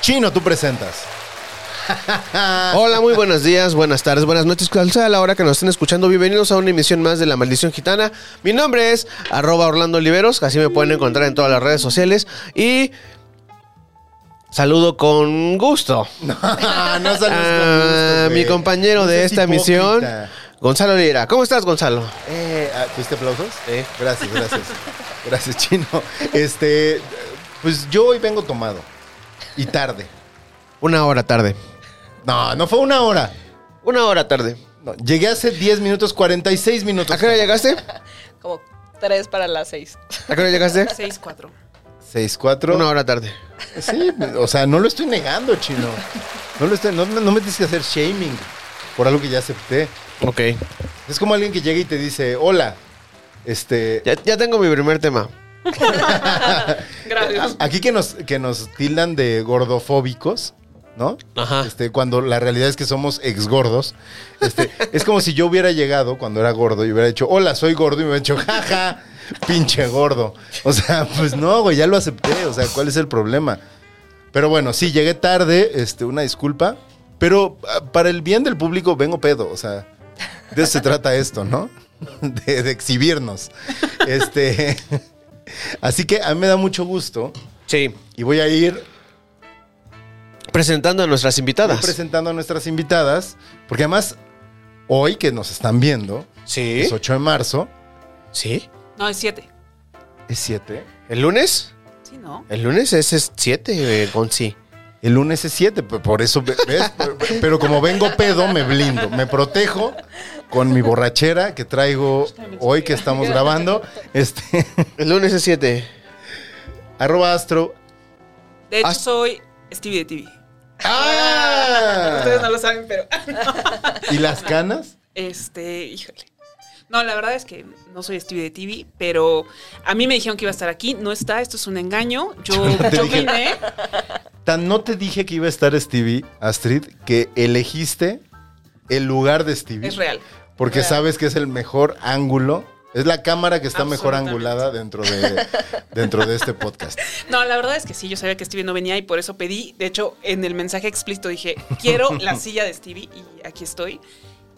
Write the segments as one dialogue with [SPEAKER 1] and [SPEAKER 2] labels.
[SPEAKER 1] Chino, tú presentas.
[SPEAKER 2] Hola, muy buenos días, buenas tardes, buenas noches, cual sea la hora que nos estén escuchando. Bienvenidos a una emisión más de La Maldición Gitana. Mi nombre es arroba Orlando Oliveros, así me pueden encontrar en todas las redes sociales. Y saludo con gusto
[SPEAKER 1] Ah, no sales
[SPEAKER 2] a
[SPEAKER 1] con gusto, güey.
[SPEAKER 2] Ah, mi compañero
[SPEAKER 1] No
[SPEAKER 2] de
[SPEAKER 1] seas
[SPEAKER 2] esta emisión,
[SPEAKER 1] hipócrita.
[SPEAKER 2] Gonzalo Lira. ¿Cómo estás, Gonzalo?
[SPEAKER 1] Eh, ah, ¿Tuviste aplausos? Gracias, gracias. gracias, Chino. Este, pues yo hoy vengo tomado. Y tarde.
[SPEAKER 2] Una hora tarde.
[SPEAKER 1] No, no fue una hora.
[SPEAKER 2] Una hora tarde.
[SPEAKER 1] No, llegué hace 10 minutos, 46 minutos.
[SPEAKER 2] ¿A qué hora llegaste?
[SPEAKER 3] Como tres para las seis.
[SPEAKER 2] ¿A qué hora llegaste?
[SPEAKER 3] Seis, cuatro.
[SPEAKER 1] 6, 4.
[SPEAKER 2] Una hora tarde.
[SPEAKER 1] Sí, o sea, no lo estoy negando, Chino. No, lo estoy, no, no me tienes que hacer shaming por algo que ya acepté.
[SPEAKER 2] Ok.
[SPEAKER 1] Es como alguien que llega y te dice, hola, este,
[SPEAKER 2] Ya, ya tengo mi primer tema.
[SPEAKER 3] Gracias.
[SPEAKER 1] Aquí que nos, que nos tildan de gordofóbicos, ¿no?
[SPEAKER 2] Ajá.
[SPEAKER 1] Este, cuando la realidad es que somos exgordos. Este, es como si yo hubiera llegado cuando era gordo y hubiera dicho, hola, soy gordo, y me hubiera dicho, jaja, pinche gordo. O sea, pues no, güey, ya lo acepté. O sea, ¿cuál es el problema? Pero bueno, sí, llegué tarde, este, una disculpa. Pero ah, para el bien del público vengo pedo, o sea, de eso se trata esto, ¿no? De, de exhibirnos. Este. Así que a mí me da mucho gusto
[SPEAKER 2] Sí.
[SPEAKER 1] y voy a ir
[SPEAKER 2] Presentando a nuestras invitadas.
[SPEAKER 1] presentando a nuestras invitadas, porque además, hoy que nos están viendo,
[SPEAKER 2] Sí.
[SPEAKER 1] es 8 de marzo,
[SPEAKER 2] Sí.
[SPEAKER 3] No, es siete.
[SPEAKER 1] es 7.
[SPEAKER 2] ¿El lunes?
[SPEAKER 3] Sí, ¿no?
[SPEAKER 2] El lunes es 7, Gonzi.
[SPEAKER 1] El lunes es 7, p- por eso, ve- ¿ves? Pero- Pero como vengo pedo, me blindo, me protejo con mi borrachera que traigo hoy que estamos grabando. Este,
[SPEAKER 2] El lunes es 7.
[SPEAKER 1] arroba astro.
[SPEAKER 4] De hecho,
[SPEAKER 2] Ah,
[SPEAKER 4] soy Stevie de TV. Ustedes no
[SPEAKER 1] ¡Ah!
[SPEAKER 4] lo saben, pero.
[SPEAKER 1] ¿Y las canas?
[SPEAKER 4] Este, híjole. No, la verdad es que no soy Stevie de TV, pero a mí me dijeron que iba a estar aquí. No está, esto es un engaño. Yo,
[SPEAKER 1] Yo no te
[SPEAKER 4] yo
[SPEAKER 1] dije.
[SPEAKER 4] vine.
[SPEAKER 1] Tan no te dije que iba a estar Stevie, Astrid, que elegiste el lugar de Stevie.
[SPEAKER 4] Es real.
[SPEAKER 1] Porque sabes que es el mejor ángulo. Es la cámara que está mejor
[SPEAKER 4] Absolutamente.
[SPEAKER 1] angulada dentro de, dentro de este podcast.
[SPEAKER 4] No, la verdad es que sí, yo sabía que Stevie no venía y por eso pedí. De hecho, en el mensaje explícito dije, quiero la silla de Stevie y aquí estoy.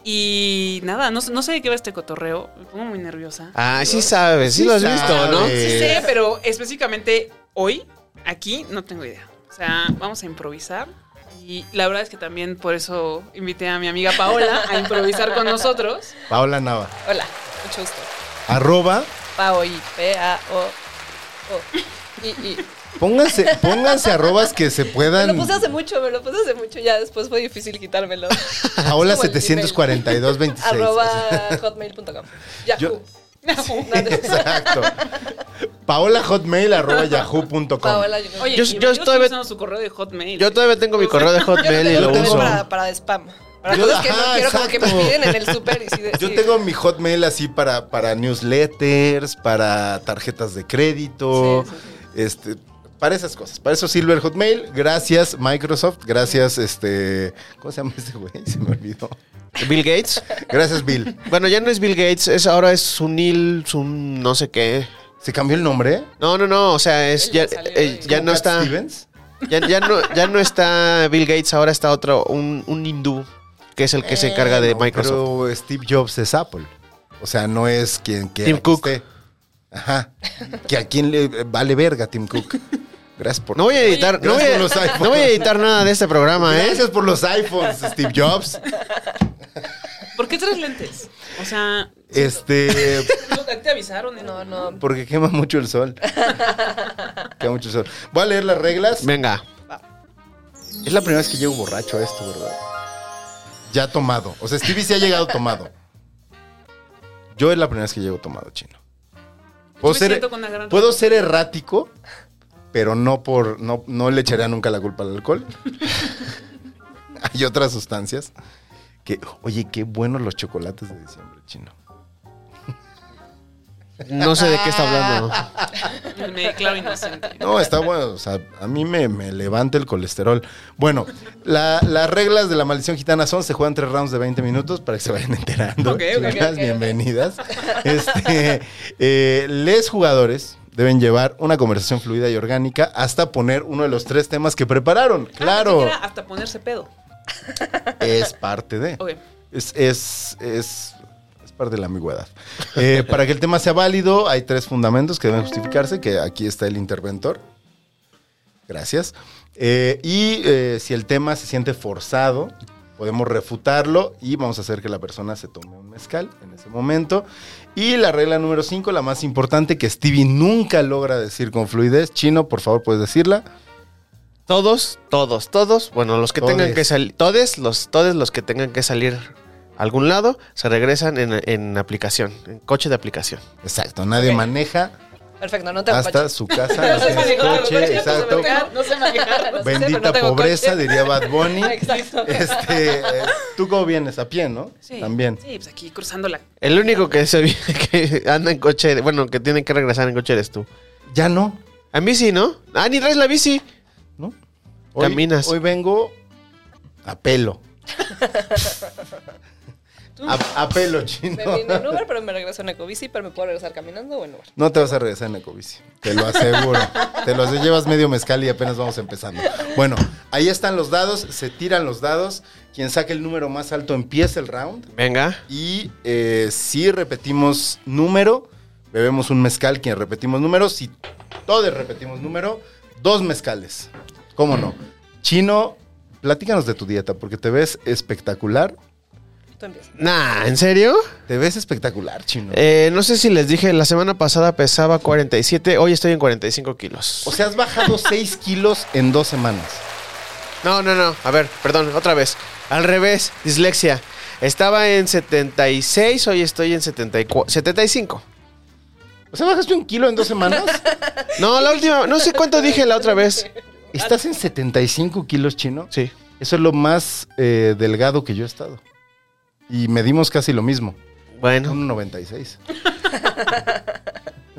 [SPEAKER 4] Y nada, no, sé- no sé de qué va este cotorreo. Me pongo muy nerviosa.
[SPEAKER 2] Ah, sí sabes, sí, lo has visto, ¿no?
[SPEAKER 1] sabes.
[SPEAKER 4] Sí sé, pero específicamente hoy, aquí, no tengo idea. O sea, vamos a improvisar. Y la verdad es que también por eso invité a mi amiga Paola a improvisar con nosotros.
[SPEAKER 1] Paola Nava.
[SPEAKER 3] Hola, mucho gusto.
[SPEAKER 1] Arroba.
[SPEAKER 3] Paoi, P-A-O-O. Y, y.
[SPEAKER 1] Pónganse, pónganse arrobas que se
[SPEAKER 3] Me
[SPEAKER 1] puedan.
[SPEAKER 3] lo puse hace mucho, me lo puse hace mucho. Ya después fue difícil quitármelo.
[SPEAKER 1] Paola
[SPEAKER 3] Es como el
[SPEAKER 1] 74226.
[SPEAKER 3] Arroba hotmail.com. Yahoo.
[SPEAKER 1] Yo-
[SPEAKER 3] No, no.
[SPEAKER 1] Exacto. Paola hotmail arroba yahoo.com.
[SPEAKER 3] Paola, yo,
[SPEAKER 4] Oye,
[SPEAKER 2] Yo-
[SPEAKER 4] yo,
[SPEAKER 2] yo
[SPEAKER 4] yo estoy
[SPEAKER 2] todavía-
[SPEAKER 4] usando su correo de Hotmail.
[SPEAKER 2] Yo todavía tengo mi correo de Hotmail y
[SPEAKER 3] yo
[SPEAKER 2] lo
[SPEAKER 3] lo tengo
[SPEAKER 2] uso.
[SPEAKER 3] para, para spam. Para
[SPEAKER 1] Yo-
[SPEAKER 3] cosas que
[SPEAKER 1] ajá,
[SPEAKER 3] no quiero, como que me
[SPEAKER 1] exacto.
[SPEAKER 3] piden en el súper y sí de-
[SPEAKER 1] Yo
[SPEAKER 3] sí.
[SPEAKER 1] tengo mi hotmail así para, para newsletters, para tarjetas de crédito,
[SPEAKER 3] Sí, sí,
[SPEAKER 1] este, para esas cosas. Para eso sirve el hotmail. Gracias, Microsoft. Gracias, este. ¿Cómo se llama este güey? Se me olvidó.
[SPEAKER 2] Bill Gates.
[SPEAKER 1] Gracias, Bill.
[SPEAKER 2] Bueno, ya no es Bill Gates, es ahora es Sunil, Sun no sé qué.
[SPEAKER 1] ¿Se cambió el nombre?
[SPEAKER 2] No, no, no, o sea, es
[SPEAKER 3] Él
[SPEAKER 2] ya,
[SPEAKER 3] ya salió
[SPEAKER 2] eh,
[SPEAKER 3] de-
[SPEAKER 2] ya no
[SPEAKER 1] Cat
[SPEAKER 2] está
[SPEAKER 1] Stevens?
[SPEAKER 2] ya, ya no ya no está Bill Gates, ahora está otro un, un hindú que es el que se encarga de
[SPEAKER 1] Eh, No,
[SPEAKER 2] Microsoft.
[SPEAKER 1] Pero Steve Jobs es Apple. O sea, no es quien que
[SPEAKER 2] Tim
[SPEAKER 1] que
[SPEAKER 2] Cook.
[SPEAKER 1] esté. Ajá. Que a quién le eh, vale verga Tim Cook. Gracias por
[SPEAKER 2] No voy a editar, no voy
[SPEAKER 1] Gracias
[SPEAKER 2] a,
[SPEAKER 1] por los iPhones.
[SPEAKER 2] no voy a editar nada de este programa, ¿eh?
[SPEAKER 1] Gracias por los iPhones, Steve Jobs.
[SPEAKER 4] ¿Por qué tres lentes? O sea,
[SPEAKER 1] Este,
[SPEAKER 4] ¿no- ¿a ti te avisaron?
[SPEAKER 3] No, no.
[SPEAKER 1] porque quema mucho el sol. Quema mucho el sol. Voy a leer las reglas.
[SPEAKER 2] Venga.
[SPEAKER 1] Es la primera vez que llego borracho a esto, ¿verdad? Ya tomado. O sea, Stevie sí ha llegado tomado. Yo es la primera vez que llego tomado, chino. Puedo,
[SPEAKER 4] me
[SPEAKER 1] ser,
[SPEAKER 4] siento con una gran
[SPEAKER 1] puedo ser errático, pero no por. No, no le echaría nunca la culpa al alcohol. Hay otras sustancias que. Oye, qué buenos los chocolates de diciembre, chino.
[SPEAKER 2] No sé de qué está hablando.
[SPEAKER 4] Me declaro inocente. Ah,
[SPEAKER 1] No, está bueno. O sea, a mí me, me levanta el colesterol. Bueno, la- las reglas de la maldición gitana son: se juegan tres rounds de 20 minutos para que se vayan enterando.
[SPEAKER 4] Ok, ok,
[SPEAKER 1] Chicas,
[SPEAKER 3] ok.
[SPEAKER 1] bienvenidas. Este, eh, les jugadores deben llevar una conversación fluida y orgánica hasta poner uno de los tres temas que prepararon.
[SPEAKER 4] Ah, pensé
[SPEAKER 1] Claro,
[SPEAKER 4] que era hasta ponerse pedo.
[SPEAKER 1] es parte de.
[SPEAKER 4] Ok.
[SPEAKER 1] Es, es, es, es parte de la ambigüedad. Eh, para que el tema sea válido, hay tres fundamentos que deben justificarse, que aquí está el interventor. Gracias. Eh, y eh, si el tema se siente forzado, podemos refutarlo y vamos a hacer que la persona se tome un mezcal en ese momento. Y la regla número 5, la más importante, que Stevie nunca logra decir con fluidez. Chino, por favor, puedes decirla.
[SPEAKER 2] Todos, todos, todos, bueno, los que tengan
[SPEAKER 1] Todes.
[SPEAKER 2] que salir, todos los, todos los que tengan que salir a algún lado, se regresan en, en aplicación, en coche de aplicación.
[SPEAKER 1] Exacto, nadie
[SPEAKER 3] Ok.
[SPEAKER 1] maneja
[SPEAKER 3] Perfecto, no te
[SPEAKER 1] hasta
[SPEAKER 3] apaches.
[SPEAKER 1] su casa, no tiene
[SPEAKER 3] manejar,
[SPEAKER 1] coche,
[SPEAKER 3] no sé
[SPEAKER 1] exacto.
[SPEAKER 3] manejar, No sé manejar. no sé, Pues pero
[SPEAKER 1] Bendita
[SPEAKER 3] no tengo
[SPEAKER 1] pobreza,
[SPEAKER 3] coche.
[SPEAKER 1] diría Bad Bunny.
[SPEAKER 3] Exacto.
[SPEAKER 1] Este, eh, tú cómo vienes a pie, ¿no?
[SPEAKER 4] Sí.
[SPEAKER 1] También.
[SPEAKER 4] Sí, pues aquí cruzando la.
[SPEAKER 2] El único que se vi- que anda en coche, bueno, que tiene que regresar en coche eres tú.
[SPEAKER 1] Ya no,
[SPEAKER 2] A mí sí, ¿no? Ah, ni traes la bici.
[SPEAKER 1] ¿no?
[SPEAKER 2] Caminas.
[SPEAKER 1] Hoy vengo a pelo. a, a pelo chino.
[SPEAKER 3] Me vine en Uber, pero me regreso en Ecobici, pero me puedo regresar caminando o en Uber.
[SPEAKER 1] No te vas a regresar en Ecobici, te lo aseguro. te lo aseguro. Llevas medio mezcal y apenas vamos empezando. Bueno, ahí están los dados, se tiran los dados. Quien saque el número más alto empieza el round.
[SPEAKER 2] Venga.
[SPEAKER 1] Y eh, si repetimos número, bebemos un mezcal, quien repetimos número, si todos repetimos número, dos mezcales. ¿Cómo no? Chino, platícanos de tu dieta, porque te ves espectacular.
[SPEAKER 3] Tú empiezas.
[SPEAKER 2] Nah, ¿en serio?
[SPEAKER 1] Te ves espectacular, chino.
[SPEAKER 2] Eh, no sé si les dije, la semana pasada pesaba 47, hoy estoy en 45 kilos.
[SPEAKER 1] O sea, has bajado 6 kilos en dos semanas.
[SPEAKER 2] No, no, no. A ver, perdón, otra vez. Al revés, dislexia. Estaba en 76, hoy estoy en 74, 75.
[SPEAKER 1] O sea, bajaste un kilo en dos semanas.
[SPEAKER 2] No, la última, no sé cuánto dije la otra vez.
[SPEAKER 1] Estás en 75 kilos, chino.
[SPEAKER 2] Sí.
[SPEAKER 1] Eso es lo más eh, delgado que yo he estado. Y medimos casi lo mismo.
[SPEAKER 2] Bueno,
[SPEAKER 1] 1,96.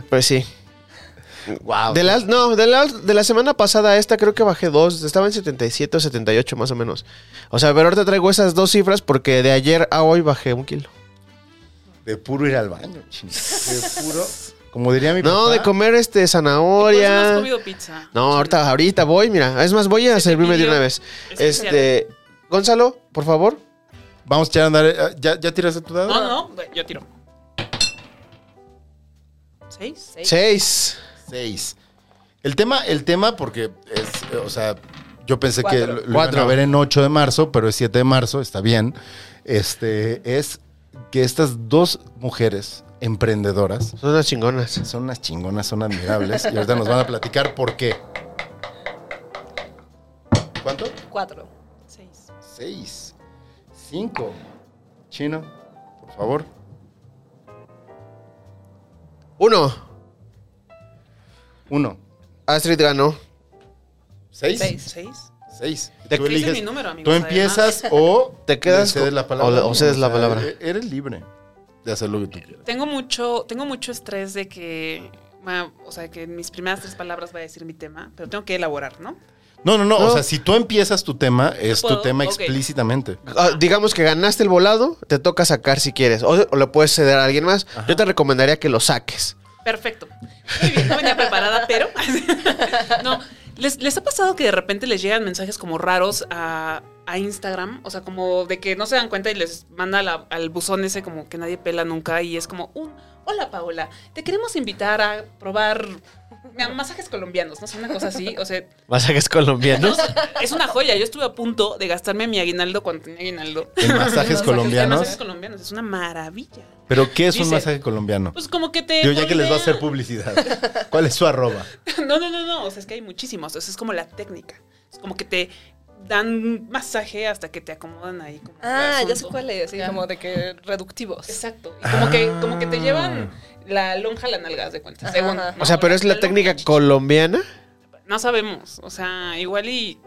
[SPEAKER 2] pues sí.
[SPEAKER 1] Wow.
[SPEAKER 2] De la, no, de la, de la semana pasada a esta creo que bajé dos. Estaba en 77 o 78 más o menos. O sea, pero ahorita traigo esas dos cifras porque de ayer a hoy bajé un kilo.
[SPEAKER 1] De puro ir al baño, chino. De puro. Como diría mi papá.
[SPEAKER 2] No, de comer este
[SPEAKER 4] Por eso Pues no has
[SPEAKER 2] zanahoria.
[SPEAKER 4] comido pizza.
[SPEAKER 2] No, ahorita, ahorita voy, mira. Es más, voy a
[SPEAKER 4] Se te
[SPEAKER 2] servirme de
[SPEAKER 4] pidió.
[SPEAKER 2] una vez.
[SPEAKER 4] Es
[SPEAKER 2] Este, Gonzalo, por favor.
[SPEAKER 1] Vamos a echar a andar. eh, ¿Ya, ya tiraste tu dado?
[SPEAKER 4] No, no, yo tiro. ¿Seis?
[SPEAKER 3] Seis.
[SPEAKER 2] Seis.
[SPEAKER 1] Seis. El tema, el tema, porque es, eh, o sea, yo pensé que
[SPEAKER 3] Cuatro.
[SPEAKER 1] lo, lo
[SPEAKER 2] Cuatro.
[SPEAKER 1] iban a ver en 8 de marzo, pero es 7 de marzo, está bien. Este, es que estas dos mujeres emprendedoras
[SPEAKER 2] Son unas chingonas.
[SPEAKER 1] son unas chingonas, son admirables. y ahorita nos van a platicar por qué. ¿Cuánto?
[SPEAKER 3] Cuatro.
[SPEAKER 4] Seis.
[SPEAKER 1] Seis. Cinco. Chino, por favor.
[SPEAKER 2] Uno.
[SPEAKER 1] Uno.
[SPEAKER 2] Astrid ganó.
[SPEAKER 1] ¿Seis?
[SPEAKER 3] Seis.
[SPEAKER 4] ¿Seis?
[SPEAKER 1] Seis.
[SPEAKER 2] Te-
[SPEAKER 1] Tú
[SPEAKER 4] Ese es
[SPEAKER 1] eliges.
[SPEAKER 4] mi número, amigos,
[SPEAKER 1] tú empiezas o
[SPEAKER 2] Te quedas
[SPEAKER 1] le cedes
[SPEAKER 2] con-
[SPEAKER 1] la palabra.
[SPEAKER 2] o le- o cedes la palabra.
[SPEAKER 1] e- Eres libre de hacer lo que tú quieras.
[SPEAKER 4] Tengo mucho, tengo mucho estrés de que, ma- o sea, que en mis primeras tres palabras va a decir mi tema, pero tengo que elaborar, ¿no?
[SPEAKER 1] No, no, no,
[SPEAKER 2] No.
[SPEAKER 1] O sea, si tú empiezas tu tema, es tu
[SPEAKER 4] ¿Puedo?
[SPEAKER 1] tema
[SPEAKER 4] Ok.
[SPEAKER 1] explícitamente.
[SPEAKER 2] Ah, digamos que ganaste el volado, te toca sacar si quieres. O, o lo puedes ceder a alguien más. Yo te recomendaría que lo saques.
[SPEAKER 4] Perfecto. Muy bien, no venía preparada, pero. no. ¿les, les ha pasado que de repente les llegan mensajes como raros a, a Instagram? O sea, como de que no se dan cuenta y les manda la- al buzón ese como que nadie pela nunca y es como un. Hola Paola, te queremos invitar a probar ma- masajes colombianos, no sé, una cosa así. O sea,
[SPEAKER 2] Masajes colombianos.
[SPEAKER 4] es una joya. Yo estuve a punto de gastarme mi aguinaldo cuando tenía aguinaldo.
[SPEAKER 1] En masajes
[SPEAKER 4] En
[SPEAKER 1] colombianos.
[SPEAKER 4] masajes colombianos, es una maravilla.
[SPEAKER 1] Pero, ¿qué es un
[SPEAKER 4] Dice-
[SPEAKER 1] masaje colombiano?
[SPEAKER 4] Pues como que te.
[SPEAKER 1] Yo ya que les va a
[SPEAKER 4] moldea.
[SPEAKER 1] hacer publicidad. ¿Cuál es su arroba?
[SPEAKER 4] No, no, no, no. O sea, es que hay muchísimos. O sea, es como la técnica. Es como que te dan masaje hasta que te acomodan ahí. Como
[SPEAKER 3] Ah,
[SPEAKER 4] el
[SPEAKER 3] ya sé
[SPEAKER 4] asunto.
[SPEAKER 3] cuál es. sí,
[SPEAKER 4] Ya.
[SPEAKER 3] como de que reductivos.
[SPEAKER 4] Exacto. Y como, que, como que te llevan la lonja a la nalga, haz de cuenta.
[SPEAKER 3] Ajá,
[SPEAKER 4] según,
[SPEAKER 3] ajá.
[SPEAKER 2] Ah.
[SPEAKER 4] ¿no?
[SPEAKER 2] O sea, pero es la
[SPEAKER 4] lonja
[SPEAKER 2] técnica
[SPEAKER 4] chichi.
[SPEAKER 2] colombiana.
[SPEAKER 4] No sabemos. O sea, igual y.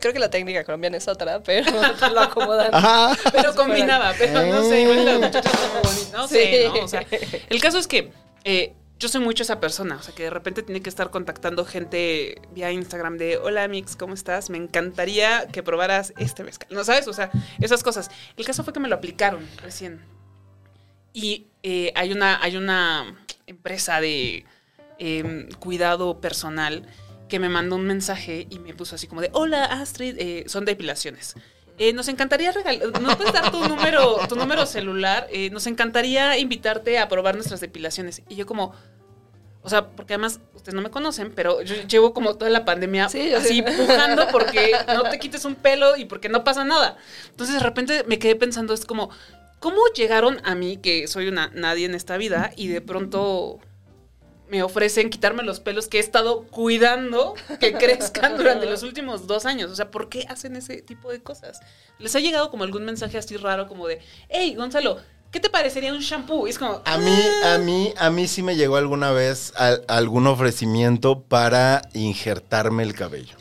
[SPEAKER 3] Creo que la técnica colombiana es otra, pero lo acomodan.
[SPEAKER 2] Ajá.
[SPEAKER 4] Pero combinaba, pero no sé, igual la muchacha como bonita. No sé,
[SPEAKER 3] Sí.
[SPEAKER 4] ¿no? O sea, el caso es que eh, yo soy mucho esa persona. O sea, que de repente tiene que estar contactando gente vía Instagram de: Hola, Mix, ¿cómo estás? Me encantaría que probaras este mezcal. ¿No sabes? O sea, esas cosas. El caso fue que me lo aplicaron recién. Y eh, hay, una, hay una empresa de em, cuidado personal que me mandó un mensaje y me puso así como de, hola Astrid, eh, son depilaciones. Eh, nos encantaría regalar, nos puedes dar tu número, tu número celular, Eh, nos encantaría invitarte a probar nuestras depilaciones. Y yo como, o sea, porque además ustedes no me conocen, pero yo llevo como toda la pandemia
[SPEAKER 3] Sí, yo
[SPEAKER 4] así
[SPEAKER 3] sé.
[SPEAKER 4] pujando porque no te quites un pelo y porque no pasa nada. Entonces de repente me quedé pensando, es como, ¿cómo llegaron a mí, que soy una nadie en esta vida, y de pronto me ofrecen quitarme los pelos que he estado cuidando que crezcan durante los últimos dos años? O sea, ¿por qué hacen ese tipo de cosas? ¿Les ha llegado como algún mensaje así raro como de, hey, Gonzalo, ¿qué te parecería un shampoo? Y es como,
[SPEAKER 1] A mí, a mí, a mí sí me llegó alguna vez al- algún ofrecimiento para injertarme el cabello.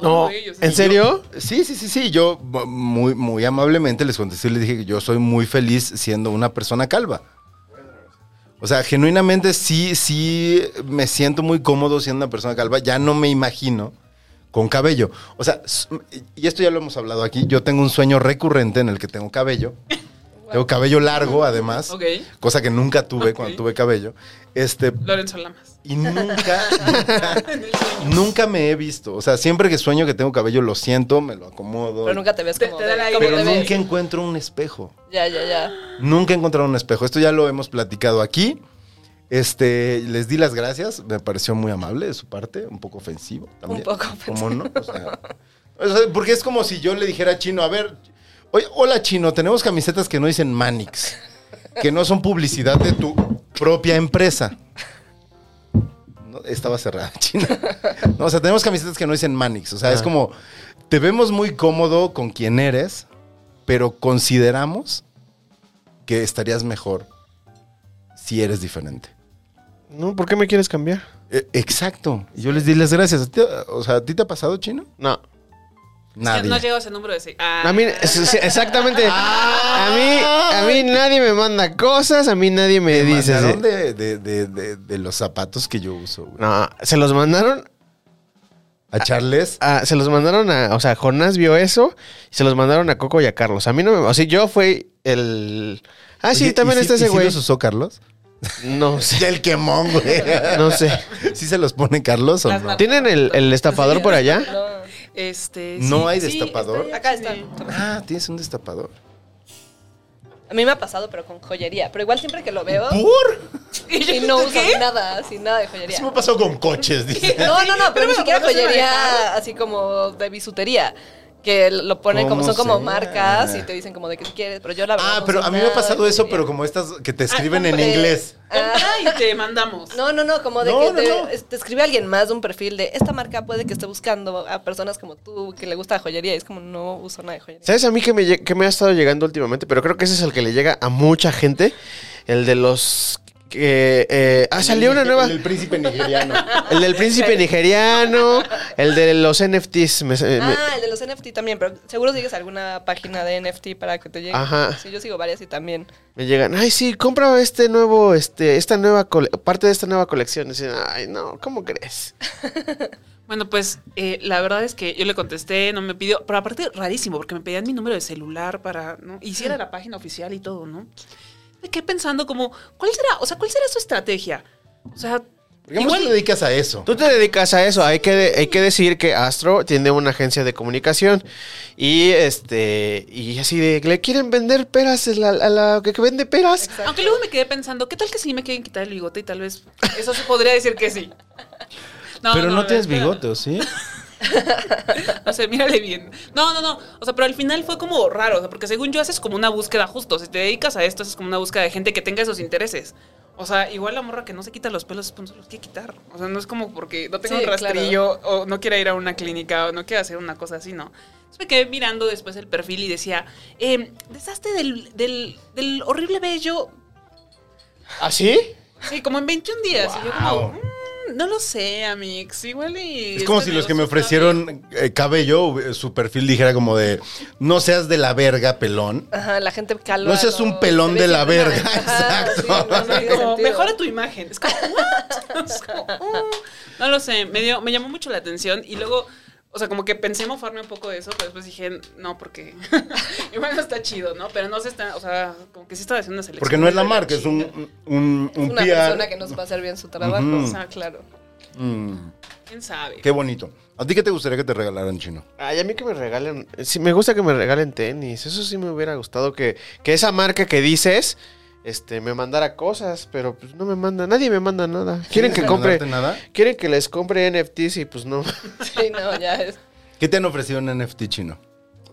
[SPEAKER 2] No,
[SPEAKER 4] "Ay, o sea,
[SPEAKER 2] ¿en serio?
[SPEAKER 1] Sí, sí, sí, sí. Yo m- muy, muy amablemente les contesté y les dije que yo soy muy feliz siendo una persona calva. O sea, genuinamente sí, sí me siento muy cómodo siendo una persona calva. Ya no me imagino con cabello. O sea, s- y esto ya lo hemos hablado aquí. Yo tengo un sueño recurrente en el que tengo cabello. Tengo cabello largo, además.
[SPEAKER 4] "Ah, Ok,
[SPEAKER 1] Cosa que nunca tuve cuando
[SPEAKER 4] Ok.
[SPEAKER 1] tuve cabello. Este,
[SPEAKER 4] Lorenzo Lamas.
[SPEAKER 1] y nunca, nunca, nunca me he visto. O sea, siempre que sueño que tengo cabello, lo siento, me lo acomodo.
[SPEAKER 3] Pero nunca te ves
[SPEAKER 4] Te-
[SPEAKER 3] como.
[SPEAKER 4] te
[SPEAKER 3] de-
[SPEAKER 4] da la
[SPEAKER 3] como
[SPEAKER 4] idea.
[SPEAKER 1] Pero
[SPEAKER 3] te
[SPEAKER 4] ves.
[SPEAKER 1] nunca encuentro un espejo.
[SPEAKER 3] ves. Ya, ya, ya.
[SPEAKER 1] Nunca he encontrado un espejo. Esto ya lo hemos platicado aquí. Este, les di las gracias. Me pareció muy amable de su parte, un poco ofensivo también.
[SPEAKER 3] Un poco
[SPEAKER 1] ¿Cómo no? O sea, o sea, porque es como si yo le dijera a Chino, a ver, oye, hola Chino, tenemos camisetas que no dicen Manix, que no son publicidad de tu propia empresa. No, estaba cerrada, Chino. No, o sea, tenemos camisetas que no dicen Manix. O sea, es como, te vemos muy cómodo con quien eres, pero consideramos que estarías mejor si eres diferente.
[SPEAKER 2] No, ¿por qué me quieres cambiar?
[SPEAKER 1] Eh, Exacto. Y Yo les di las gracias. ¿A ti, o sea, ¿a ti te ha pasado, Chino?
[SPEAKER 2] No.
[SPEAKER 1] Nadie.
[SPEAKER 4] No llegó a ese número de ese. Ah.
[SPEAKER 2] A mí, sí, sí, exactamente. A mí, a mí nadie me manda cosas, a mí nadie me
[SPEAKER 1] Me
[SPEAKER 2] dice.
[SPEAKER 1] mandaron
[SPEAKER 2] sí.
[SPEAKER 1] de, de- de- de- de los zapatos que yo uso, güey.
[SPEAKER 2] No, se los mandaron
[SPEAKER 1] A Charles.
[SPEAKER 2] a- Ah, se los mandaron a, o sea, Jonás vio eso y se los mandaron a Coco y a Carlos. A mí no me, o sea, yo fui el Ah, sí,
[SPEAKER 1] Oye,
[SPEAKER 2] también
[SPEAKER 1] ¿y
[SPEAKER 2] está
[SPEAKER 1] sí-
[SPEAKER 2] ese
[SPEAKER 1] y sí
[SPEAKER 2] güey.
[SPEAKER 1] los usó Carlos?
[SPEAKER 2] No sé.
[SPEAKER 1] el quemón, güey.
[SPEAKER 2] No sé.
[SPEAKER 1] ¿Sí se los pone Carlos o
[SPEAKER 4] Las
[SPEAKER 1] no?
[SPEAKER 4] marcas.
[SPEAKER 2] ¿Tienen el, el destapador por allá?
[SPEAKER 3] No.
[SPEAKER 4] Este,
[SPEAKER 1] ¿No hay
[SPEAKER 4] está
[SPEAKER 1] destapador?
[SPEAKER 4] ahí,
[SPEAKER 3] Acá
[SPEAKER 4] sí.
[SPEAKER 3] están.
[SPEAKER 1] Ah, tienes un destapador.
[SPEAKER 3] A mí me ha pasado, pero con joyería. Pero igual siempre que lo veo
[SPEAKER 1] ¿Por?
[SPEAKER 3] y no uso nada, sin nada de joyería.
[SPEAKER 1] Eso me pasó con coches, dice.
[SPEAKER 3] No, no, no, pero ni
[SPEAKER 4] Pero
[SPEAKER 3] siquiera
[SPEAKER 4] no sé
[SPEAKER 3] joyería
[SPEAKER 4] manejar.
[SPEAKER 3] así como de bisutería. Que lo ponen como,
[SPEAKER 1] Como
[SPEAKER 3] son como
[SPEAKER 1] sea.
[SPEAKER 3] marcas y te dicen como de que tú quieres, pero yo la verdad.
[SPEAKER 1] Ah,
[SPEAKER 3] no
[SPEAKER 1] pero
[SPEAKER 3] sé
[SPEAKER 1] a mí me ha
[SPEAKER 3] nada de
[SPEAKER 1] pasado eso,
[SPEAKER 3] joyería.
[SPEAKER 1] pero como estas que
[SPEAKER 2] Ah,
[SPEAKER 1] te escriben en
[SPEAKER 3] compré.
[SPEAKER 1] inglés.
[SPEAKER 3] Ah,
[SPEAKER 4] Compra y te mandamos.
[SPEAKER 3] no, no, no, como de
[SPEAKER 1] No,
[SPEAKER 3] que
[SPEAKER 1] no,
[SPEAKER 3] te,
[SPEAKER 1] no.
[SPEAKER 3] es- te escribe alguien más de un perfil de esta marca puede que esté buscando a personas como tú que le gusta la joyería y es como no uso nada de joyería.
[SPEAKER 2] ¿Sabes a mí que me, lle- que me ha estado llegando últimamente? Pero creo que ese es el que le llega a mucha gente. El de los... que eh, ah, salió una nueva.
[SPEAKER 1] El del príncipe nigeriano.
[SPEAKER 2] El del príncipe nigeriano, el de los NFTs. me-
[SPEAKER 1] Eh,
[SPEAKER 2] me-
[SPEAKER 3] Ah, el de los NFT también, pero seguro sigues alguna página de NFT para que te llegue.
[SPEAKER 2] Ajá.
[SPEAKER 3] Sí, yo sigo varias y también.
[SPEAKER 2] Me llegan, ay, sí, compra este nuevo, este, esta nueva, cole- parte de esta nueva colección. Y dicen, ay, no, ¿cómo crees?
[SPEAKER 4] Bueno, pues eh, la verdad es que yo le contesté, no me pidió, pero aparte rarísimo, porque me pedían mi número de celular para, ¿no? Hiciera la página oficial y todo, ¿no? Me quedé pensando como, ¿cuál será, o sea, cuál será su estrategia? O sea,
[SPEAKER 1] ¿Por qué no te dedicas a eso?
[SPEAKER 2] Tú te dedicas a eso. Hay que, de- hay que decir que Astro tiene una agencia de comunicación. Y este, y así de, le quieren vender peras a la, a la que que vende peras.
[SPEAKER 4] aunque luego me quedé pensando, ¿qué tal que sí me quieren quitar el bigote? Y tal vez, eso se podría decir que sí.
[SPEAKER 1] pero no,
[SPEAKER 4] a ver,
[SPEAKER 1] tienes
[SPEAKER 4] espérame.
[SPEAKER 1] bigote, ¿o sí?
[SPEAKER 4] O sea, mírale bien. No, no, no. O sea, pero al final fue como raro. O sea, porque según yo haces como una búsqueda justo. Si te dedicas a esto, haces como una búsqueda de gente que tenga esos intereses. O O sea, igual la morra que no se quita los pelos, pues no se los quiere quitar. O sea, no es como porque no tengo
[SPEAKER 3] Sí,
[SPEAKER 4] un rastrillo o no quiera ir a una clínica o no quiera hacer una cosa así, ¿no? Entonces me quedé mirando después el perfil y decía, eh, deshazte del, del, del horrible vello,
[SPEAKER 2] ¿Así?
[SPEAKER 4] sí, como en 21 días. Y yo
[SPEAKER 1] Wow.
[SPEAKER 4] como, "Mm, no lo sé, amix, igual y...
[SPEAKER 1] Ah, Es como
[SPEAKER 4] este
[SPEAKER 1] si los que me
[SPEAKER 4] negocio está bien".
[SPEAKER 1] ofrecieron eh, cabello, eh, su perfil dijera como de, no seas de la verga, pelón.
[SPEAKER 3] Ajá, la gente calva.
[SPEAKER 1] No seas un
[SPEAKER 3] se
[SPEAKER 1] pelón
[SPEAKER 3] ve
[SPEAKER 1] de la
[SPEAKER 3] siempre mal.
[SPEAKER 1] verga,
[SPEAKER 3] Ajá,
[SPEAKER 1] exacto.
[SPEAKER 3] sí, no, no tiene
[SPEAKER 4] Como,
[SPEAKER 3] sentido.
[SPEAKER 4] mejora tu imagen. Es como, "What?" Es como, "Oh". No lo sé, me, dio- me llamó mucho la atención y luego, o sea, como que pensé mofarme un poco de eso, pero después dije, no, porque igual no está chido, ¿no? Pero no se está, o sea, como que sí estaba haciendo una selección.
[SPEAKER 1] Porque no es la
[SPEAKER 4] de
[SPEAKER 1] marca, es
[SPEAKER 4] chida.
[SPEAKER 1] un, un, un
[SPEAKER 3] Una
[SPEAKER 1] PR.
[SPEAKER 3] persona que no va a hacer bien su trabajo.
[SPEAKER 1] Ujú.
[SPEAKER 3] O sea, claro.
[SPEAKER 1] Mm,
[SPEAKER 4] ¿Quién sabe?
[SPEAKER 1] qué bonito. ¿A ti qué te gustaría que te regalaran, Chino?
[SPEAKER 2] Ay, a mí que me regalen. Sí, me gusta que me regalen tenis. Eso sí me hubiera gustado que, que esa marca que dices este, me mandara cosas, pero pues no me manda. Nadie me manda nada. Quieren que
[SPEAKER 1] ¿Sin
[SPEAKER 2] compre.
[SPEAKER 1] regalarte nada?
[SPEAKER 2] Quieren que les compre NFTs y pues no.
[SPEAKER 3] Sí, no, ya es.
[SPEAKER 1] ¿Qué te han ofrecido en NFT, Chino?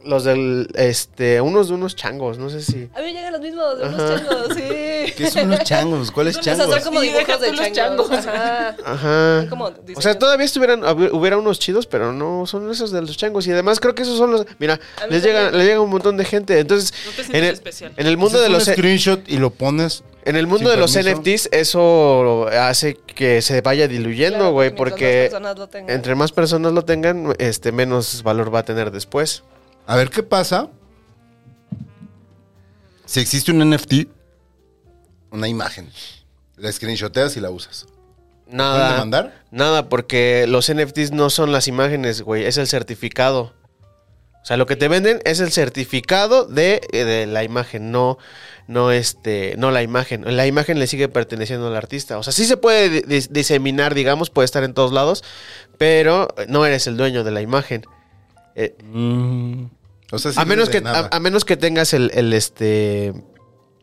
[SPEAKER 2] Los del. Este. Unos de unos changos. No sé si.
[SPEAKER 3] A mí me llegan los mismos, de
[SPEAKER 2] Ajá.
[SPEAKER 3] unos changos, sí.
[SPEAKER 1] ¿Qué son los changos? ¿Cuáles
[SPEAKER 4] Son
[SPEAKER 3] O sea,
[SPEAKER 1] changos?
[SPEAKER 3] son como
[SPEAKER 4] Y deja
[SPEAKER 3] dibujos
[SPEAKER 4] tú
[SPEAKER 3] de
[SPEAKER 4] los
[SPEAKER 3] changos.
[SPEAKER 4] changos.
[SPEAKER 3] Ajá.
[SPEAKER 2] Ajá.
[SPEAKER 3] Son como
[SPEAKER 2] O sea,
[SPEAKER 3] diseños.
[SPEAKER 2] todavía estuvieran, hub- hubiera unos chidos, pero no son esos de los changos. Y además creo que esos son los. Mira,
[SPEAKER 3] A mí
[SPEAKER 2] les
[SPEAKER 3] también.
[SPEAKER 2] llega, le llega un montón de gente. Entonces,
[SPEAKER 4] No te
[SPEAKER 2] en
[SPEAKER 4] sientes
[SPEAKER 2] el,
[SPEAKER 4] especial.
[SPEAKER 2] en el mundo
[SPEAKER 1] Haces
[SPEAKER 2] de
[SPEAKER 1] un
[SPEAKER 2] los E,
[SPEAKER 1] screenshot y lo pones.
[SPEAKER 2] en el
[SPEAKER 1] sin
[SPEAKER 2] mundo de los
[SPEAKER 1] permiso.
[SPEAKER 2] NFTs, eso hace que se vaya diluyendo,
[SPEAKER 3] Claro,
[SPEAKER 2] güey,
[SPEAKER 3] mientras
[SPEAKER 2] porque
[SPEAKER 3] más personas lo tengan.
[SPEAKER 2] entre más personas lo tengan, este menos valor va a tener después.
[SPEAKER 1] A ver qué pasa. Si existe un NFT, una imagen. La screenshoteas y la usas. ¿Pueden
[SPEAKER 2] Nada.
[SPEAKER 1] demandar?
[SPEAKER 2] Nada, porque los NFTs no son las imágenes, güey, es el certificado. O sea, lo que te venden es el certificado de, eh, de la imagen, no, no este, no la imagen. La imagen le sigue perteneciendo al artista. O sea, sí se puede di- dis- diseminar, digamos, puede estar en todos lados, pero no eres el dueño de la imagen. Eh,
[SPEAKER 1] Mm. O sea, sí
[SPEAKER 2] a menos
[SPEAKER 1] de
[SPEAKER 2] que
[SPEAKER 1] nada.
[SPEAKER 2] a, a menos que tengas el, el, este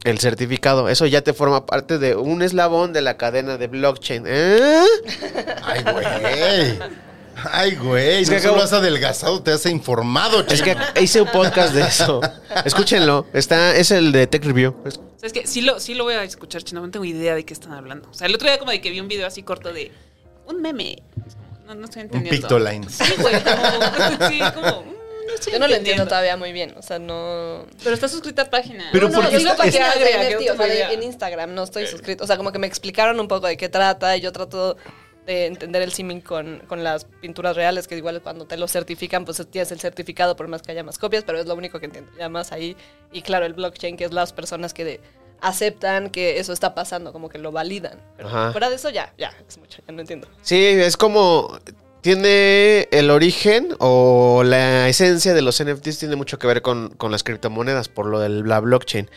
[SPEAKER 2] el certificado. Eso ya te forma parte de un eslabón de la cadena de blockchain. ¿Eh?
[SPEAKER 1] Ay, güey. Ay, güey.
[SPEAKER 2] Es
[SPEAKER 1] no
[SPEAKER 2] que
[SPEAKER 1] solo
[SPEAKER 2] acabo-
[SPEAKER 1] has adelgazado, te has informado,
[SPEAKER 2] Es que
[SPEAKER 1] chico.
[SPEAKER 2] hice un podcast de eso. Escúchenlo. Está, es el de Tech Review. Es-
[SPEAKER 4] O sea, es que sí lo, sí lo voy a escuchar, chino, no tengo idea de qué están hablando. O sea, el otro día como de que vi un video así corto de un meme. Es como, No, no estoy
[SPEAKER 1] Un
[SPEAKER 4] entendiendo.
[SPEAKER 1] Pictoline.
[SPEAKER 4] Sí, güey, como, sí, como, mm, no estoy
[SPEAKER 3] Yo no lo entiendo
[SPEAKER 4] entendiendo.
[SPEAKER 3] todavía muy bien. O sea, no.
[SPEAKER 4] Pero está suscrita a página.
[SPEAKER 1] Pero
[SPEAKER 3] no,
[SPEAKER 1] ¿por
[SPEAKER 3] no,
[SPEAKER 1] qué
[SPEAKER 3] digo
[SPEAKER 1] está-
[SPEAKER 3] páginas
[SPEAKER 4] es-
[SPEAKER 3] de
[SPEAKER 4] agrega, que
[SPEAKER 3] NFT, o
[SPEAKER 4] no
[SPEAKER 3] sea,
[SPEAKER 4] tengo
[SPEAKER 3] de-
[SPEAKER 4] idea.
[SPEAKER 3] en Instagram no
[SPEAKER 4] Eh.
[SPEAKER 3] estoy suscrito. O sea, como que me explicaron un poco de qué trata y yo trato de entender el simming con, con las pinturas reales, que igual cuando te lo certifican, pues tienes el certificado por más que haya más copias, pero es lo único que entiendo. Ya más ahí, y claro, el blockchain, que es las personas que de- aceptan que eso está pasando, como que lo validan. Pero
[SPEAKER 1] Ah.
[SPEAKER 2] Ajá.
[SPEAKER 3] fuera de eso, ya, ya, es mucho, ya no entiendo.
[SPEAKER 4] Ah.
[SPEAKER 2] Sí, es como. Tiene el origen o la esencia de los NFTs tiene mucho que ver con, con las criptomonedas, por lo de la blockchain.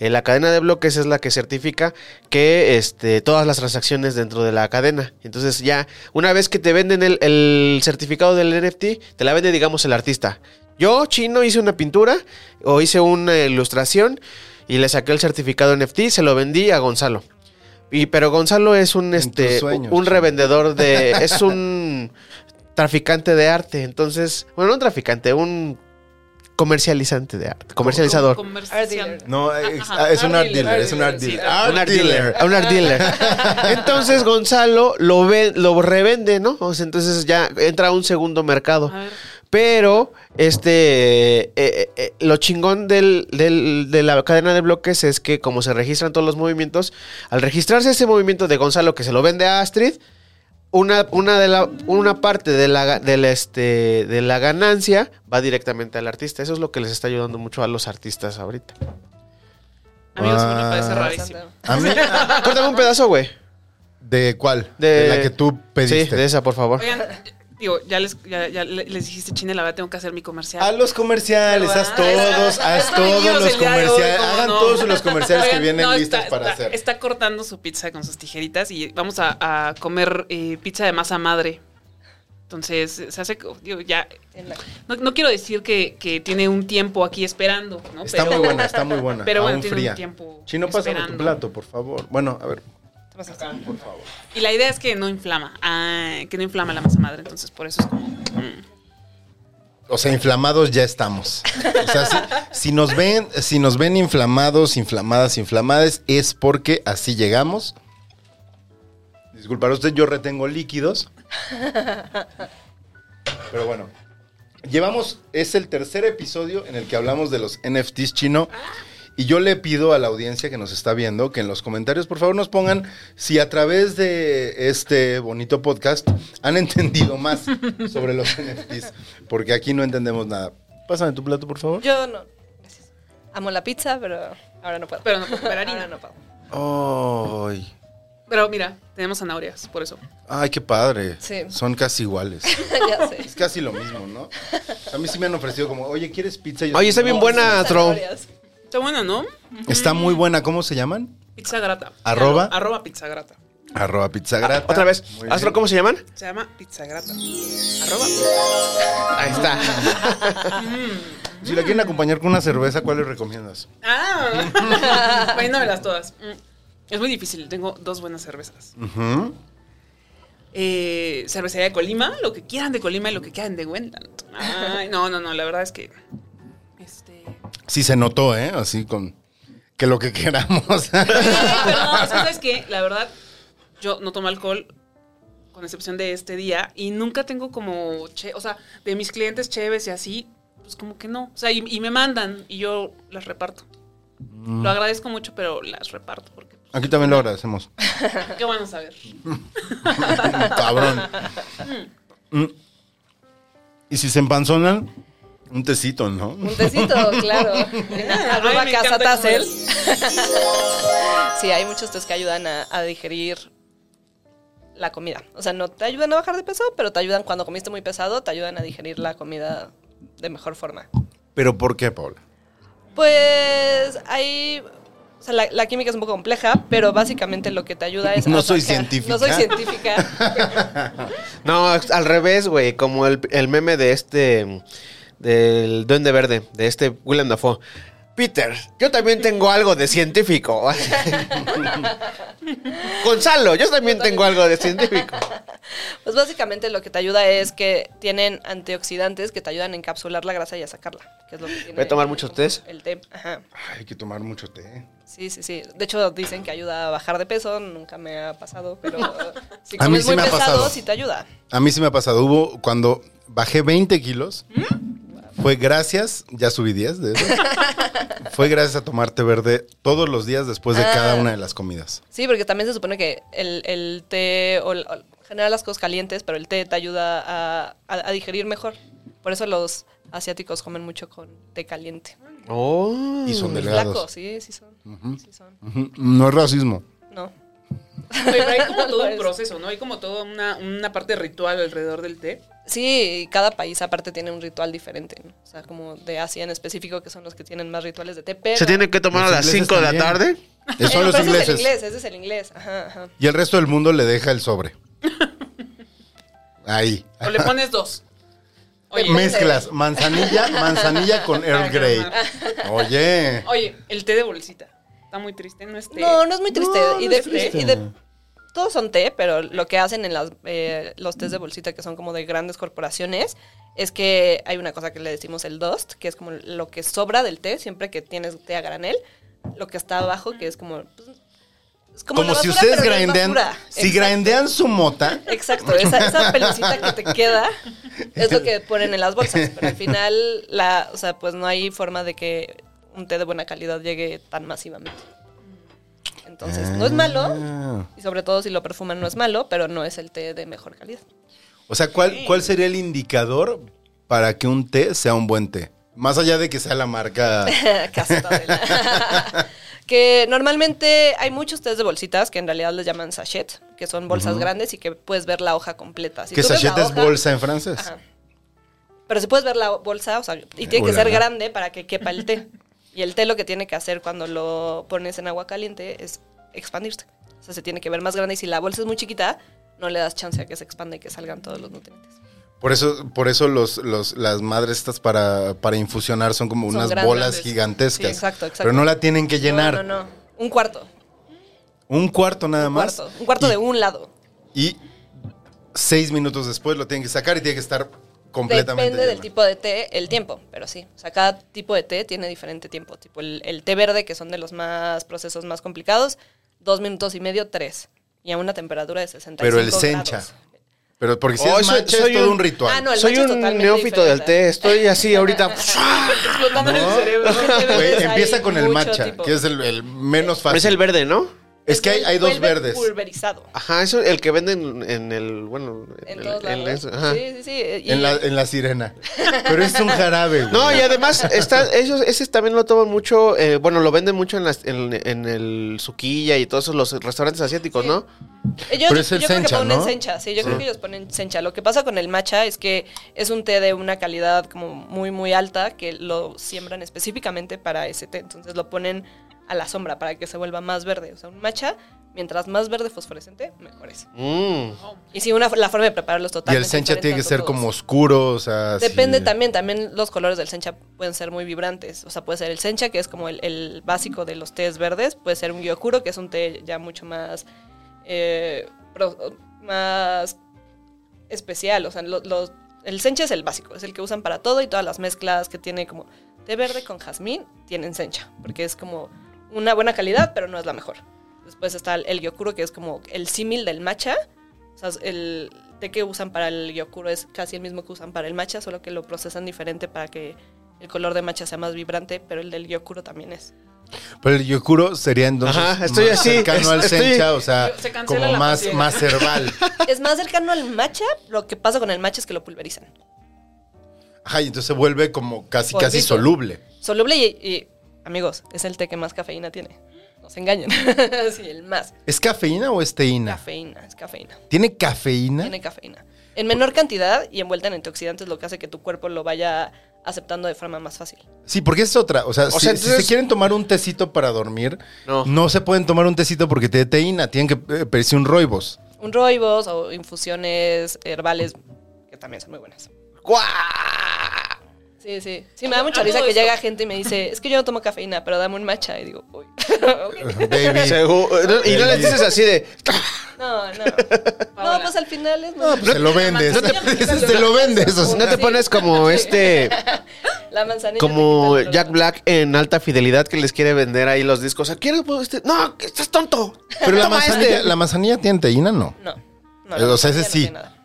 [SPEAKER 2] Eh, la cadena de bloques es la que certifica que este, todas las transacciones dentro de la cadena. Entonces ya, una vez que te venden el, el certificado del NFT, te la vende, digamos, el artista. Yo, chino, hice una pintura o hice una ilustración y le saqué el certificado NFT, se lo vendí a Gonzalo. Y, pero Gonzalo es un, este,
[SPEAKER 1] tus sueños,
[SPEAKER 2] un
[SPEAKER 1] chino.
[SPEAKER 2] revendedor de... es un traficante de arte. Entonces, bueno, no un traficante, un comercializante de arte. Comercializador.
[SPEAKER 4] Comercial.
[SPEAKER 1] No, es, es un
[SPEAKER 3] Art
[SPEAKER 1] art dealer,
[SPEAKER 3] dealer,
[SPEAKER 1] es un art dealer.
[SPEAKER 4] Ah, sí.
[SPEAKER 1] Art
[SPEAKER 2] Un art
[SPEAKER 1] dealer.
[SPEAKER 2] dealer. Un art dealer. Entonces Gonzalo lo, ve- lo revende, ¿no? O sea, entonces ya entra a un segundo mercado.
[SPEAKER 4] A ver.
[SPEAKER 2] Pero, este, eh, eh, eh, lo chingón del- del- de la cadena de bloques es que como se registran todos los movimientos, al registrarse ese movimiento de Gonzalo que se lo vende a Astrid, una, una, de la, una parte de la, ga- del, este, de la ganancia va directamente al artista. Eso es lo que les está ayudando mucho a los artistas ahorita.
[SPEAKER 4] Amigos, me parece
[SPEAKER 1] Ah.
[SPEAKER 4] rarísimo.
[SPEAKER 1] A mí,
[SPEAKER 2] Córtame un pedazo, güey.
[SPEAKER 1] ¿De cuál? De,
[SPEAKER 2] De-
[SPEAKER 1] la que tú pediste.
[SPEAKER 2] Sí, de esa, por favor.
[SPEAKER 4] Oigan, digo, ya les, ya, ya le- les dijiste, Chine, la verdad tengo que hacer mi comercial.
[SPEAKER 1] Haz los comerciales,
[SPEAKER 4] Pero,
[SPEAKER 1] haz
[SPEAKER 4] ah,
[SPEAKER 1] todos,
[SPEAKER 4] ah,
[SPEAKER 1] haz
[SPEAKER 4] ah,
[SPEAKER 1] todos
[SPEAKER 4] amigos,
[SPEAKER 1] los
[SPEAKER 4] el día de hoy,
[SPEAKER 1] comerciales.
[SPEAKER 4] ¿cómo
[SPEAKER 1] Hagan
[SPEAKER 4] no?
[SPEAKER 1] todos los comerciales que
[SPEAKER 4] Oigan,
[SPEAKER 1] vienen
[SPEAKER 4] no,
[SPEAKER 1] listos
[SPEAKER 4] está-
[SPEAKER 1] para
[SPEAKER 4] está-
[SPEAKER 1] hacer.
[SPEAKER 4] Está cortando su pizza con sus tijeritas y vamos a, a comer eh, pizza de masa madre. Entonces, se hace, co- digo, ya, no, no quiero decir que, que tiene un tiempo aquí esperando, ¿no?
[SPEAKER 1] Está
[SPEAKER 4] Pero-
[SPEAKER 1] muy buena, está muy buena.
[SPEAKER 4] pero bueno,
[SPEAKER 1] aún
[SPEAKER 4] tiene un
[SPEAKER 1] fría.
[SPEAKER 4] tiempo
[SPEAKER 1] Chino, pásame tu
[SPEAKER 4] esperando.
[SPEAKER 1] plato, por favor. Bueno, a ver.
[SPEAKER 4] Y la idea es que no inflama, ah, que no inflama la masa madre, entonces por eso es como... mm.
[SPEAKER 1] O sea, inflamados ya estamos. O sea, si, si nos ven, si nos ven inflamados, inflamadas, inflamadas, es porque así llegamos Disculpará usted, yo retengo líquidos. Pero bueno. Llevamos, es el tercer episodio en el que hablamos de los NFTs chino. Y yo le pido a la audiencia que nos está viendo que en los comentarios, por favor, nos pongan si a través de este bonito podcast han entendido más sobre los NFTs. Porque aquí no entendemos nada. Pásame tu plato, por favor.
[SPEAKER 3] Yo no. gracias. Amo la pizza, pero ahora no puedo.
[SPEAKER 4] Pero no puedo comer harina.
[SPEAKER 3] Ahora no puedo.
[SPEAKER 1] Ay,
[SPEAKER 4] Pero mira, tenemos zanahorias, por eso.
[SPEAKER 1] ay, qué padre.
[SPEAKER 3] Sí.
[SPEAKER 1] Son casi iguales.
[SPEAKER 3] ya sé.
[SPEAKER 1] Es casi lo mismo, ¿no? A mí sí me han ofrecido como, oye, ¿quieres pizza? Y yo
[SPEAKER 2] Oye, está
[SPEAKER 1] digo,
[SPEAKER 2] bien
[SPEAKER 1] "No,
[SPEAKER 2] buena, Tro.
[SPEAKER 3] Zanahorias.
[SPEAKER 4] Está bueno, ¿no?
[SPEAKER 1] Está muy buena. ¿Cómo se llaman?
[SPEAKER 4] Pizza grata.
[SPEAKER 1] ¿Arroba?
[SPEAKER 4] Arroba pizza grata.
[SPEAKER 1] Arroba pizzagrata.
[SPEAKER 2] Ah, Otra vez.
[SPEAKER 1] Muy bien.
[SPEAKER 2] Astro, ¿cómo se llaman?
[SPEAKER 4] Se llama pizza grata. Arroba.
[SPEAKER 2] Ahí está.
[SPEAKER 1] Si la quieren acompañar con una cerveza, ¿cuál les recomiendas?
[SPEAKER 4] Ah, velas todas. Mm. Es muy difícil, tengo dos buenas cervezas.
[SPEAKER 1] Ujú.
[SPEAKER 4] Eh, cervecería de Colima, lo que quieran de Colima y lo que quieran de Wendland. Ay, no, no, no, la verdad es que... Este...
[SPEAKER 1] Sí se notó, ¿eh? Así con... Que lo que queramos.
[SPEAKER 4] Pero no, es que, ¿sabes qué? La verdad, yo no tomo alcohol, con excepción de este día, y nunca tengo como, che- o sea, de mis clientes chéves y así, pues como que no. O sea, y, y me mandan y yo las reparto.
[SPEAKER 3] Mm.
[SPEAKER 4] Lo agradezco mucho, pero las reparto porque pues,
[SPEAKER 1] Aquí también lo agradecemos.
[SPEAKER 4] ¿qué van a saber?
[SPEAKER 1] Cabrón. Mm. Y si se empanzonan, un tecito, ¿no?
[SPEAKER 3] Un tecito, claro. Arroba
[SPEAKER 4] Ay, me
[SPEAKER 3] casa
[SPEAKER 4] encanta
[SPEAKER 3] Tassel.
[SPEAKER 4] cómo
[SPEAKER 3] Sí, hay muchos test que ayudan a, a digerir la comida. O sea, no te ayudan a bajar de peso, pero te ayudan cuando comiste muy pesado, te ayudan a digerir la comida de mejor forma.
[SPEAKER 1] ¿Pero por qué, Paula?
[SPEAKER 3] Pues hay... O sea, la, la química es un poco compleja, pero básicamente lo que te ayuda es... a
[SPEAKER 1] No soy
[SPEAKER 3] sacar-
[SPEAKER 1] científica.
[SPEAKER 3] No soy científica.
[SPEAKER 2] No, es al revés, güey. Como el, el meme de este. Del Duende Verde, de este Willem Dafoe. Peter, yo también tengo algo de científico. Gonzalo, yo también tengo algo de científico.
[SPEAKER 3] Pues básicamente lo que te ayuda es que tienen antioxidantes que te ayudan a encapsular la grasa y a sacarla. Que es lo que tiene
[SPEAKER 2] Voy a tomar muchos tés.
[SPEAKER 3] El té. Ajá.
[SPEAKER 1] Ay, hay que tomar mucho té.
[SPEAKER 3] Sí, sí, sí. De hecho, dicen que ayuda a bajar de peso. Nunca me ha pasado, pero eh, si
[SPEAKER 1] A mí
[SPEAKER 3] comes
[SPEAKER 1] sí
[SPEAKER 3] muy
[SPEAKER 1] me ha
[SPEAKER 3] pesado,
[SPEAKER 1] pasado.
[SPEAKER 3] sí te ayuda.
[SPEAKER 1] A mí sí me ha pasado. Hubo cuando bajé 20 kilos. Fue gracias, ya subí 10 de eso. fue gracias a tomar té verde todos los días después de
[SPEAKER 3] Ah.
[SPEAKER 1] cada una de las comidas.
[SPEAKER 3] Sí, porque también se supone que el, el té o, el- o- genera las cosas calientes, pero el té te ayuda a, a- a digerir mejor. Por eso los asiáticos comen mucho con té caliente.
[SPEAKER 2] Oh.
[SPEAKER 1] Y son
[SPEAKER 3] Muy
[SPEAKER 1] Mm. delgados.
[SPEAKER 3] flacos, sí, sí son. Sí son.
[SPEAKER 1] Ujú, No es racismo.
[SPEAKER 3] No.
[SPEAKER 4] Oye, pero hay como todo
[SPEAKER 3] Lo
[SPEAKER 4] un
[SPEAKER 3] es.
[SPEAKER 4] proceso, ¿no? Hay como toda una, una parte ritual alrededor del té.
[SPEAKER 3] Sí, y cada país aparte tiene un ritual diferente, ¿no? O sea, como de Asia en específico, que son los que tienen más rituales de té, pero...
[SPEAKER 2] ¿Se tiene que tomar a
[SPEAKER 1] Los
[SPEAKER 2] las
[SPEAKER 1] ingleses
[SPEAKER 2] 5 de la
[SPEAKER 1] también.
[SPEAKER 2] tarde?
[SPEAKER 1] Eh, Son los
[SPEAKER 3] Eh, pero ese es el
[SPEAKER 1] ingleses.
[SPEAKER 3] inglés, ese es el inglés, ajá, ajá.
[SPEAKER 1] Y el resto del mundo le deja el sobre. Ahí.
[SPEAKER 4] O le pones dos.
[SPEAKER 3] Pues,
[SPEAKER 4] Oye,
[SPEAKER 1] Mezclas manzanilla, manzanilla con Earl Grey. Oye.
[SPEAKER 4] oye, el té de bolsita. Está muy triste, ¿no es té?
[SPEAKER 3] No, no es muy triste.
[SPEAKER 1] No,
[SPEAKER 3] y
[SPEAKER 1] no
[SPEAKER 3] de,
[SPEAKER 1] es triste.
[SPEAKER 3] y de- todos son té, pero lo que hacen en las, eh, los tés de bolsita que son como de grandes corporaciones es que hay una cosa que le decimos el dust, que es como lo que sobra del té, siempre que tienes té a granel, lo que está abajo, que es como... pues, es
[SPEAKER 1] Como,
[SPEAKER 3] la
[SPEAKER 1] si
[SPEAKER 3] basura,
[SPEAKER 1] ustedes
[SPEAKER 3] pero no es
[SPEAKER 1] grindean,
[SPEAKER 3] basura.
[SPEAKER 1] si
[SPEAKER 3] Exacto.
[SPEAKER 1] grindean su mota,
[SPEAKER 3] Exacto, esa, esa pelucita que te queda es lo que ponen en las bolsas. Pero al final, la, o sea, pues no hay forma de que un té de buena calidad llegue tan masivamente. Entonces, no es
[SPEAKER 1] Ah.
[SPEAKER 3] malo. Y sobre todo si lo perfuman no es malo, pero no es el té de mejor calidad.
[SPEAKER 1] O sea, ¿cuál, ¿cuál sería el indicador para que un té sea un buen té? Más allá de que sea la marca.
[SPEAKER 3] Casota de la- que normalmente hay muchos tés de bolsitas que en realidad les llaman sachet, que son bolsas grandes y que puedes ver la hoja completa. Si
[SPEAKER 1] que
[SPEAKER 3] tú ves la
[SPEAKER 1] sachet es
[SPEAKER 3] hoja-
[SPEAKER 1] bolsa en francés.
[SPEAKER 3] Ajá. Pero si puedes ver la bolsa, o sea, y tiene que
[SPEAKER 1] Ulala.
[SPEAKER 3] ser grande para que quepa el té. Y el té lo que tiene que hacer cuando lo pones en agua caliente es expandirse. O sea, se tiene que ver más grande y si la bolsa es muy chiquita, no le das chance a que se expanda y que salgan todos los nutrientes.
[SPEAKER 1] Por eso, por eso los, los- las madres estas para, para infusionar son como
[SPEAKER 3] Son
[SPEAKER 1] unas
[SPEAKER 3] grandes.
[SPEAKER 1] bolas gigantescas.
[SPEAKER 3] Sí, exacto, exacto.
[SPEAKER 1] Pero no la tienen que llenar.
[SPEAKER 3] No, no, no. Un cuarto.
[SPEAKER 1] Un cuarto nada
[SPEAKER 3] Un
[SPEAKER 1] más.
[SPEAKER 3] cuarto, un cuarto
[SPEAKER 1] y,
[SPEAKER 3] de un lado.
[SPEAKER 1] Y seis minutos después lo tienen que sacar y tiene que estar completamente.
[SPEAKER 3] Depende del
[SPEAKER 1] lleno.
[SPEAKER 3] tipo de té, el tiempo, pero sí. O sea, cada tipo de té tiene diferente tiempo. Tipo el, el té verde, que son de los más procesos más complicados, dos minutos y medio, tres. y a una temperatura de 65
[SPEAKER 1] Pero el
[SPEAKER 3] grados.
[SPEAKER 1] sencha. Pero porque si
[SPEAKER 2] Oh,
[SPEAKER 1] es
[SPEAKER 2] soy-
[SPEAKER 1] matcha
[SPEAKER 2] soy
[SPEAKER 1] es todo
[SPEAKER 2] un-
[SPEAKER 1] un ritual.
[SPEAKER 3] Ah, no, el
[SPEAKER 2] Soy
[SPEAKER 3] matcha es
[SPEAKER 2] un
[SPEAKER 3] totalmente
[SPEAKER 2] neófito del
[SPEAKER 3] diferente.
[SPEAKER 2] té. Estoy así ahorita.
[SPEAKER 4] Explotando en el cerebro.
[SPEAKER 1] Güey,
[SPEAKER 3] Entonces,
[SPEAKER 1] empieza
[SPEAKER 3] hay
[SPEAKER 1] con el
[SPEAKER 3] mucho
[SPEAKER 1] matcha,
[SPEAKER 3] tipo.
[SPEAKER 1] que es el, el menos fácil.
[SPEAKER 2] es el verde, ¿no?
[SPEAKER 1] Es que hay, hay dos
[SPEAKER 3] Vuelve
[SPEAKER 1] verdes.
[SPEAKER 3] pulverizado.
[SPEAKER 2] Ajá, eso el que venden en el. Bueno,
[SPEAKER 3] En
[SPEAKER 2] el-
[SPEAKER 3] todos
[SPEAKER 2] el-
[SPEAKER 3] lados.
[SPEAKER 2] eso, ajá.
[SPEAKER 3] Sí, sí, sí. Y-
[SPEAKER 1] En la, en la sirena. Pero es un jarabe, güey.
[SPEAKER 2] No, y además, está, ellos, ese también lo toman mucho. eh, bueno, lo venden mucho en, las, en, en el Suquilla y todos esos los restaurantes asiáticos, ¿no?
[SPEAKER 3] Ellos,
[SPEAKER 1] Pero es el
[SPEAKER 3] yo
[SPEAKER 1] sencha,
[SPEAKER 3] creo que ponen
[SPEAKER 1] ¿no?
[SPEAKER 3] sencha, sí, yo creo que ellos ponen sencha. Lo que pasa con el matcha es que es un té de una calidad como muy, muy alta que lo siembran específicamente para ese té. Entonces lo ponen a la sombra para que se vuelva más verde. O sea, un matcha, mientras más verde fosforescente, mejor es.
[SPEAKER 2] Mm.
[SPEAKER 3] Y sí, una, la forma de prepararlo es
[SPEAKER 1] Y
[SPEAKER 3] totalmente
[SPEAKER 1] el sencha tiene que
[SPEAKER 3] diferente a
[SPEAKER 1] ser
[SPEAKER 3] todos.
[SPEAKER 1] como oscuro, o sea. así.
[SPEAKER 3] Depende también, también los colores del sencha pueden ser muy vibrantes. O sea, puede ser el sencha, que es como el, el básico de los tés verdes. Puede ser un gyokuro, que es un té ya mucho más, eh, pro- más especial. O sea, lo- los- el sencha es el básico, es el que usan para todo y todas las mezclas que tiene como té verde con jazmín tienen sencha, porque es como una buena calidad, pero no es la mejor. Después está el, el gyokuro, que es como el símil del matcha. O sea, es el té que usan para el gyokuro es casi el mismo que usan para el matcha, solo que lo procesan diferente para que el color de matcha sea más vibrante, pero el del gyokuro también es.
[SPEAKER 1] Pero el yokuro sería entonces.
[SPEAKER 2] Ajá, estoy
[SPEAKER 1] más
[SPEAKER 2] así,
[SPEAKER 1] cercano al
[SPEAKER 2] es- estoy-
[SPEAKER 1] sencha, o sea,
[SPEAKER 4] Se cancela
[SPEAKER 1] como
[SPEAKER 4] la
[SPEAKER 1] más,
[SPEAKER 4] pasión.
[SPEAKER 1] más herbal.
[SPEAKER 3] Es más cercano al matcha, lo que pasa con el matcha es que lo pulverizan.
[SPEAKER 1] Ajá, y entonces se vuelve como casi, casi
[SPEAKER 3] Polvito.
[SPEAKER 1] soluble.
[SPEAKER 3] Soluble y, y, amigos, es el té que más cafeína tiene. No se engañen. sí, el más.
[SPEAKER 1] ¿Es cafeína o es teína?
[SPEAKER 3] Cafeína, es cafeína.
[SPEAKER 1] ¿Tiene cafeína?
[SPEAKER 3] Tiene cafeína. En menor cantidad y envuelta en antioxidantes, lo que hace que tu cuerpo lo vaya aceptando de forma más fácil.
[SPEAKER 1] Sí, porque es otra. O sea, si,
[SPEAKER 2] sea,
[SPEAKER 1] si
[SPEAKER 2] entonces-
[SPEAKER 1] se quieren tomar un tecito para dormir, no,
[SPEAKER 2] No.
[SPEAKER 1] se pueden tomar un tecito porque tiene teína. Tienen que eh, pedirse un roibos.
[SPEAKER 3] Un roibos o infusiones herbales, que también son muy buenas.
[SPEAKER 2] ¡Guau!
[SPEAKER 3] Sí, sí. Sí, me da mucha
[SPEAKER 4] Amo
[SPEAKER 3] risa que
[SPEAKER 4] esto.
[SPEAKER 3] llega gente y me dice, es que yo no tomo cafeína, pero dame un matcha. Y digo, uy. ok.
[SPEAKER 1] Baby.
[SPEAKER 2] Segu- Eh, no, y no les dices así de.
[SPEAKER 3] No, no.
[SPEAKER 4] Paola.
[SPEAKER 3] No, pues al final es...
[SPEAKER 1] No, pues te lo vendes.
[SPEAKER 4] no te-
[SPEAKER 1] te este. lo vendes. o sea.
[SPEAKER 2] No te pones como este.
[SPEAKER 3] La manzanilla.
[SPEAKER 2] Como
[SPEAKER 3] te quita el
[SPEAKER 2] Jack
[SPEAKER 3] dolor.
[SPEAKER 2] Black en alta fidelidad que les quiere vender ahí los discos. ¿A quién le puedo este? No, que estás tonto.
[SPEAKER 1] Pero la
[SPEAKER 2] Toma
[SPEAKER 1] manzanilla,
[SPEAKER 2] este.
[SPEAKER 1] la manzanilla tiene teína, ¿no?
[SPEAKER 3] No. no,
[SPEAKER 1] Eh, o sea, ese
[SPEAKER 3] manzanilla no
[SPEAKER 1] sí.
[SPEAKER 3] tiene nada.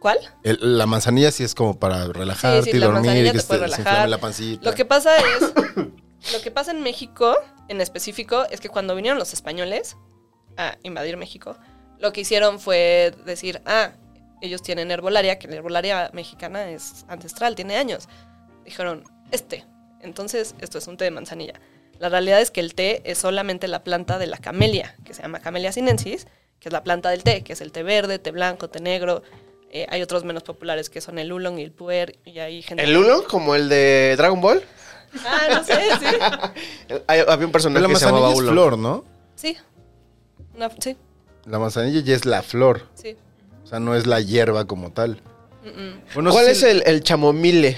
[SPEAKER 3] ¿Cuál?
[SPEAKER 1] El- la manzanilla sí es como para relajarte y
[SPEAKER 3] la
[SPEAKER 1] dormir y
[SPEAKER 3] manzanilla
[SPEAKER 1] que
[SPEAKER 3] te puede
[SPEAKER 1] se, se
[SPEAKER 3] relajar.
[SPEAKER 1] inflame la pancita.
[SPEAKER 3] Lo que pasa es. lo que pasa en México, en específico, es que cuando vinieron los españoles a invadir México, lo que hicieron fue decir, ah, ellos tienen herbolaria, que la herbolaria mexicana es ancestral, tiene años. Dijeron, este. Entonces, esto es un té de manzanilla. La realidad es que el té es solamente la planta de la camelia, que se llama Camellia sinensis, que es la planta del té, que es el té verde, té blanco, té negro. Eh, hay otros menos populares que son el oolong y el puer, y hay gente...
[SPEAKER 2] ¿El Lulo? ¿Como el de Dragon Ball?
[SPEAKER 3] Ah, no sé, sí.
[SPEAKER 2] El- hay- había un
[SPEAKER 1] Pero
[SPEAKER 2] personaje
[SPEAKER 1] la
[SPEAKER 2] que se llamaba
[SPEAKER 1] manzanilla es
[SPEAKER 2] Ulo.
[SPEAKER 1] flor, ¿no?
[SPEAKER 3] Sí. Una- sí,
[SPEAKER 1] La manzanilla ya es la flor.
[SPEAKER 3] sí.
[SPEAKER 1] O sea, no es la hierba como tal. Bueno,
[SPEAKER 2] ¿Cuál
[SPEAKER 1] sí,
[SPEAKER 2] es el, el chamomile?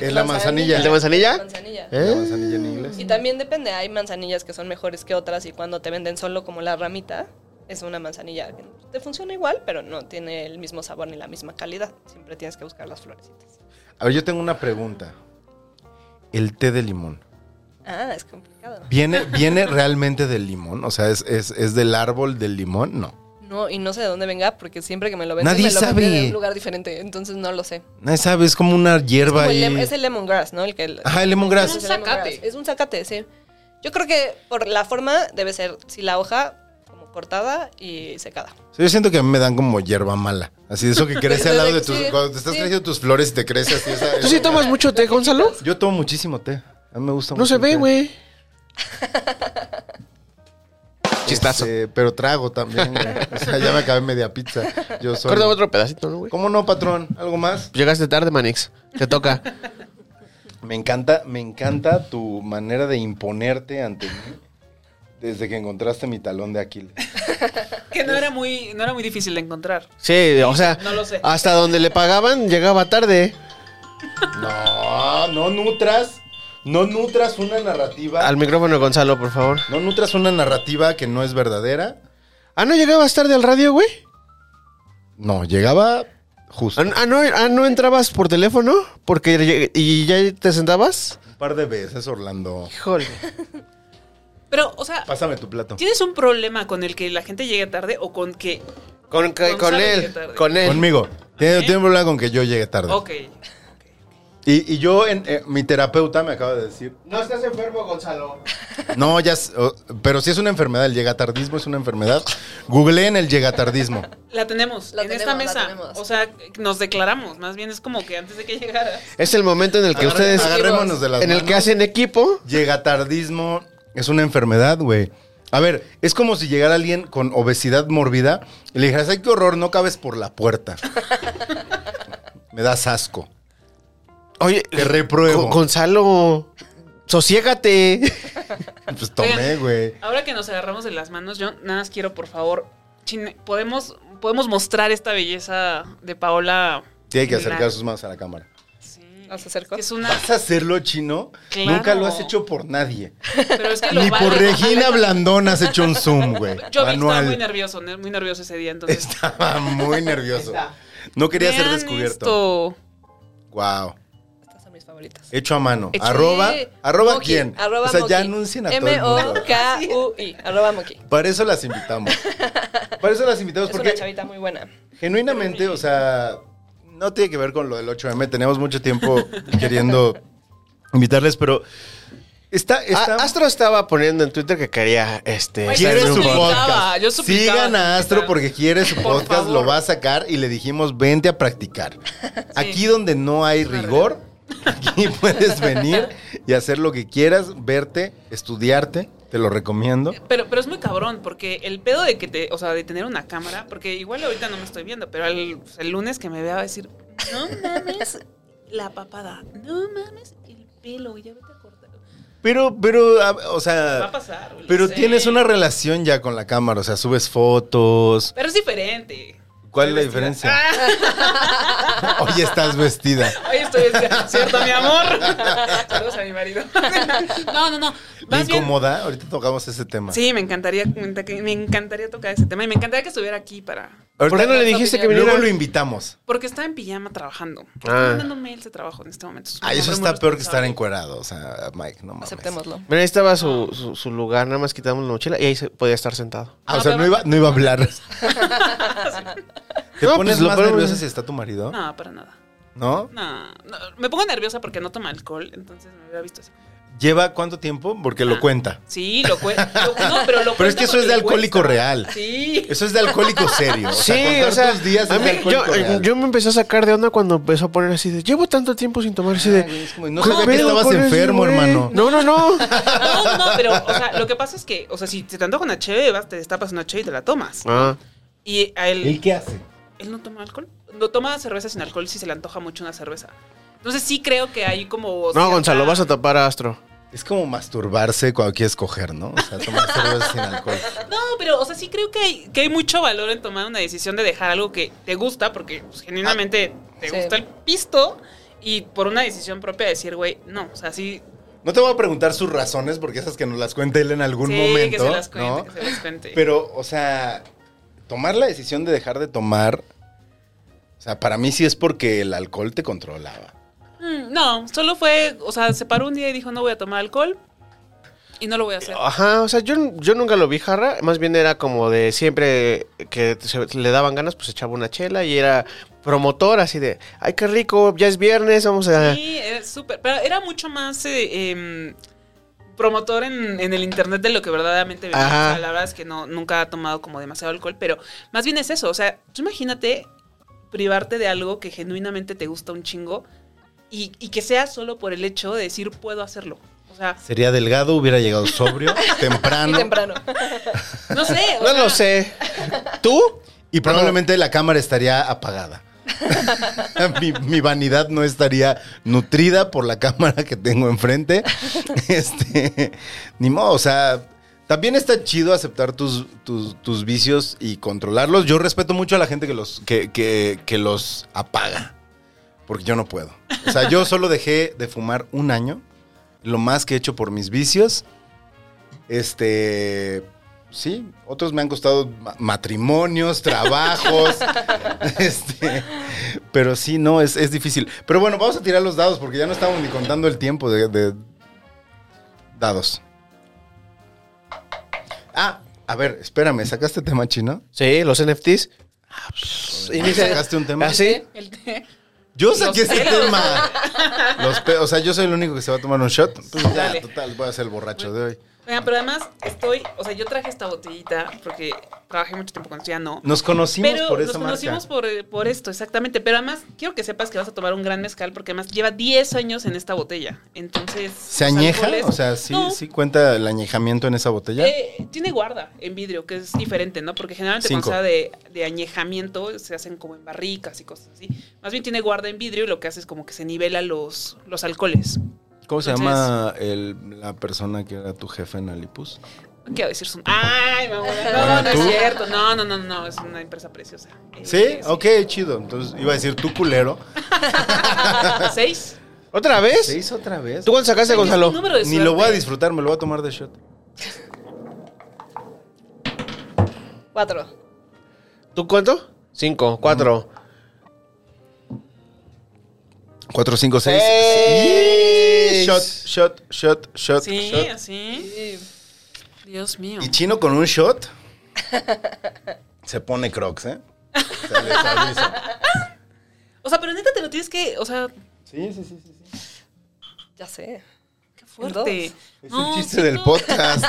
[SPEAKER 1] Es la manzanilla. ¿Eh?
[SPEAKER 2] ¿El de manzanilla?
[SPEAKER 3] Manzanilla.
[SPEAKER 1] La manzanilla en inglés.
[SPEAKER 3] Y también depende, hay manzanillas que son mejores que otras y cuando te venden solo como la ramita, es una manzanilla que te funciona igual, pero no tiene el mismo sabor ni la misma calidad. Siempre tienes que buscar las florecitas.
[SPEAKER 1] A ver, yo tengo una pregunta. El té de limón.
[SPEAKER 3] Ah, es complicado.
[SPEAKER 1] ¿Viene, ¿Viene realmente del limón? O sea, ¿es, es, es del árbol del limón? No.
[SPEAKER 3] No, y no sé de dónde venga porque siempre que me lo venden
[SPEAKER 1] Nadie
[SPEAKER 3] me lo venden
[SPEAKER 1] sabe.
[SPEAKER 3] de un lugar diferente, entonces no lo sé.
[SPEAKER 1] Nadie sabe, es como una hierba
[SPEAKER 3] Como el
[SPEAKER 1] ahí.
[SPEAKER 3] lem- es el lemongrass, ¿no? El que el-
[SPEAKER 1] Ajá, el lemongrass.
[SPEAKER 4] Es
[SPEAKER 3] Es un
[SPEAKER 4] un
[SPEAKER 3] zacate.
[SPEAKER 4] zacate.
[SPEAKER 3] Es un zacate, sí. Yo creo que por la forma debe ser, si la hoja, como cortada y secada.
[SPEAKER 1] O sea, yo siento que a mí me dan como hierba mala. Así de eso que crece al lado de tus...
[SPEAKER 3] Sí,
[SPEAKER 1] Cuando te estás
[SPEAKER 3] sí.
[SPEAKER 1] creciendo tus flores y te crece así. esa-
[SPEAKER 2] ¿Tú sí tomas mucho té, Gonzalo?
[SPEAKER 1] Yo tomo muchísimo té. A mí me gusta
[SPEAKER 2] No
[SPEAKER 1] mucho
[SPEAKER 2] se
[SPEAKER 1] el
[SPEAKER 2] ve,
[SPEAKER 1] té.
[SPEAKER 2] güey. Chistazo.
[SPEAKER 1] Este, pero trago también. güey. O sea, ya me acabé media pizza. Yo soy...
[SPEAKER 2] Corta otro pedacito, ¿no, güey?
[SPEAKER 1] ¿Cómo no, patrón? ¿Algo más?
[SPEAKER 2] Llegaste tarde, Manix. Te toca.
[SPEAKER 1] Me encanta, me encanta tu manera de imponerte ante mí desde que encontraste mi talón de Aquiles.
[SPEAKER 4] Que no era, muy, no era muy difícil de encontrar.
[SPEAKER 2] Sí, o sea,
[SPEAKER 4] No lo sé.
[SPEAKER 2] hasta donde le pagaban llegaba tarde.
[SPEAKER 1] No, no nutras, no nutras una narrativa,
[SPEAKER 2] Al micrófono, Gonzalo, por favor.
[SPEAKER 1] no nutras una narrativa que no es verdadera.
[SPEAKER 2] Ah, ¿no llegabas tarde al radio, güey?
[SPEAKER 1] No, llegaba justo
[SPEAKER 2] Ah, no- ah, no, ah, ¿no entrabas por teléfono? Porque lleg- ¿Y ya te sentabas?
[SPEAKER 1] un par de veces, Orlando.
[SPEAKER 2] Híjole.
[SPEAKER 4] Pero, o sea,
[SPEAKER 1] Pásame tu plato.
[SPEAKER 4] ¿tienes un problema con el que la gente llegue tarde o con que.
[SPEAKER 2] Con, que- con
[SPEAKER 4] Gonzalo
[SPEAKER 2] él,
[SPEAKER 4] llega tarde.
[SPEAKER 2] con él.
[SPEAKER 1] Conmigo. Tiene, tiene problema con que yo llegue tarde.
[SPEAKER 4] Ok.
[SPEAKER 1] Y, y yo, en, eh, mi terapeuta me acaba de decir,
[SPEAKER 2] No estás enfermo, Gonzalo.
[SPEAKER 1] no, ya, s- o- pero si es una enfermedad, el llegatardismo es una enfermedad. Googleen el llegatardismo.
[SPEAKER 4] La tenemos
[SPEAKER 3] La
[SPEAKER 4] en
[SPEAKER 3] tenemos,
[SPEAKER 4] esta
[SPEAKER 3] la
[SPEAKER 4] mesa.
[SPEAKER 3] tenemos.
[SPEAKER 4] O sea, nos declaramos. Más bien es como que antes de que llegara.
[SPEAKER 2] Es el momento en el que
[SPEAKER 1] Agarre-
[SPEAKER 2] ustedes.
[SPEAKER 1] agarrémonos de las
[SPEAKER 2] En el que
[SPEAKER 1] manos.
[SPEAKER 2] hacen equipo.
[SPEAKER 1] Llegatardismo es una enfermedad, güey. A ver, es como si llegara alguien con obesidad mórbida y le dijeras, ay, qué horror, no cabes por la puerta. me das asco.
[SPEAKER 2] Oye,
[SPEAKER 1] Te repruebo.
[SPEAKER 2] Go- Gonzalo, sosiégate.
[SPEAKER 1] Pues tomé,
[SPEAKER 4] Oigan,
[SPEAKER 1] güey.
[SPEAKER 4] Ahora que nos agarramos de las manos, yo nada más quiero, por favor, chin- podemos, podemos mostrar esta belleza de Paola.
[SPEAKER 1] Tiene que
[SPEAKER 4] Milán?
[SPEAKER 1] acercar sus manos a la cámara.
[SPEAKER 4] Sí.
[SPEAKER 3] ¿No se acercó?
[SPEAKER 4] Es una.
[SPEAKER 1] ¿Vas a hacerlo, chino?
[SPEAKER 4] Claro.
[SPEAKER 1] Nunca lo has hecho por nadie.
[SPEAKER 4] Pero es que lo
[SPEAKER 1] Ni
[SPEAKER 4] vale.
[SPEAKER 1] por Regina Blandón has hecho un Zoom, güey.
[SPEAKER 4] Yo vi que estaba muy
[SPEAKER 1] Manual.
[SPEAKER 4] nervioso, ne- muy nervioso ese día, entonces.
[SPEAKER 1] Estaba muy nervioso. No Este, quería ser
[SPEAKER 4] Vean
[SPEAKER 1] descubierto.
[SPEAKER 4] esto.
[SPEAKER 1] Wow.
[SPEAKER 3] Estas son mis favoritas.
[SPEAKER 1] Hecho a mano.
[SPEAKER 3] Hecho-
[SPEAKER 1] Arroba.
[SPEAKER 3] Sí.
[SPEAKER 1] ¿Arroba
[SPEAKER 3] Moki,
[SPEAKER 1] quién?
[SPEAKER 3] Arroba
[SPEAKER 1] o sea, ya
[SPEAKER 3] Moki.
[SPEAKER 1] anuncien a todo el mundo. Pues,
[SPEAKER 3] M-O-K-U-I. Arroba Moki.
[SPEAKER 1] Para eso las invitamos. Para eso las invitamos
[SPEAKER 3] Es
[SPEAKER 1] porque
[SPEAKER 3] una chavita muy buena.
[SPEAKER 1] genuinamente, o sea, no tiene que ver con lo del 8M. Tenemos mucho tiempo queriendo invitarles, pero está... está
[SPEAKER 2] A- Astro estaba poniendo en Twitter que quería este.
[SPEAKER 4] Oye,
[SPEAKER 1] Quiere
[SPEAKER 2] estar en
[SPEAKER 4] Pues
[SPEAKER 1] su
[SPEAKER 2] un
[SPEAKER 4] yo suplicaba,
[SPEAKER 2] podcast.
[SPEAKER 1] podcast.
[SPEAKER 4] yo suplicaba.
[SPEAKER 1] Sigan a Astro porque quiere su
[SPEAKER 4] Por
[SPEAKER 1] podcast, lo
[SPEAKER 4] favor.
[SPEAKER 1] va a sacar y le dijimos, vente a practicar. Aquí donde no hay rigor, aquí puedes venir y hacer lo que quieras, verte, estudiarte, te lo recomiendo.
[SPEAKER 4] Pero, pero es muy cabrón, porque el pedo de que te, o sea, de tener una cámara, porque igual ahorita no me estoy viendo, pero el, el lunes que me vea va a decir, no mames, la papada, no mames, el pelo, ya vete a cortar.
[SPEAKER 1] Pero, pero, a- o
[SPEAKER 4] Va a
[SPEAKER 1] sea,
[SPEAKER 4] pasar. güey,
[SPEAKER 1] Ah, pero
[SPEAKER 4] sí.
[SPEAKER 1] tienes una relación ya con la cámara, o sea, subes fotos.
[SPEAKER 4] Pero es diferente.
[SPEAKER 1] ¿Cuál es la
[SPEAKER 4] Estoy vestida.
[SPEAKER 1] diferencia? Oye, estás vestida.
[SPEAKER 4] Ah, hoy estoy vestida. ¿Cierto, mi amor? Saludos a mi marido. No, no, no.
[SPEAKER 1] ¿Te
[SPEAKER 4] Más bien-
[SPEAKER 1] incomoda? Ahorita tocamos ese tema.
[SPEAKER 4] Sí, me encantaría, me encantaría tocar ese tema y me encantaría que estuviera aquí para,
[SPEAKER 2] ¿Por qué no le dijiste que viniera?
[SPEAKER 1] Luego lo invitamos.
[SPEAKER 4] Porque está en pijama trabajando. Está
[SPEAKER 2] Ah.
[SPEAKER 4] mandando mails de trabajo en este momento. Es un
[SPEAKER 1] Ah, eso
[SPEAKER 4] hombre muy
[SPEAKER 1] está
[SPEAKER 2] pues,
[SPEAKER 1] peor que estar
[SPEAKER 4] responsable.
[SPEAKER 1] encuerado, o sea, Mike, no mames.
[SPEAKER 3] Aceptémoslo.
[SPEAKER 2] Mira, ahí estaba su, su, su lugar, nada más quitamos la mochila y ahí se podía estar sentado.
[SPEAKER 1] Ah, o sea,
[SPEAKER 4] No, pero-
[SPEAKER 1] no iba, no iba a hablar. ¿Te
[SPEAKER 2] No,
[SPEAKER 1] pones
[SPEAKER 2] pues, lo
[SPEAKER 1] más
[SPEAKER 2] ponemos-
[SPEAKER 1] nerviosa si está tu marido?
[SPEAKER 4] No, para nada.
[SPEAKER 1] ¿No?
[SPEAKER 4] No, no, me pongo nerviosa porque no toma alcohol, entonces me hubiera visto así.
[SPEAKER 1] ¿Lleva cuánto tiempo? Porque lo cuenta.
[SPEAKER 4] Sí, lo cuento. No, pero Ah. lo
[SPEAKER 1] Pero es
[SPEAKER 4] cuenta
[SPEAKER 1] que eso es
[SPEAKER 4] porque
[SPEAKER 1] de
[SPEAKER 4] le
[SPEAKER 1] alcohólico
[SPEAKER 4] cuesta.
[SPEAKER 1] real.
[SPEAKER 4] Sí.
[SPEAKER 1] Eso es de alcohólico serio.
[SPEAKER 2] Sí,
[SPEAKER 1] contar
[SPEAKER 2] o sea,
[SPEAKER 1] tus días
[SPEAKER 2] a
[SPEAKER 1] es de
[SPEAKER 2] mí- yo, eh,
[SPEAKER 1] alcohólico real.
[SPEAKER 2] yo me empecé a sacar de onda cuando empezó a poner así de, llevo tanto tiempo sin tomar así de...
[SPEAKER 1] Ah, güey, es como, no
[SPEAKER 2] "¿Qué
[SPEAKER 1] sabía que
[SPEAKER 2] pedo
[SPEAKER 1] estabas
[SPEAKER 2] con ese
[SPEAKER 1] enfermo,
[SPEAKER 2] güey?".
[SPEAKER 1] hermano.
[SPEAKER 2] No, no, no.
[SPEAKER 4] No, no, pero, o sea, lo que pasa es que, o sea, si te antoja una cheve, vas, te destapas una cheve y te la tomas.
[SPEAKER 2] Ah,
[SPEAKER 4] Y a él.
[SPEAKER 1] ¿El qué hace?
[SPEAKER 4] él no toma alcohol. No toma cerveza sin alcohol si se le antoja mucho una cerveza. Entonces sí creo que hay como...
[SPEAKER 2] no, Gonzalo, vas a tapar a Astro.
[SPEAKER 1] Es como masturbarse cuando quieres coger, ¿no? O sea, tomar cerveza sin alcohol.
[SPEAKER 4] No, pero o sea, sí creo que hay, que hay mucho valor en tomar una decisión de dejar algo que te gusta, porque pues, genuinamente te
[SPEAKER 3] Sí.
[SPEAKER 4] gusta el pisto, y por una decisión propia decir, güey, no, o sea, sí...
[SPEAKER 1] No te voy a preguntar sus razones porque esas que nos las cuenta él en algún
[SPEAKER 4] sí,
[SPEAKER 1] momento.
[SPEAKER 4] que se las cuente,
[SPEAKER 1] ¿no?
[SPEAKER 4] que se las cuente.
[SPEAKER 1] Pero, o sea, tomar la decisión de dejar de tomar, o sea, para mí sí es porque el alcohol te controlaba.
[SPEAKER 4] Mm, no, solo fue, o sea, se paró un día y dijo, no voy a tomar alcohol, y no lo voy a hacer.
[SPEAKER 2] Ajá, o sea, yo, yo nunca lo vi jarra, más bien era como de siempre que se- le daban ganas, pues echaba una chela y era promotor así de, ay, qué rico, ya es viernes, vamos a...
[SPEAKER 4] Sí, era súper. Pero era mucho más eh, em, promotor en, en el internet de lo que verdaderamente venía.
[SPEAKER 2] Ajá.
[SPEAKER 4] O sea, la verdad es que no, nunca ha tomado como demasiado alcohol, pero más bien es eso. O sea, tú imagínate privarte de algo que genuinamente te gusta un chingo y, y que sea solo por el hecho de decir puedo hacerlo. O sea,
[SPEAKER 1] Sería delgado, hubiera llegado sobrio,
[SPEAKER 3] Y
[SPEAKER 1] temprano.
[SPEAKER 3] temprano.
[SPEAKER 4] no sé. o
[SPEAKER 2] No
[SPEAKER 4] sea,
[SPEAKER 2] lo sé. ¿Tú?
[SPEAKER 1] Y probablemente la cámara estaría apagada. mi, mi vanidad no estaría nutrida por la cámara que tengo enfrente. Este, ni modo, o sea, también está chido aceptar tus, tus, tus vicios y controlarlos. Yo respeto mucho a la gente que los, que, que- que los apaga, porque yo no puedo. O sea, yo solo dejé de fumar un año, lo más que he hecho por mis vicios. Este, sí, otros me han costado ma- matrimonios, trabajos. este, pero sí, no, es, es difícil. Pero bueno, vamos a tirar los dados porque ya no estamos ni contando el tiempo de, de dados. Ah, A ver, espérame, ¿sacaste tema chino?
[SPEAKER 2] Sí, los NFTs.
[SPEAKER 4] Ah, pues,
[SPEAKER 2] Inicia-
[SPEAKER 1] ¿Sacaste un tema?
[SPEAKER 2] ¿Así?
[SPEAKER 4] El té.
[SPEAKER 1] Yo saqué este
[SPEAKER 4] pelos.
[SPEAKER 1] tema. Los pe- o sea, yo soy el único que se va a tomar un shot. Pues ya,
[SPEAKER 4] Dale.
[SPEAKER 1] total, voy a ser el borracho de hoy.
[SPEAKER 4] Oigan, pero además estoy, o sea, yo traje esta botellita porque trabajé mucho tiempo con Ciano.
[SPEAKER 1] Nos conocimos
[SPEAKER 4] pero
[SPEAKER 1] por
[SPEAKER 4] nos
[SPEAKER 1] esa marca.
[SPEAKER 4] conocimos por, eh, por esto, exactamente. Pero además, quiero que sepas que vas a tomar un gran mezcal porque además lleva 10 años en esta botella. Entonces.
[SPEAKER 1] ¿Se
[SPEAKER 4] los
[SPEAKER 1] añeja?
[SPEAKER 4] alcoholes-
[SPEAKER 1] O sea, ¿sí,
[SPEAKER 4] No,
[SPEAKER 1] sí cuenta el añejamiento en esa botella?
[SPEAKER 4] eh, tiene guarda en vidrio, que es diferente, ¿no? Porque generalmente
[SPEAKER 1] Cinco.
[SPEAKER 4] cuando se habla de, de añejamiento se hacen como en barricas y cosas así. Más bien tiene guarda en vidrio y lo que hace es como que se nivela los, los alcoholes.
[SPEAKER 1] ¿Cómo se
[SPEAKER 4] entonces-
[SPEAKER 1] llama el- la persona que era tu jefe en Alipus?
[SPEAKER 4] No quiero decir su ¡Ay, mamá! No,
[SPEAKER 1] Bueno,
[SPEAKER 4] no es
[SPEAKER 1] ¿tú?
[SPEAKER 4] cierto. No, no, no, no. Es una empresa preciosa. Eh,
[SPEAKER 1] ¿Sí? Ok, chido. Entonces iba a decir tu culero.
[SPEAKER 4] ¿Seis?
[SPEAKER 2] ¿Otra
[SPEAKER 1] ¿Se
[SPEAKER 2] vez?
[SPEAKER 1] hizo otra vez?
[SPEAKER 2] ¿Tú cuánto sacaste, Gonzalo?
[SPEAKER 4] Es un número de
[SPEAKER 1] Ni lo voy a
[SPEAKER 4] suerte.
[SPEAKER 1] disfrutar, me lo voy a tomar de shot.
[SPEAKER 3] Cuatro.
[SPEAKER 2] ¿Tú cuánto? Cinco, cuatro.
[SPEAKER 1] 4, 5, 6.
[SPEAKER 2] Seis.
[SPEAKER 1] Shot, shot, shot, shot,
[SPEAKER 4] Sí,
[SPEAKER 1] shot.
[SPEAKER 4] así. Dios mío.
[SPEAKER 1] Y chino con un shot se pone crocs, ¿eh? Se les avisa.
[SPEAKER 4] O sea, pero neta te lo tienes que. O sea,
[SPEAKER 1] Sí, sí, sí, sí. sí.
[SPEAKER 3] Ya sé.
[SPEAKER 4] qué fuerte.
[SPEAKER 1] Es
[SPEAKER 4] No,
[SPEAKER 1] el chiste
[SPEAKER 4] siento-
[SPEAKER 1] del podcast.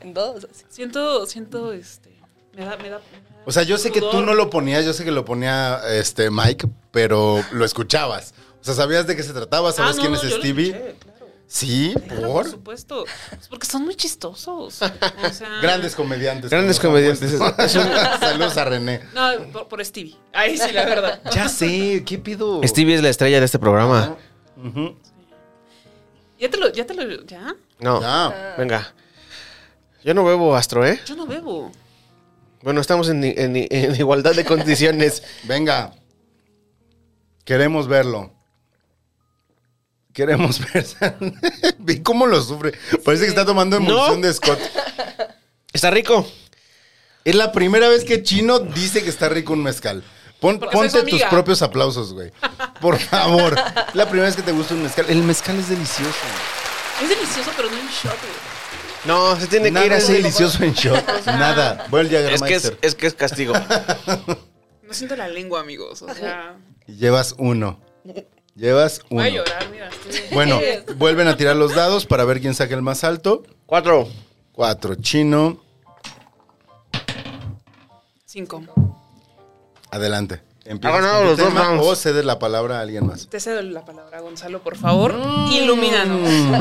[SPEAKER 3] En dos. así.
[SPEAKER 4] Siento, siento, este. Me da, me da.
[SPEAKER 1] O sea, yo sé que tú
[SPEAKER 4] Sudor.
[SPEAKER 1] no lo ponías, yo sé que lo ponía este Mike, pero lo escuchabas. O sea, sabías de qué se trataba, sabes
[SPEAKER 4] Ah, no,
[SPEAKER 1] quién
[SPEAKER 4] no,
[SPEAKER 1] es
[SPEAKER 4] yo lo
[SPEAKER 1] Stevie.
[SPEAKER 4] escuché, claro.
[SPEAKER 1] Sí,
[SPEAKER 4] Claro,
[SPEAKER 1] por.
[SPEAKER 4] por supuesto. Pues porque son muy chistosos. O sea,
[SPEAKER 1] Grandes comediantes.
[SPEAKER 2] Grandes
[SPEAKER 1] como
[SPEAKER 2] comediantes.
[SPEAKER 1] nos han puesto. Saludos a René.
[SPEAKER 4] No, por, por Stevie. Ahí sí, la verdad.
[SPEAKER 1] Ya sé, ¿qué pido?
[SPEAKER 2] Stevie es la estrella de este programa.
[SPEAKER 1] Ujú.
[SPEAKER 4] Ya te lo, ya te lo, ya.
[SPEAKER 2] No.
[SPEAKER 1] Ya.
[SPEAKER 2] Venga. Yo no bebo astro, ¿eh?
[SPEAKER 4] Yo no bebo.
[SPEAKER 2] Bueno, estamos en, i- en i- en igualdad de condiciones.
[SPEAKER 1] Venga. Queremos verlo. Queremos ver. Vi cómo lo sufre. Parece que está tomando emulsión
[SPEAKER 2] No.
[SPEAKER 1] de Scott.
[SPEAKER 2] ¿Está rico?
[SPEAKER 1] Es la primera vez que Chino dice que está rico un mezcal. Pon-
[SPEAKER 4] Porque soy su
[SPEAKER 1] ponte tus
[SPEAKER 4] amiga.
[SPEAKER 1] propios aplausos, güey. Por favor. Es la primera vez que te gusta un mezcal. El mezcal es delicioso.
[SPEAKER 4] Es delicioso, pero no en shot, güey.
[SPEAKER 2] No, se tiene que ir
[SPEAKER 1] Nada es
[SPEAKER 2] así.
[SPEAKER 1] delicioso en shot. Nada. Voy al
[SPEAKER 2] Es que es,
[SPEAKER 1] Jägermeister.
[SPEAKER 2] es que es castigo.
[SPEAKER 4] No siento la lengua, amigos. O sea,
[SPEAKER 1] Y Llevas uno. Llevas
[SPEAKER 4] voy a
[SPEAKER 1] uno.
[SPEAKER 4] llorar, mira. estoy-
[SPEAKER 1] Bueno, vuelven a tirar los dados para ver quién saca el más alto.
[SPEAKER 2] Cuatro.
[SPEAKER 1] Cuatro, chino.
[SPEAKER 4] Cinco.
[SPEAKER 1] Adelante.
[SPEAKER 2] Ha ganado
[SPEAKER 1] con tu
[SPEAKER 2] los dos
[SPEAKER 1] tema
[SPEAKER 2] rounds.
[SPEAKER 1] O cedes la palabra a alguien más.
[SPEAKER 4] Te cedo la palabra, Gonzalo, por favor.
[SPEAKER 1] Mm.
[SPEAKER 4] Ilumínanos.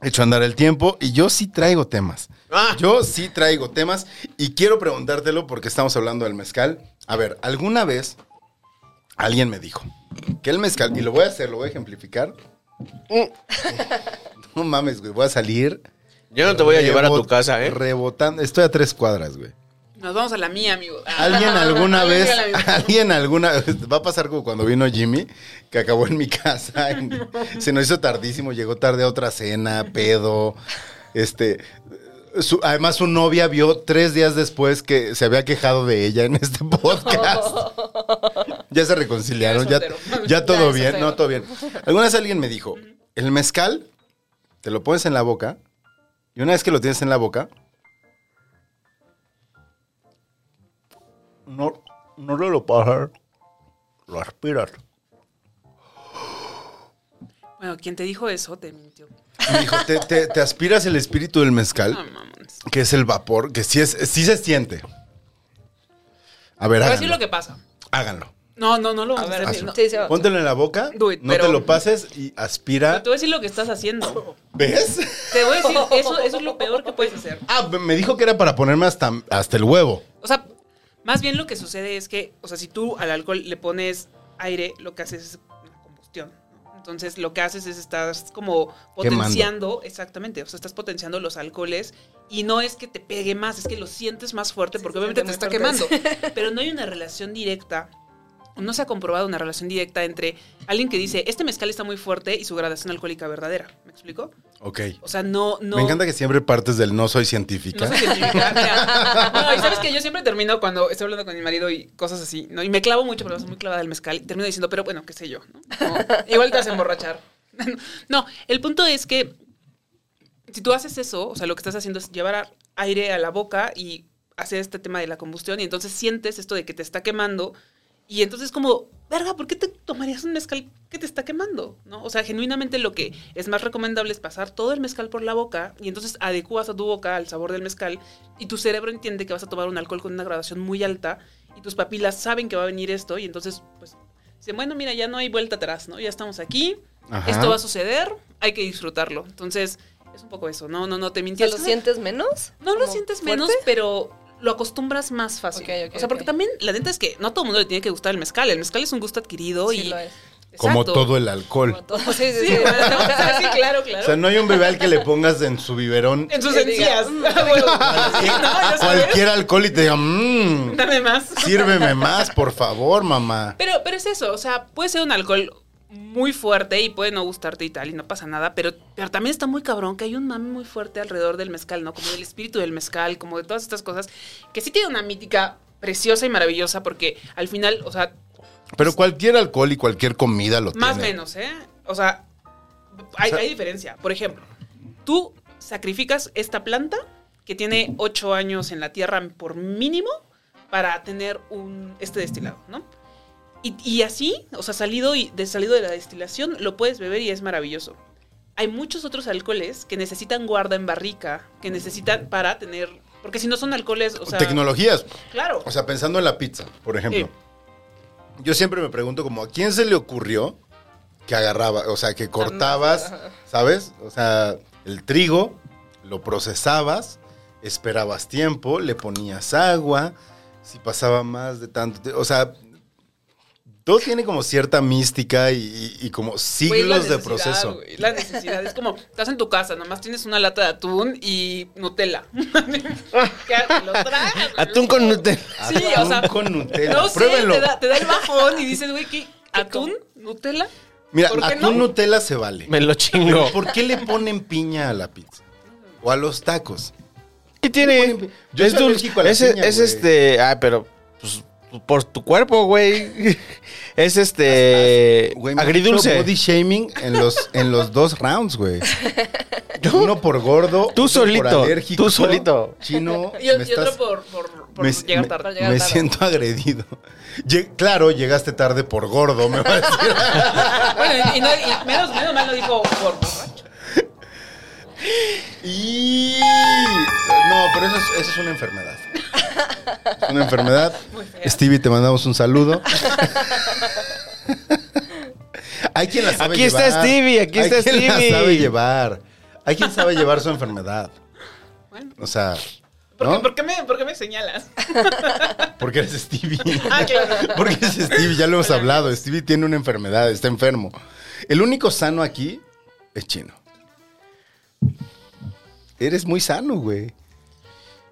[SPEAKER 1] He hecho andar el tiempo y yo sí traigo temas.
[SPEAKER 2] Ah.
[SPEAKER 1] Yo sí traigo temas y quiero preguntártelo porque estamos hablando del mezcal. A ver, alguna vez alguien me dijo que el mezcal, y lo voy a hacer, lo voy a ejemplificar.
[SPEAKER 2] Mm.
[SPEAKER 1] No mames, güey, voy a salir.
[SPEAKER 2] Yo no te voy a llevar a tu
[SPEAKER 1] rebot-
[SPEAKER 2] casa, ¿eh?
[SPEAKER 1] Rebotando. Estoy a tres cuadras, güey.
[SPEAKER 4] Nos vamos a la mía, amigos.
[SPEAKER 1] Alguien alguna vez,
[SPEAKER 4] Llega la mía.
[SPEAKER 1] alguien alguna vez, va a pasar como cuando vino Jimmy, que acabó en mi casa, en- se nos hizo tardísimo, llegó tarde a otra cena, pedo, este, su- además su novia vio tres días después que se había quejado de ella en este podcast. Ya se reconciliaron,
[SPEAKER 4] Ya
[SPEAKER 1] ya,
[SPEAKER 4] es soltero.
[SPEAKER 1] ya
[SPEAKER 3] Ya
[SPEAKER 1] todo
[SPEAKER 3] es
[SPEAKER 1] bien,
[SPEAKER 3] soltero.
[SPEAKER 1] no, todo bien. Alguna vez alguien me dijo, el mezcal te lo pones en la boca y una vez que lo tienes en la boca, no, no lo lo pasas, lo aspiras.
[SPEAKER 4] Bueno, quien te dijo eso te mintió.
[SPEAKER 1] Me dijo, te, te- te aspiras el espíritu del
[SPEAKER 4] No,
[SPEAKER 1] mezcal,
[SPEAKER 4] mamones.
[SPEAKER 1] que es el vapor, que sí, es, sí se siente. A ver,
[SPEAKER 4] Te voy a decir
[SPEAKER 1] háganlo.
[SPEAKER 4] lo que pasa.
[SPEAKER 1] háganlo.
[SPEAKER 4] No, no, no lo vamos a,
[SPEAKER 3] ver,
[SPEAKER 4] hacer. No.
[SPEAKER 3] Sí, sí, va.
[SPEAKER 1] Póntelo en la boca,
[SPEAKER 4] Do it,
[SPEAKER 1] no
[SPEAKER 4] pero-
[SPEAKER 1] te lo pases y
[SPEAKER 4] Te
[SPEAKER 1] aspira.
[SPEAKER 4] voy a decir lo que estás haciendo.
[SPEAKER 1] ¿Ves?
[SPEAKER 4] Te voy a decir, eso, eso es lo peor que puedes hacer.
[SPEAKER 1] Ah, me dijo que era para ponerme hasta, hasta el huevo.
[SPEAKER 4] O sea, más bien lo que sucede es que, o sea, si tú al alcohol le pones aire, lo que haces es una combustión. ¿no? Entonces, lo que haces es estás como
[SPEAKER 1] Quemando.
[SPEAKER 4] potenciando, exactamente, o sea, estás potenciando los alcoholes y no es que te pegue más, es que lo sientes más fuerte porque
[SPEAKER 3] se
[SPEAKER 4] obviamente te está
[SPEAKER 3] siente muy
[SPEAKER 4] quemando.
[SPEAKER 3] fuerte.
[SPEAKER 4] Pero no hay una relación directa, no se ha comprobado una relación directa entre alguien que dice, este mezcal está muy fuerte y su gradación alcohólica verdadera. ¿Me explico?
[SPEAKER 1] Ok.
[SPEAKER 4] O sea, no, no.
[SPEAKER 1] Me encanta que siempre partes del no soy científica.
[SPEAKER 4] No soy científica, mira. No, y sabes que yo siempre termino cuando estoy hablando con mi marido y cosas así, ¿no? Y me clavo mucho, pero soy muy clavada del mezcal. y termino diciendo, pero bueno, qué sé yo, ¿no? Como, igual te vas a emborrachar. No, el punto es que si tú haces eso, o sea, lo que estás haciendo es llevar a- aire a la boca y hace este tema de la combustión y entonces sientes esto de que te está quemando y entonces como, verga, ¿por qué te tomarías un mezcal que te está quemando? ¿No? O sea, genuinamente lo que es más recomendable es pasar todo el mezcal por la boca y entonces adecuas a tu boca al sabor del mezcal y tu cerebro entiende que vas a tomar un alcohol con una graduación muy alta y tus papilas saben que va a venir esto y entonces pues dicen, bueno, mira, ya no hay vuelta atrás, ¿no? Ya estamos aquí,
[SPEAKER 1] Ajá.
[SPEAKER 4] esto va a suceder, hay que disfrutarlo. Entonces, es un poco eso, no, no, no, te
[SPEAKER 3] O sea,
[SPEAKER 4] mintieron.
[SPEAKER 3] ¿lo sientes menos?
[SPEAKER 4] No lo
[SPEAKER 3] ¿Como
[SPEAKER 4] sientes
[SPEAKER 3] fuerte?
[SPEAKER 4] menos, pero lo acostumbras más fácil.
[SPEAKER 3] Ok, ok,
[SPEAKER 4] o sea, porque
[SPEAKER 3] ok.
[SPEAKER 4] también la neta es que no a todo el mundo le tiene que gustar el mezcal. El mezcal es un gusto adquirido
[SPEAKER 3] Sí,
[SPEAKER 4] y
[SPEAKER 3] lo es.
[SPEAKER 1] Como
[SPEAKER 4] Exacto.
[SPEAKER 1] todo el alcohol.
[SPEAKER 3] Como todo. Sí, sí,
[SPEAKER 4] Sí,
[SPEAKER 3] sí.
[SPEAKER 4] bueno, o sea, sí, claro,
[SPEAKER 1] O
[SPEAKER 4] claro.
[SPEAKER 1] sea, no hay un bebé al que le pongas en su biberón
[SPEAKER 4] en sus
[SPEAKER 3] Que diga,
[SPEAKER 4] encías. Ah,
[SPEAKER 3] "Mm,
[SPEAKER 4] Bueno, sí, no, ya sabes.
[SPEAKER 1] cualquier alcohol y te diga, mmm,
[SPEAKER 4] Dame más.
[SPEAKER 1] sírveme más, por favor, mamá.
[SPEAKER 4] Pero, pero es eso, o sea, puede ser un alcohol muy fuerte y puede no gustarte y tal, y no pasa nada, pero, pero también está muy cabrón que hay un mame muy fuerte alrededor del mezcal, ¿no? Como del espíritu del mezcal, como de todas estas cosas, que sí tiene una mítica preciosa y maravillosa, porque al final, o sea,
[SPEAKER 1] Pero cualquier alcohol y cualquier comida lo tiene.
[SPEAKER 4] más menos, ¿eh? O sea, hay,
[SPEAKER 1] sea-
[SPEAKER 4] hay diferencia. Por ejemplo, tú sacrificas esta planta que tiene ocho años en la tierra por mínimo para tener un, este destilado, ¿no? Y, y así, o sea, salido y de salido de la destilación, lo puedes beber y es maravilloso. Hay muchos otros alcoholes que necesitan guarda en barrica, que necesitan para tener, porque si no son alcoholes, o sea,
[SPEAKER 1] Tecnologías.
[SPEAKER 4] claro,
[SPEAKER 1] O sea, pensando en la pizza, por ejemplo. Yo siempre me pregunto como, ¿a quién se le ocurrió que agarraba, o sea, que cortabas, ¿sabes? O sea, el trigo, lo procesabas, esperabas tiempo, le ponías agua, si pasaba más de tanto, tie- o sea, todo tiene como cierta mística y, y- y como
[SPEAKER 4] Güey, la
[SPEAKER 1] siglos de
[SPEAKER 4] necesidad,
[SPEAKER 1] proceso.
[SPEAKER 4] güey, la necesidad es como, estás en tu casa, nomás tienes una lata de atún y Nutella. Que lo tragas, güey.
[SPEAKER 2] Atún con Nutella.
[SPEAKER 4] Sí, o
[SPEAKER 1] Atún
[SPEAKER 4] sea,
[SPEAKER 1] con Nutella.
[SPEAKER 4] no sé,
[SPEAKER 1] Pruébenlo.
[SPEAKER 4] te da, te da el bajón y dices, güey, ¿qué? ¿Atún? ¿Nutella?
[SPEAKER 1] Mira,
[SPEAKER 4] ¿por qué
[SPEAKER 1] atún
[SPEAKER 4] no?
[SPEAKER 1] Nutella se vale.
[SPEAKER 2] Me lo chingo.
[SPEAKER 1] ¿Por qué le ponen piña a la pizza? O a los tacos.
[SPEAKER 2] ¿Qué tiene?
[SPEAKER 1] Yo
[SPEAKER 2] es
[SPEAKER 1] soy
[SPEAKER 2] dulce.
[SPEAKER 1] alérgico a la
[SPEAKER 2] Es,
[SPEAKER 1] piña,
[SPEAKER 2] es
[SPEAKER 1] güey.
[SPEAKER 2] este. Ah, pero. Pues, por tu cuerpo, güey. Es este.
[SPEAKER 1] Güey, me han hecho Body
[SPEAKER 2] agridulce.
[SPEAKER 1] shaming en los, en los dos rounds, güey. Uno por gordo,
[SPEAKER 2] Tú
[SPEAKER 1] otro
[SPEAKER 2] solito,
[SPEAKER 1] por alérgico.
[SPEAKER 2] tú solito.
[SPEAKER 1] Chino,
[SPEAKER 4] Y, el-
[SPEAKER 1] me
[SPEAKER 4] y otro
[SPEAKER 1] estás-
[SPEAKER 4] por, por, por
[SPEAKER 1] me-
[SPEAKER 4] llegar
[SPEAKER 1] me-
[SPEAKER 4] tarde.
[SPEAKER 3] llegar
[SPEAKER 1] me
[SPEAKER 3] tarde.
[SPEAKER 1] siento agredido. Lle- claro, llegaste tarde por gordo, me va a decir.
[SPEAKER 4] Bueno, y, y no, y menos, menos mal lo dijo por borracho.
[SPEAKER 1] Y... No, pero eso es, eso es una enfermedad. Es una enfermedad. Stevie, te mandamos un saludo. Hay quien la sabe
[SPEAKER 2] Aquí está
[SPEAKER 1] llevar.
[SPEAKER 2] Stevie, aquí
[SPEAKER 1] Hay
[SPEAKER 2] está
[SPEAKER 1] quien
[SPEAKER 2] Stevie.
[SPEAKER 1] la sabe llevar. Hay quien sabe llevar su enfermedad.
[SPEAKER 4] Bueno,
[SPEAKER 1] O sea,
[SPEAKER 4] ¿por,
[SPEAKER 1] ¿no?
[SPEAKER 4] qué, por qué me, por qué me señalas?
[SPEAKER 1] Porque eres Stevie.
[SPEAKER 4] Ah, claro.
[SPEAKER 1] Porque es Stevie, ya lo hemos
[SPEAKER 4] Hola,
[SPEAKER 1] hablado. Stevie tiene una enfermedad, está enfermo. El único sano aquí es chino. Eres muy sano, güey.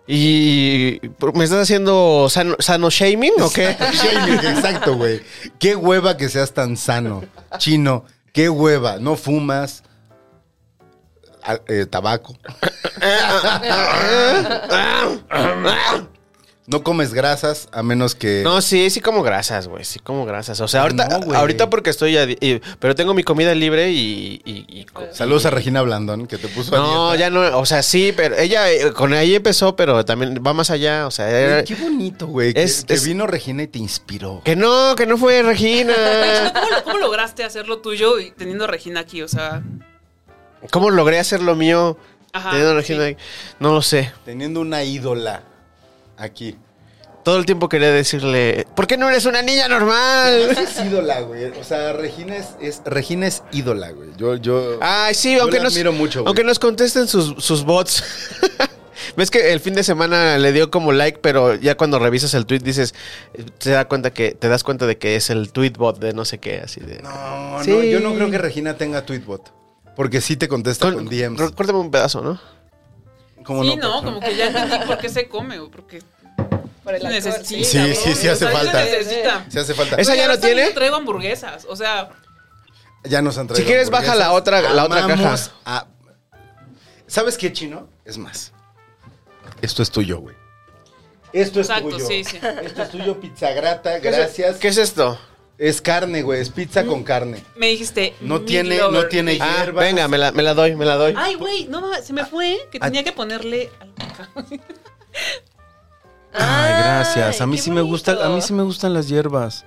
[SPEAKER 2] Y. ¿Me estás haciendo sano, sano shaming o qué?
[SPEAKER 1] Shaming, exacto, güey. Qué hueva que seas tan sano. Chino, qué hueva. No fumas al- eh, tabaco. No comes grasas a menos que...
[SPEAKER 2] No, sí, sí como grasas, güey. Sí como grasas. O sea, ahorita,
[SPEAKER 1] No, güey.
[SPEAKER 2] ahorita porque estoy. adi- y- pero tengo mi comida libre y. y- y-
[SPEAKER 1] Saludos a Regina Blandón, que te puso a
[SPEAKER 2] No,
[SPEAKER 1] dieta.
[SPEAKER 2] ya no. O sea, sí, pero ella eh, con ahí empezó, pero también va más allá. O sea, era-
[SPEAKER 1] Güey, Qué bonito, güey. Eh, Que,
[SPEAKER 2] Es-
[SPEAKER 1] que
[SPEAKER 2] es-
[SPEAKER 1] vino Regina y te inspiró.
[SPEAKER 2] que no, que no fue
[SPEAKER 4] Oye, Chino,
[SPEAKER 2] Regina.
[SPEAKER 4] ¿Cómo, lo- ¿Cómo lograste hacerlo tuyo y teniendo a Regina aquí? O sea,
[SPEAKER 2] ¿Cómo logré hacer lo mío?
[SPEAKER 4] Ajá,
[SPEAKER 2] teniendo a Regina
[SPEAKER 4] sí.
[SPEAKER 2] ahí? No lo sé.
[SPEAKER 1] Teniendo una ídola aquí.
[SPEAKER 2] Todo el tiempo quería decirle, ¿por qué no eres una niña normal?
[SPEAKER 1] Es ídola, güey. O sea, Regina es, es- Regina es ídola, güey. Yo, yo...
[SPEAKER 2] Ay, sí,
[SPEAKER 1] Yo
[SPEAKER 2] aunque
[SPEAKER 1] la
[SPEAKER 2] nos,
[SPEAKER 1] admiro mucho, güey.
[SPEAKER 2] aunque nos contesten sus, sus bots. Ves que el fin de semana le dio como like, pero ya cuando revisas el tweet dices, eh, te, da cuenta que, te das cuenta de que es el tweet bot de no sé qué, así de...
[SPEAKER 1] No, no,
[SPEAKER 2] Sí.
[SPEAKER 1] yo no creo que Regina tenga tweetbot. Porque sí te contesta con,
[SPEAKER 2] Con-
[SPEAKER 1] DMs.
[SPEAKER 2] cor- Córtame un pedazo, ¿no?
[SPEAKER 1] ¿Cómo
[SPEAKER 4] sí,
[SPEAKER 1] Paco?
[SPEAKER 4] no, como que ya entendí por qué se come o por qué
[SPEAKER 3] Por el alcohol,
[SPEAKER 4] Necesita,
[SPEAKER 1] Sí,
[SPEAKER 3] cabrón.
[SPEAKER 1] sí, sí hace
[SPEAKER 4] O sea,
[SPEAKER 1] falta.
[SPEAKER 4] Se necesita.
[SPEAKER 1] Si hace falta.
[SPEAKER 2] Es- ¿Esa ya
[SPEAKER 4] Oye,
[SPEAKER 2] no
[SPEAKER 4] ahorita yo
[SPEAKER 2] tiene?
[SPEAKER 4] traigo hamburguesas. O sea,
[SPEAKER 1] Ya nos han traído
[SPEAKER 2] Si quieres, baja la otra- la otra
[SPEAKER 1] Amamos a- ¿Sabes qué, Chino? Es más. Esto es tuyo, güey. Esto es
[SPEAKER 4] Exacto,
[SPEAKER 1] tuyo.
[SPEAKER 4] sí, sí.
[SPEAKER 1] Esto es tuyo, pizzagrata.
[SPEAKER 2] ¿Qué es-
[SPEAKER 1] Gracias.
[SPEAKER 2] ¿Qué es esto?
[SPEAKER 1] Es carne, güey. Es pizza con carne.
[SPEAKER 4] Me dijiste.
[SPEAKER 1] No
[SPEAKER 4] meat
[SPEAKER 1] tiene, no
[SPEAKER 4] lover.
[SPEAKER 1] tiene
[SPEAKER 2] Ah,
[SPEAKER 1] hierbas.
[SPEAKER 2] venga, me la, me la doy, me la doy.
[SPEAKER 4] Ay, güey, no mames, se me fue que
[SPEAKER 5] ah.
[SPEAKER 4] tenía que ponerle algo acá.
[SPEAKER 5] Ay, gracias. A mí
[SPEAKER 3] qué
[SPEAKER 5] sí me gusta, a mí
[SPEAKER 3] bonito.
[SPEAKER 5] sí me gustan las hierbas.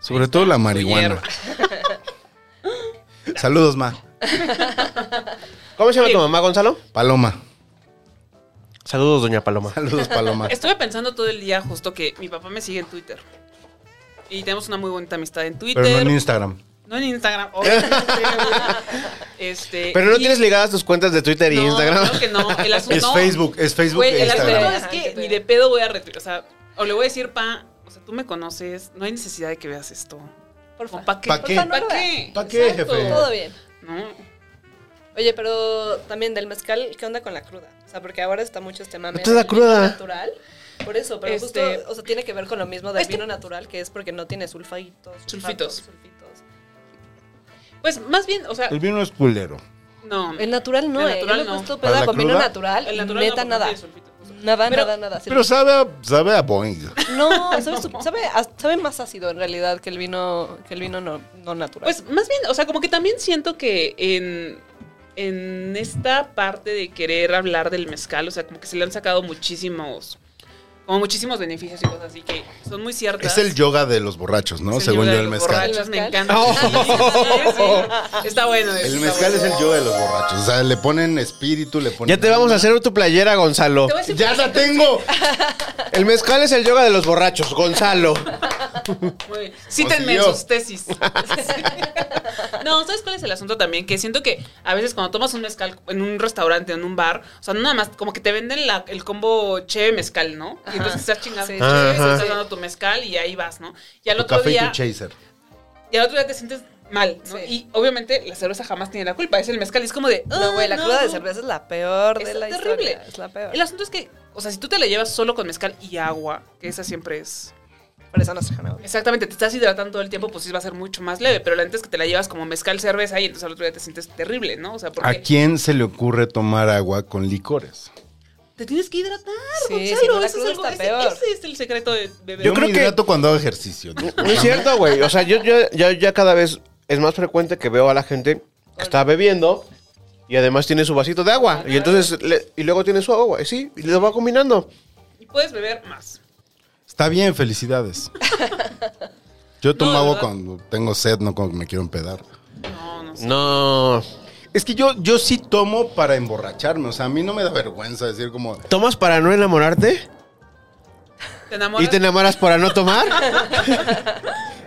[SPEAKER 1] Sobre todo la marihuana. Saludos, ma.
[SPEAKER 2] ¿Cómo se llama tu mamá, Gonzalo?
[SPEAKER 1] Paloma.
[SPEAKER 2] Saludos, doña Paloma.
[SPEAKER 1] Saludos, Paloma.
[SPEAKER 4] Estuve pensando todo el día justo que mi papá me sigue en Twitter. Y tenemos una muy bonita amistad en Twitter.
[SPEAKER 1] Pero no en Instagram.
[SPEAKER 4] No en Instagram. obviamente. este,
[SPEAKER 2] Pero no
[SPEAKER 4] y-
[SPEAKER 2] tienes ligadas tus cuentas de Twitter y
[SPEAKER 4] No,
[SPEAKER 2] Instagram.
[SPEAKER 4] Claro que no. El asunto,
[SPEAKER 1] Es Facebook, es Facebook
[SPEAKER 4] Güey,
[SPEAKER 1] e
[SPEAKER 4] el asunto
[SPEAKER 1] Instagram.
[SPEAKER 4] es
[SPEAKER 3] Ajá,
[SPEAKER 4] que
[SPEAKER 3] qué
[SPEAKER 4] ni
[SPEAKER 3] pedo.
[SPEAKER 4] de pedo voy a retirar. O sea, o le voy a decir, pa, o sea, tú me conoces, no hay necesidad de que veas esto.
[SPEAKER 3] Porfa.
[SPEAKER 4] ¿O pa' qué?
[SPEAKER 1] ¿Pa' qué?
[SPEAKER 3] Porfa, no
[SPEAKER 4] ¿Pa'
[SPEAKER 3] lo
[SPEAKER 4] qué?
[SPEAKER 1] ¿Pa' qué,
[SPEAKER 4] Exacto.
[SPEAKER 1] jefe?
[SPEAKER 3] Todo bien.
[SPEAKER 4] No.
[SPEAKER 3] Oye, pero también del mezcal, ¿qué onda con la cruda? O sea, porque ahora está mucho este mame.
[SPEAKER 2] Entonces, la
[SPEAKER 3] del
[SPEAKER 2] cruda.
[SPEAKER 3] vino Natural. Por eso, pero
[SPEAKER 4] Este-
[SPEAKER 3] justo, o sea, tiene que ver con lo mismo del
[SPEAKER 4] Es que-
[SPEAKER 3] vino natural, que es porque no tiene sulfitos.
[SPEAKER 4] Sulfitos.
[SPEAKER 3] sulfitos.
[SPEAKER 4] Pues más bien, o sea,
[SPEAKER 1] El vino es culero.
[SPEAKER 4] no.
[SPEAKER 3] El natural no,
[SPEAKER 4] El
[SPEAKER 3] eh.
[SPEAKER 4] natural
[SPEAKER 3] Yo le he
[SPEAKER 4] no.
[SPEAKER 3] puesto
[SPEAKER 1] ¿Para
[SPEAKER 3] peda
[SPEAKER 1] la
[SPEAKER 3] con vino
[SPEAKER 1] cruda?
[SPEAKER 3] natural,
[SPEAKER 4] El
[SPEAKER 3] y
[SPEAKER 4] natural no,
[SPEAKER 3] neta
[SPEAKER 4] porque no
[SPEAKER 3] nada.
[SPEAKER 4] tiene sulfito, justo.
[SPEAKER 3] Nada,
[SPEAKER 4] Pero-
[SPEAKER 3] nada, nada. se
[SPEAKER 1] Pero
[SPEAKER 3] le-
[SPEAKER 1] sabe a, sabe a Boeing.
[SPEAKER 3] No, sabe, su- sabe, a- sabe más ácido en realidad que el vino, que el vino no, no natural.
[SPEAKER 4] Pues más bien, o sea, como que también siento que en, en esta parte de querer hablar del mezcal, o sea, como que se le han sacado muchísimos, como muchísimos beneficios y cosas así que son muy ciertas.
[SPEAKER 1] Es el yoga de los borrachos, ¿no?
[SPEAKER 4] Es
[SPEAKER 1] Según
[SPEAKER 4] yoga
[SPEAKER 1] yo,
[SPEAKER 4] de
[SPEAKER 1] el
[SPEAKER 4] los
[SPEAKER 1] mezcal.
[SPEAKER 4] borrachos, Me
[SPEAKER 3] ¿El mezcal?
[SPEAKER 4] encanta. Sí, sí, sí. Está bueno. eso,
[SPEAKER 1] El
[SPEAKER 4] está
[SPEAKER 1] mezcal es
[SPEAKER 4] bueno.
[SPEAKER 1] el yoga de los borrachos. O sea, le ponen espíritu, le ponen.
[SPEAKER 2] Ya te vamos a hacer tu playera, Gonzalo.
[SPEAKER 4] Te voy a decir
[SPEAKER 1] ¡Ya
[SPEAKER 4] por
[SPEAKER 1] la
[SPEAKER 4] ejemplo,
[SPEAKER 1] tengo!
[SPEAKER 2] El mezcal es el yoga de los borrachos, Gonzalo.
[SPEAKER 4] Muy bien. Cítenme en
[SPEAKER 1] Consiguió.
[SPEAKER 4] sus tesis. no, ¿sabes cuál es el asunto también? Que siento que a veces cuando tomas un mezcal en un restaurante, en un bar, o sea, no nada más, como que te venden la- el combo cheve mezcal, ¿no? Y entonces estás chingando
[SPEAKER 3] Sí.
[SPEAKER 4] cheve,
[SPEAKER 2] Ajá.
[SPEAKER 4] estás dando tu mezcal y ahí vas, ¿no? Y al
[SPEAKER 1] Tu
[SPEAKER 4] otro
[SPEAKER 1] café y
[SPEAKER 4] día,
[SPEAKER 1] tu chaser.
[SPEAKER 4] y al otro día te sientes mal, ¿no?
[SPEAKER 3] Sí.
[SPEAKER 4] Y obviamente la cerveza jamás tiene la culpa, es el mezcal, y es como de... "Ah,
[SPEAKER 3] no, güey, la cruda de
[SPEAKER 4] no".
[SPEAKER 3] cerveza es la peor de
[SPEAKER 4] Es
[SPEAKER 3] la
[SPEAKER 4] terrible.
[SPEAKER 3] historia. Es la peor.
[SPEAKER 4] El asunto es que, o sea, si tú te la llevas solo con mezcal y agua, que esa siempre es
[SPEAKER 3] Por eso no se llama.
[SPEAKER 4] Exactamente, te estás hidratando todo el tiempo, pues sí va a ser mucho más leve, pero la neta es que te la llevas como mezcal cerveza y entonces al otro día te sientes terrible, ¿no? O sea, porque
[SPEAKER 1] ¿A quién se le ocurre tomar agua con licores?
[SPEAKER 4] te tienes que hidratar,
[SPEAKER 3] Sí,
[SPEAKER 4] Gonzalo,
[SPEAKER 3] si no, la
[SPEAKER 4] ese, es
[SPEAKER 3] cruda
[SPEAKER 4] algo-
[SPEAKER 3] está
[SPEAKER 4] ese-
[SPEAKER 3] peor.
[SPEAKER 4] ese es el secreto de beber.
[SPEAKER 1] Yo,
[SPEAKER 2] creo
[SPEAKER 1] me
[SPEAKER 2] que-
[SPEAKER 1] hidrato cuando hago ejercicio.
[SPEAKER 2] No es cierto, güey. O sea, yo, yo, yo ya cada vez es más frecuente que veo a la gente que está bebiendo y además tiene su vasito de agua. Y entonces, le- y luego tiene su agua, y sí, y lo va combinando.
[SPEAKER 4] Y puedes beber más.
[SPEAKER 1] Está bien, felicidades. Yo tomo
[SPEAKER 4] No, de
[SPEAKER 1] agua
[SPEAKER 4] verdad.
[SPEAKER 1] cuando tengo sed, no cuando me quiero empedar.
[SPEAKER 4] No, no sé.
[SPEAKER 2] No.
[SPEAKER 1] Es que yo, yo sí tomo para emborracharme. O sea, a mí no me da vergüenza decir como...
[SPEAKER 2] ¿Tomas para no enamorarte?
[SPEAKER 4] ¿Te enamoras?
[SPEAKER 2] ¿Y te enamoras para no tomar?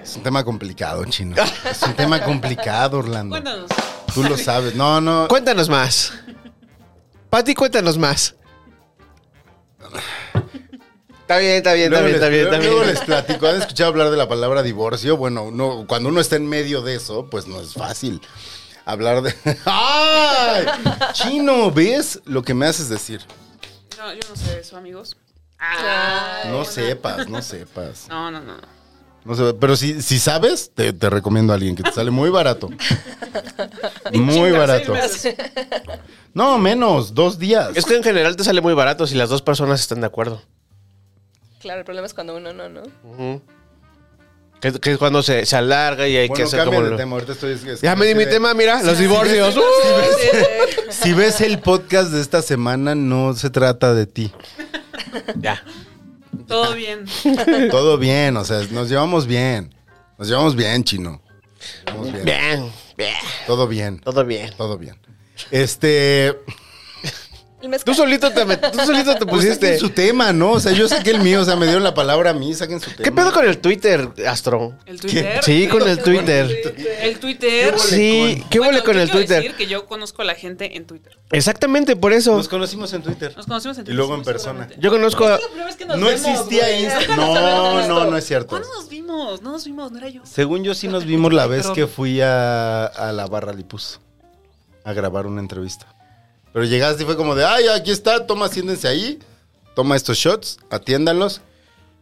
[SPEAKER 1] Es un tema complicado, chino. Es un tema complicado, Orlando.
[SPEAKER 4] Cuéntanos.
[SPEAKER 1] Tú lo sabes. No, no.
[SPEAKER 2] Cuéntanos más. Pati, cuéntanos más. Está bien, está bien,
[SPEAKER 1] Luego
[SPEAKER 2] está bien,
[SPEAKER 1] les-
[SPEAKER 2] está bien, está
[SPEAKER 1] luego
[SPEAKER 2] bien.
[SPEAKER 1] les platico. ¿Han escuchado hablar de la palabra divorcio? Bueno, no, cuando uno está en medio de eso, pues no es fácil hablar de. ¡Ay! Chino, ¿ves lo que me haces decir?
[SPEAKER 4] No, yo no sé eso, amigos. Ah.
[SPEAKER 1] No sepas, no sepas.
[SPEAKER 4] No, no, no. no.
[SPEAKER 1] No sepas. Pero si, si sabes, te, te recomiendo a alguien que te sale muy barato. Muy
[SPEAKER 4] Chinga,
[SPEAKER 1] barato.
[SPEAKER 4] seis meses.
[SPEAKER 1] No, menos, dos días.
[SPEAKER 2] Es que en general te sale muy barato si las dos personas están de acuerdo.
[SPEAKER 3] Claro, el problema es cuando uno no, ¿no?
[SPEAKER 2] Que, que es cuando se, se alarga y hay que
[SPEAKER 1] Bueno,
[SPEAKER 2] hacer
[SPEAKER 1] cambia
[SPEAKER 2] como...
[SPEAKER 1] de
[SPEAKER 2] lo-
[SPEAKER 1] tema. Ahorita estoy. es que-
[SPEAKER 2] Ya me di mi tema, mira, los divorcios.
[SPEAKER 1] Si
[SPEAKER 2] ¡Uh!
[SPEAKER 1] ves, si ves el podcast de esta semana, no se trata de ti.
[SPEAKER 2] Ya.
[SPEAKER 4] Todo bien.
[SPEAKER 1] Todo bien, o sea, nos llevamos bien. Nos llevamos bien, chino. Nos llevamos bien.
[SPEAKER 2] Bien, bien,
[SPEAKER 1] Todo bien,
[SPEAKER 2] todo bien.
[SPEAKER 1] todo bien. Este.
[SPEAKER 3] El mezcal.
[SPEAKER 2] Tú solito te, met- tú solito te
[SPEAKER 1] Pues saquen
[SPEAKER 2] pusiste.
[SPEAKER 1] su tema, ¿no? O sea, yo saqué el mío, o sea, me dieron la palabra a mí, saquen su tema.
[SPEAKER 2] ¿Qué pedo con el Twitter, Astro?
[SPEAKER 4] El Twitter.
[SPEAKER 2] Sí, con el Twitter.
[SPEAKER 4] El Twitter.
[SPEAKER 2] Sí, ¿qué huele
[SPEAKER 4] Bueno,
[SPEAKER 2] con
[SPEAKER 4] yo
[SPEAKER 2] el
[SPEAKER 4] quiero
[SPEAKER 2] Twitter?
[SPEAKER 4] decir que yo conozco a la gente en Twitter.
[SPEAKER 2] Exactamente, por eso.
[SPEAKER 1] Nos conocimos en Twitter.
[SPEAKER 4] Nos conocimos en
[SPEAKER 1] Y
[SPEAKER 4] Twitter.
[SPEAKER 1] luego en
[SPEAKER 4] sí,
[SPEAKER 1] persona.
[SPEAKER 4] seguramente.
[SPEAKER 2] Yo conozco a...
[SPEAKER 4] Es la primera vez que nos
[SPEAKER 1] No
[SPEAKER 4] vemos,
[SPEAKER 1] existía
[SPEAKER 4] güey.
[SPEAKER 1] Instagram.
[SPEAKER 4] Nunca nos habíamos
[SPEAKER 1] No,
[SPEAKER 4] visto.
[SPEAKER 1] no, no es cierto.
[SPEAKER 4] ¿Cuándo nos vimos? No nos vimos, no era yo.
[SPEAKER 1] Según yo, sí nos vimos la vez
[SPEAKER 4] Perdón.
[SPEAKER 1] que fui a, a la barra Lipus a grabar una entrevista. Pero llegaste y fue como de, ay, aquí está, toma, siéntense ahí, toma estos shots, atiéndalos,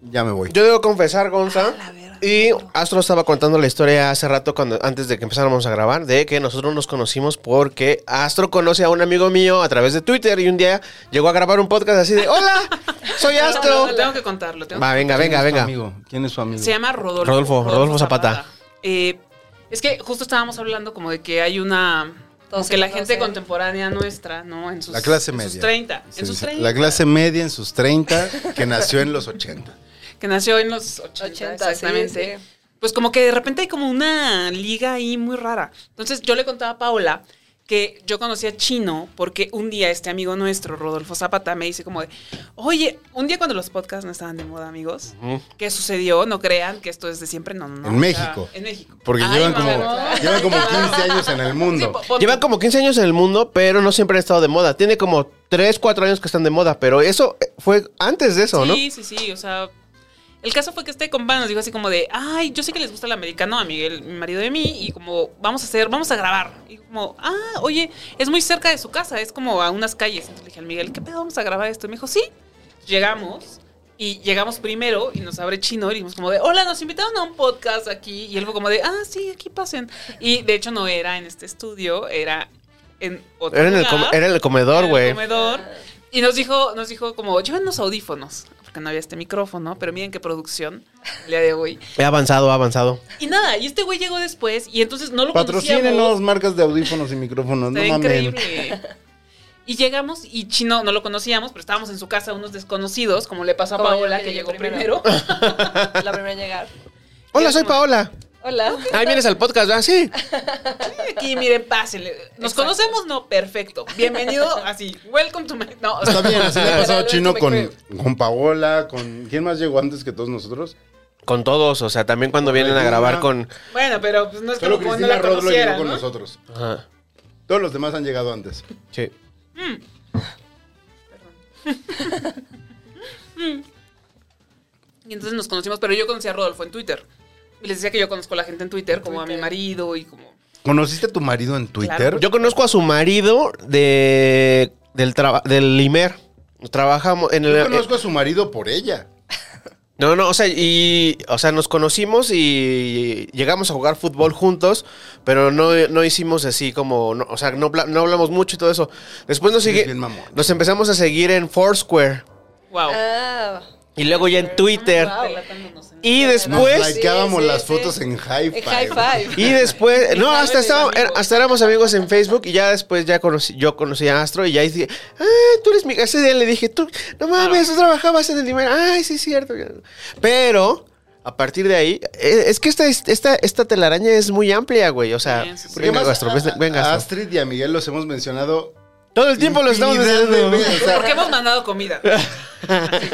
[SPEAKER 1] ya me voy.
[SPEAKER 2] Yo debo confesar, Gonza,
[SPEAKER 4] Ah, La verga.
[SPEAKER 2] Y Astro estaba contando la historia hace rato, cuando, antes de que empezáramos a grabar, de que nosotros nos conocimos porque Astro conoce a un amigo mío a través de Twitter y un día llegó a grabar un podcast así de: ¡Hola! ¡Soy Astro!
[SPEAKER 4] Lo tengo que contarlo. tengo
[SPEAKER 2] Va, venga,
[SPEAKER 5] ¿Quién es
[SPEAKER 2] venga,
[SPEAKER 5] tu
[SPEAKER 2] venga.
[SPEAKER 5] Amigo? ¿Quién es su amigo?
[SPEAKER 4] Se llama Rodolfo.
[SPEAKER 2] Rodolfo, Rodolfo Zapata.
[SPEAKER 4] Eh, es que justo estábamos hablando como de que hay una... Como
[SPEAKER 3] Todos
[SPEAKER 4] que la
[SPEAKER 3] se
[SPEAKER 4] gente
[SPEAKER 3] conocen.
[SPEAKER 4] contemporánea nuestra, ¿no? En sus,
[SPEAKER 1] La clase media.
[SPEAKER 4] En sus 30.
[SPEAKER 1] Se
[SPEAKER 4] en sus
[SPEAKER 1] dice,
[SPEAKER 4] 30.
[SPEAKER 1] La clase media en sus 30, que nació en los 80.
[SPEAKER 4] Que nació en los 80,
[SPEAKER 3] 80, sí,
[SPEAKER 4] exactamente.
[SPEAKER 3] sí.
[SPEAKER 4] Pues como que de repente hay como una liga ahí muy rara. Entonces yo le contaba a Paola que yo conocía Chino porque un día este amigo nuestro, Rodolfo Zapata, me dice como de, oye, un día cuando los podcasts no estaban de moda, amigos, ¿qué sucedió? No crean que esto es de siempre, no, no, no.
[SPEAKER 1] En
[SPEAKER 4] O sea,
[SPEAKER 1] México.
[SPEAKER 4] En México.
[SPEAKER 1] Porque
[SPEAKER 4] Ay,
[SPEAKER 1] llevan, como,
[SPEAKER 4] mamá.
[SPEAKER 1] llevan como 15 años en el
[SPEAKER 4] Sí,
[SPEAKER 1] mundo.
[SPEAKER 4] po- pon-
[SPEAKER 2] Llevan como 15 años en el mundo, pero no siempre han estado de moda. Tiene como 3, 4 años que están de moda, pero eso eh, fue antes de eso, ¿no?
[SPEAKER 4] Sí, sí, sí, o sea... El caso fue que este compa nos dijo así como de, ay, yo sé que les gusta el americano a Miguel, mi marido de mí, y como, vamos a hacer, vamos a grabar. Y como, ah, oye, es muy cerca de su casa, es como a unas calles. Entonces le dije al Miguel, ¿qué pedo vamos a grabar esto? Y me dijo, sí. Llegamos, y llegamos primero, y nos abre chino, y dijimos como de, hola, nos invitaron a un podcast aquí. Y él fue como de, ah, sí, aquí pasen. Y de hecho no era en este estudio, era en otro
[SPEAKER 2] Era en el,
[SPEAKER 4] lugar.
[SPEAKER 2] com- era en el comedor,
[SPEAKER 4] En el
[SPEAKER 2] güey.
[SPEAKER 4] comedor. Y nos dijo, nos dijo como, lleven los audífonos, porque no había este micrófono, pero miren qué producción el día de hoy.
[SPEAKER 2] He avanzado, ha avanzado.
[SPEAKER 4] Y nada, y este güey llegó después y entonces no lo
[SPEAKER 1] Patrocínenos
[SPEAKER 4] conocíamos.
[SPEAKER 1] marcas de audífonos y micrófonos. No
[SPEAKER 4] Está
[SPEAKER 1] mames.
[SPEAKER 4] increíble. Y llegamos y Chino no lo conocíamos, pero estábamos en su casa unos desconocidos, como le pasó a
[SPEAKER 3] Como yo,
[SPEAKER 4] Paola,
[SPEAKER 3] que
[SPEAKER 4] que
[SPEAKER 3] llegué
[SPEAKER 4] llegó primero.
[SPEAKER 3] primero. Ah, La primera en llegar.
[SPEAKER 2] Hola, soy Paola.
[SPEAKER 3] Hola.
[SPEAKER 2] Ahí vienes al podcast, ¿verdad? Sí.
[SPEAKER 4] Aquí, miren, pásenle. ¿Nos
[SPEAKER 3] Exacto.
[SPEAKER 4] conocemos? No, perfecto. Bienvenido, así. Welcome to my... No,
[SPEAKER 1] Está bien, así le ha pasado a Chino con,
[SPEAKER 3] Literalmente
[SPEAKER 1] con Paola, con... ¿Quién más llegó antes que todos nosotros?
[SPEAKER 2] Con todos, o sea, también cuando vienen a grabar con...
[SPEAKER 4] Bueno, pero pues, no es
[SPEAKER 1] Solo
[SPEAKER 4] como cuando
[SPEAKER 1] Cristina
[SPEAKER 4] la
[SPEAKER 1] Rodlo llegó
[SPEAKER 4] conociera,
[SPEAKER 1] con
[SPEAKER 4] ¿no?
[SPEAKER 1] nosotros.
[SPEAKER 2] Ajá.
[SPEAKER 1] Todos los demás han llegado antes.
[SPEAKER 2] Sí.
[SPEAKER 4] Y entonces nos conocimos, pero yo conocí a Rodolfo en Twitter. Y les decía que yo conozco a la gente en Twitter, como a mi marido y como...
[SPEAKER 1] ¿Conociste a tu marido en Twitter?
[SPEAKER 2] Yo conozco a su marido de del traba- del Imer. Trabajamos en el eh,
[SPEAKER 1] Yo conozco a su marido por ella.
[SPEAKER 2] No, no, o sea, y o sea, nos conocimos y llegamos a jugar fútbol juntos, pero no, no hicimos así como, no, o sea, no, pla- no hablamos mucho y todo eso. Después nos
[SPEAKER 1] Eres
[SPEAKER 2] sigue,
[SPEAKER 1] bien mamón.
[SPEAKER 2] nos empezamos a seguir en Foursquare
[SPEAKER 4] ¡Wow!
[SPEAKER 3] Ah,
[SPEAKER 2] y luego ya en Twitter
[SPEAKER 1] oh.
[SPEAKER 4] Relatándonos en-
[SPEAKER 2] y
[SPEAKER 1] Nos
[SPEAKER 2] después
[SPEAKER 1] likeábamos
[SPEAKER 3] sí,
[SPEAKER 1] las
[SPEAKER 3] sí.
[SPEAKER 1] fotos en High
[SPEAKER 3] en
[SPEAKER 1] Five.
[SPEAKER 3] high five.
[SPEAKER 2] y después, no,
[SPEAKER 4] Estábamos
[SPEAKER 2] hasta estábamos, er,
[SPEAKER 4] amigos.
[SPEAKER 2] hasta éramos amigos en Facebook y ya después ya conocí, yo conocí a Astro y ya dije, ah, tú eres mi, ese día le dije, tú, no mames, tú trabajabas en el Imer, ay, sí, es cierto. Pero, a partir de ahí, eh, es que esta, esta, esta telaraña es muy amplia, güey, o sea,
[SPEAKER 4] Sí, sí, sí.
[SPEAKER 1] Porque
[SPEAKER 2] venga,
[SPEAKER 1] además,
[SPEAKER 2] Astro,
[SPEAKER 1] a-
[SPEAKER 2] venga,
[SPEAKER 1] a
[SPEAKER 2] Astro.
[SPEAKER 1] Astrid y a Miguel los hemos mencionado.
[SPEAKER 2] Todo el tiempo lo estamos
[SPEAKER 1] infinidad de
[SPEAKER 2] diciendo.
[SPEAKER 1] veces. O sea,
[SPEAKER 4] Porque hemos mandado comida. Sí.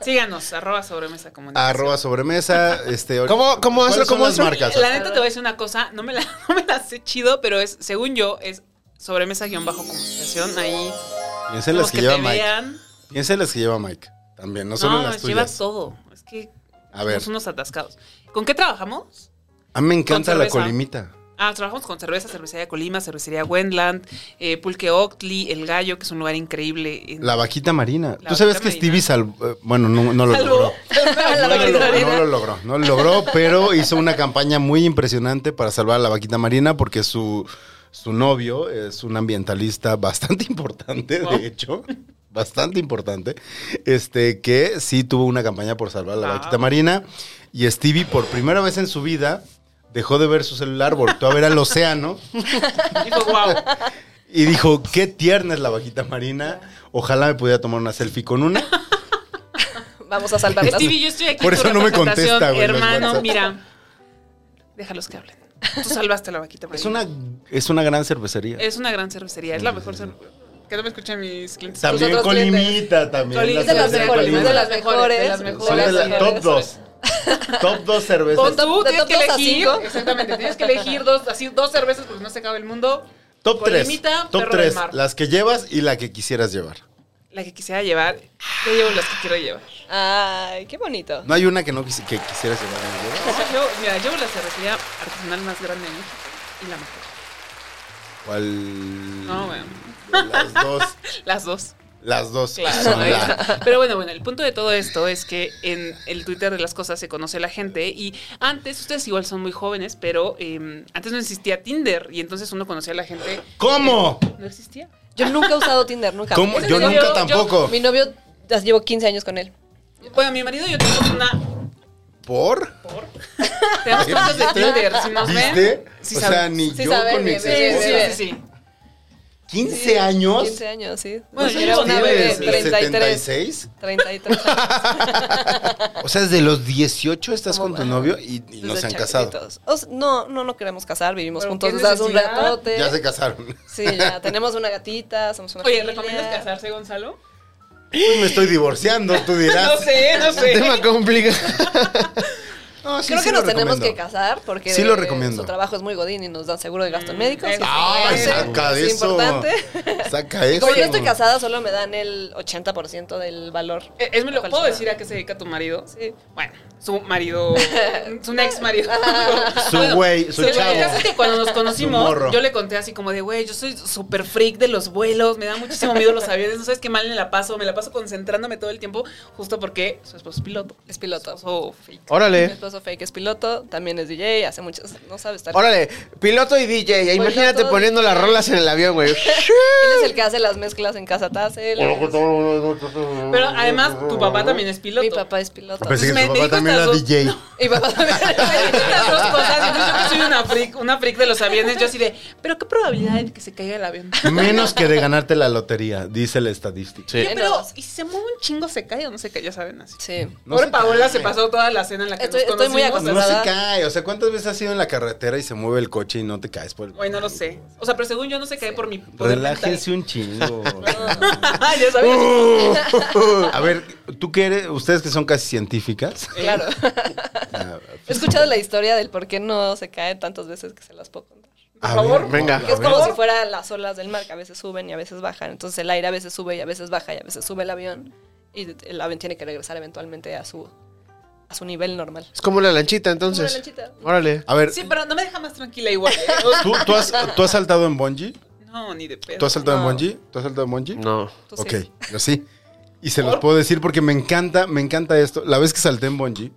[SPEAKER 4] Síganos, arroba sobremesa comunicación.
[SPEAKER 1] Arroba sobremesa. Este,
[SPEAKER 2] ¿Cómo- cómo
[SPEAKER 1] ¿cuáles
[SPEAKER 2] Astro,
[SPEAKER 1] son
[SPEAKER 2] cómo
[SPEAKER 1] las
[SPEAKER 2] Astro?
[SPEAKER 1] marcas?
[SPEAKER 4] La neta te voy a decir una cosa, no me la, no me la sé chido, pero es, según yo, es sobremesa-comunicación. Ahí
[SPEAKER 1] Piensa en las que,
[SPEAKER 4] Como que
[SPEAKER 1] lleva
[SPEAKER 4] te
[SPEAKER 1] Mike.
[SPEAKER 4] vean.
[SPEAKER 1] Piensa en las que lleva Mike. También, no solo en
[SPEAKER 4] No,
[SPEAKER 1] las
[SPEAKER 4] nos lleva
[SPEAKER 1] tuyas.
[SPEAKER 4] todo. Es que
[SPEAKER 1] A ver,
[SPEAKER 4] somos unos atascados. ¿Con qué trabajamos?
[SPEAKER 1] a mí me encanta
[SPEAKER 4] con
[SPEAKER 1] la
[SPEAKER 4] cerveza.
[SPEAKER 1] colimita.
[SPEAKER 4] Ah, trabajamos con cerveza, cervecería Colima, cervecería Wendland, eh, Pulque Octli, El Gallo, que es un lugar increíble. en-
[SPEAKER 1] La vaquita marina.
[SPEAKER 4] La
[SPEAKER 1] Tú sabes
[SPEAKER 4] vaquita
[SPEAKER 1] que Stevie salvó. eh, Bueno, no, no lo
[SPEAKER 4] Salvo-
[SPEAKER 1] logró.
[SPEAKER 4] la
[SPEAKER 1] No lo,
[SPEAKER 4] vaquita
[SPEAKER 1] logró,
[SPEAKER 4] marina.
[SPEAKER 1] no lo logró, no lo logró, pero hizo una campaña muy impresionante para salvar a la vaquita marina porque su, su novio es un ambientalista bastante importante, de hecho, bastante importante, este que sí tuvo una campaña por salvar a la
[SPEAKER 4] Ah.
[SPEAKER 1] vaquita marina y Stevie por primera vez en su vida dejó de ver su celular, volvió a ver al océano
[SPEAKER 4] Dijo, wow.
[SPEAKER 1] y dijo, qué tierna es la vaquita marina, ojalá me pudiera tomar una selfie con una.
[SPEAKER 3] Vamos a salvarlas.
[SPEAKER 4] Stevie, yo estoy aquí.
[SPEAKER 1] Por
[SPEAKER 4] en tu
[SPEAKER 1] eso no me contesta,
[SPEAKER 4] representación,
[SPEAKER 1] güey, los
[SPEAKER 4] Hermano,
[SPEAKER 1] WhatsApp.
[SPEAKER 4] mira. Déjalos que hablen. Tú salvaste a la vaquita.
[SPEAKER 1] Es
[SPEAKER 4] Marina.
[SPEAKER 1] una, es una gran cervecería.
[SPEAKER 4] Es una gran cervecería. Es la mejor cervecería. Que no me escuchen mis clientes.
[SPEAKER 1] También
[SPEAKER 3] otros
[SPEAKER 1] Colimita, también.
[SPEAKER 4] Colima.
[SPEAKER 1] la
[SPEAKER 3] Es de las
[SPEAKER 1] cervecería
[SPEAKER 3] mejores,
[SPEAKER 1] Colima.
[SPEAKER 3] es de las mejores.
[SPEAKER 4] De las
[SPEAKER 1] Son de
[SPEAKER 4] mejores.
[SPEAKER 1] la top 2. Top 2 cervezas.
[SPEAKER 4] Pon
[SPEAKER 3] Top-
[SPEAKER 4] tú,
[SPEAKER 3] de
[SPEAKER 4] tienes
[SPEAKER 3] top
[SPEAKER 4] que
[SPEAKER 3] dos a
[SPEAKER 4] elegir.
[SPEAKER 3] cinco.
[SPEAKER 4] Exactamente. Tienes que elegir dos, así, dos cervezas porque no se acaba el mundo.
[SPEAKER 1] Top 3.
[SPEAKER 4] Colimita,
[SPEAKER 1] Top
[SPEAKER 4] Perro del
[SPEAKER 1] 3.
[SPEAKER 4] Mar.
[SPEAKER 1] Las que llevas y la que quisieras llevar.
[SPEAKER 4] La que quisiera llevar. Yo llevo las que quiero llevar.
[SPEAKER 3] Ay, qué bonito.
[SPEAKER 1] No hay una que no quisi- que quisieras llevar. ¿no llevas?
[SPEAKER 4] O sea, yo, mira, llevo la cervecería artesanal más grande de México y la
[SPEAKER 1] ¿Cuál?
[SPEAKER 4] mejor. No, bueno.
[SPEAKER 1] de Las dos.
[SPEAKER 4] Las dos.
[SPEAKER 1] Las dos
[SPEAKER 4] Claro,
[SPEAKER 1] son
[SPEAKER 4] ¿no?
[SPEAKER 1] la-
[SPEAKER 4] Pero bueno, bueno, el punto de todo esto es que en el Twitter de las cosas se conoce la gente y antes, ustedes igual son muy jóvenes, pero eh, antes no existía Tinder y entonces uno conocía a la gente.
[SPEAKER 1] ¿Cómo?
[SPEAKER 4] ¿No existía?
[SPEAKER 3] Yo nunca he usado Tinder, nunca.
[SPEAKER 1] ¿Cómo?
[SPEAKER 3] Ese
[SPEAKER 1] Yo
[SPEAKER 3] novio-
[SPEAKER 1] nunca
[SPEAKER 4] yo-
[SPEAKER 1] tampoco.
[SPEAKER 3] Mi novio, las llevo 15 años con él.
[SPEAKER 4] Bueno, mi marido y yo tenemos una.
[SPEAKER 1] ¿Por?
[SPEAKER 4] Tenemos cuentas de
[SPEAKER 1] ¿Viste?
[SPEAKER 4] Tinder, si nos
[SPEAKER 1] ¿Viste?
[SPEAKER 4] ven. sí
[SPEAKER 1] o sea,
[SPEAKER 4] saben.
[SPEAKER 1] ni
[SPEAKER 3] Sí
[SPEAKER 1] yo
[SPEAKER 3] saben,
[SPEAKER 1] con mi
[SPEAKER 3] bien,
[SPEAKER 1] ex
[SPEAKER 4] Sí, sí, sí,
[SPEAKER 3] bien.
[SPEAKER 4] sí, sí.
[SPEAKER 1] ¿15 años?
[SPEAKER 3] 15 años, sí.
[SPEAKER 4] Bueno,
[SPEAKER 3] Yo
[SPEAKER 4] yo
[SPEAKER 3] era una bebé,
[SPEAKER 1] ¿Tienes
[SPEAKER 4] tienes,
[SPEAKER 3] 33.
[SPEAKER 1] 76?
[SPEAKER 3] 33 años,
[SPEAKER 1] O sea, desde los 18 estás
[SPEAKER 3] Como,
[SPEAKER 1] con tu
[SPEAKER 3] ajá,
[SPEAKER 1] novio y, y no
[SPEAKER 3] desde
[SPEAKER 1] se han casado.
[SPEAKER 3] chiquititos. O sea, no, no, no queremos casar, vivimos
[SPEAKER 4] Pero
[SPEAKER 3] juntos
[SPEAKER 4] qué
[SPEAKER 3] desde hace un
[SPEAKER 4] necesidad.
[SPEAKER 3] ratote.
[SPEAKER 1] Ya se casaron.
[SPEAKER 3] Sí, ya tenemos una gatita, somos una
[SPEAKER 4] Oye,
[SPEAKER 3] familia.
[SPEAKER 4] ¿recomiendas casarse, Gonzalo?
[SPEAKER 1] Uy, Pues me estoy divorciando, tú dirás.
[SPEAKER 4] No sé, no sé.
[SPEAKER 2] Tema complicado.
[SPEAKER 1] No, sí,
[SPEAKER 3] Creo
[SPEAKER 1] sí
[SPEAKER 3] que
[SPEAKER 1] lo
[SPEAKER 3] nos tenemos
[SPEAKER 1] recomiendo.
[SPEAKER 3] que casar porque
[SPEAKER 1] Sí lo
[SPEAKER 3] eh,
[SPEAKER 1] recomiendo.
[SPEAKER 3] su trabajo es muy godín y nos dan seguro de gastos
[SPEAKER 4] Mm,
[SPEAKER 3] médicos.
[SPEAKER 4] eso.
[SPEAKER 1] Ay,
[SPEAKER 3] Sí,
[SPEAKER 1] saca de
[SPEAKER 3] es
[SPEAKER 1] eso.
[SPEAKER 3] importante.
[SPEAKER 1] Saca eso.
[SPEAKER 3] Como yo estoy casada, solo me dan el 80% del valor.
[SPEAKER 4] Eh, Es, me lo,
[SPEAKER 3] ¿Cuál
[SPEAKER 4] ¿Puedo
[SPEAKER 3] será?
[SPEAKER 4] decir a qué se dedica tu marido?
[SPEAKER 3] Sí.
[SPEAKER 4] Bueno, su marido, su ex marido.
[SPEAKER 1] Su güey, su chavo.
[SPEAKER 4] El caso es que cuando nos
[SPEAKER 1] Su
[SPEAKER 4] conocimos,
[SPEAKER 1] morro.
[SPEAKER 4] yo le conté así como de, güey, yo soy súper freak de los vuelos, me da muchísimo miedo los aviones, no sabes qué mal me la paso, me la paso concentrándome todo el tiempo, justo porque su esposo es piloto.
[SPEAKER 3] Es piloto.
[SPEAKER 4] Esposo fake.
[SPEAKER 3] Mi
[SPEAKER 2] Órale.
[SPEAKER 3] esposo fake es piloto, también es DJ, hace muchos, no sabe estar.
[SPEAKER 2] Órale, piloto y DJ. Imagínate
[SPEAKER 3] Piloto,
[SPEAKER 2] poniendo
[SPEAKER 3] DJ.
[SPEAKER 2] las rolas en el avión, güey.
[SPEAKER 3] Él es el que hace las mezclas en casa Tassel.
[SPEAKER 4] Pero además, tu papá también es piloto.
[SPEAKER 3] Mi papá es piloto.
[SPEAKER 1] Pensé que
[SPEAKER 4] Me-
[SPEAKER 1] tu
[SPEAKER 4] me dijo
[SPEAKER 1] papá también era
[SPEAKER 4] estas dos-
[SPEAKER 1] DJ.
[SPEAKER 3] Y papá también.
[SPEAKER 4] Estas dos cosas, entonces yo que soy una freak, una freak de los aviones, yo así de, pero qué probabilidad hay de que se caiga el avión.
[SPEAKER 1] Menos que de ganarte la lotería, dice la estadística.
[SPEAKER 2] Sí.
[SPEAKER 4] Oye, Pero, ¿y si se mueve un chingo, se cae o no se cae? Ya saben, así.
[SPEAKER 3] Sí.
[SPEAKER 1] No
[SPEAKER 4] Pobre
[SPEAKER 1] se
[SPEAKER 4] Paola
[SPEAKER 1] cae.
[SPEAKER 4] se pasó toda la cena en la que
[SPEAKER 3] Estoy-
[SPEAKER 4] nos
[SPEAKER 3] estoy muy
[SPEAKER 4] conocimos.
[SPEAKER 1] No
[SPEAKER 3] acostumbrada.
[SPEAKER 1] se cae. O sea, ¿cuántas veces has ido en la carretera y se mueve el coche y no te caes? Por...
[SPEAKER 4] Güey, no lo sé. O sea, pero según yo no se cae por mi... por mi
[SPEAKER 1] Relájense un chingo.
[SPEAKER 4] mental. ya sabía.
[SPEAKER 1] Uh. A ver, ¿tú qué eres? Ustedes que son casi científicas.
[SPEAKER 3] Claro. He escuchado la historia del por qué no se caen tantas veces que se las puedo contar.
[SPEAKER 1] Por
[SPEAKER 4] favor.
[SPEAKER 2] Venga.
[SPEAKER 3] Que es
[SPEAKER 1] A ver.
[SPEAKER 3] como si fueran las olas del mar, que a veces suben y a veces bajan. Entonces el aire a veces sube y a veces baja y a veces sube el avión. Y el avión tiene que regresar eventualmente a su, a su nivel normal.
[SPEAKER 2] Es como la lanchita, entonces.
[SPEAKER 3] Como la lanchita.
[SPEAKER 2] Órale.
[SPEAKER 1] A ver,
[SPEAKER 4] Sí, pero no me deja más tranquila igual. ¿eh?
[SPEAKER 1] ¿tú, tú has, ¿tú has saltado en bungee?
[SPEAKER 4] No, ni de pedo.
[SPEAKER 1] ¿Tú has saltado
[SPEAKER 3] No.
[SPEAKER 1] en bungee? ¿Tú has saltado en bungee?
[SPEAKER 2] No.
[SPEAKER 3] Tú sí.
[SPEAKER 1] Ok, yo sí. Y se los puedo decir porque me encanta, me encanta esto. La vez que salté en bungee,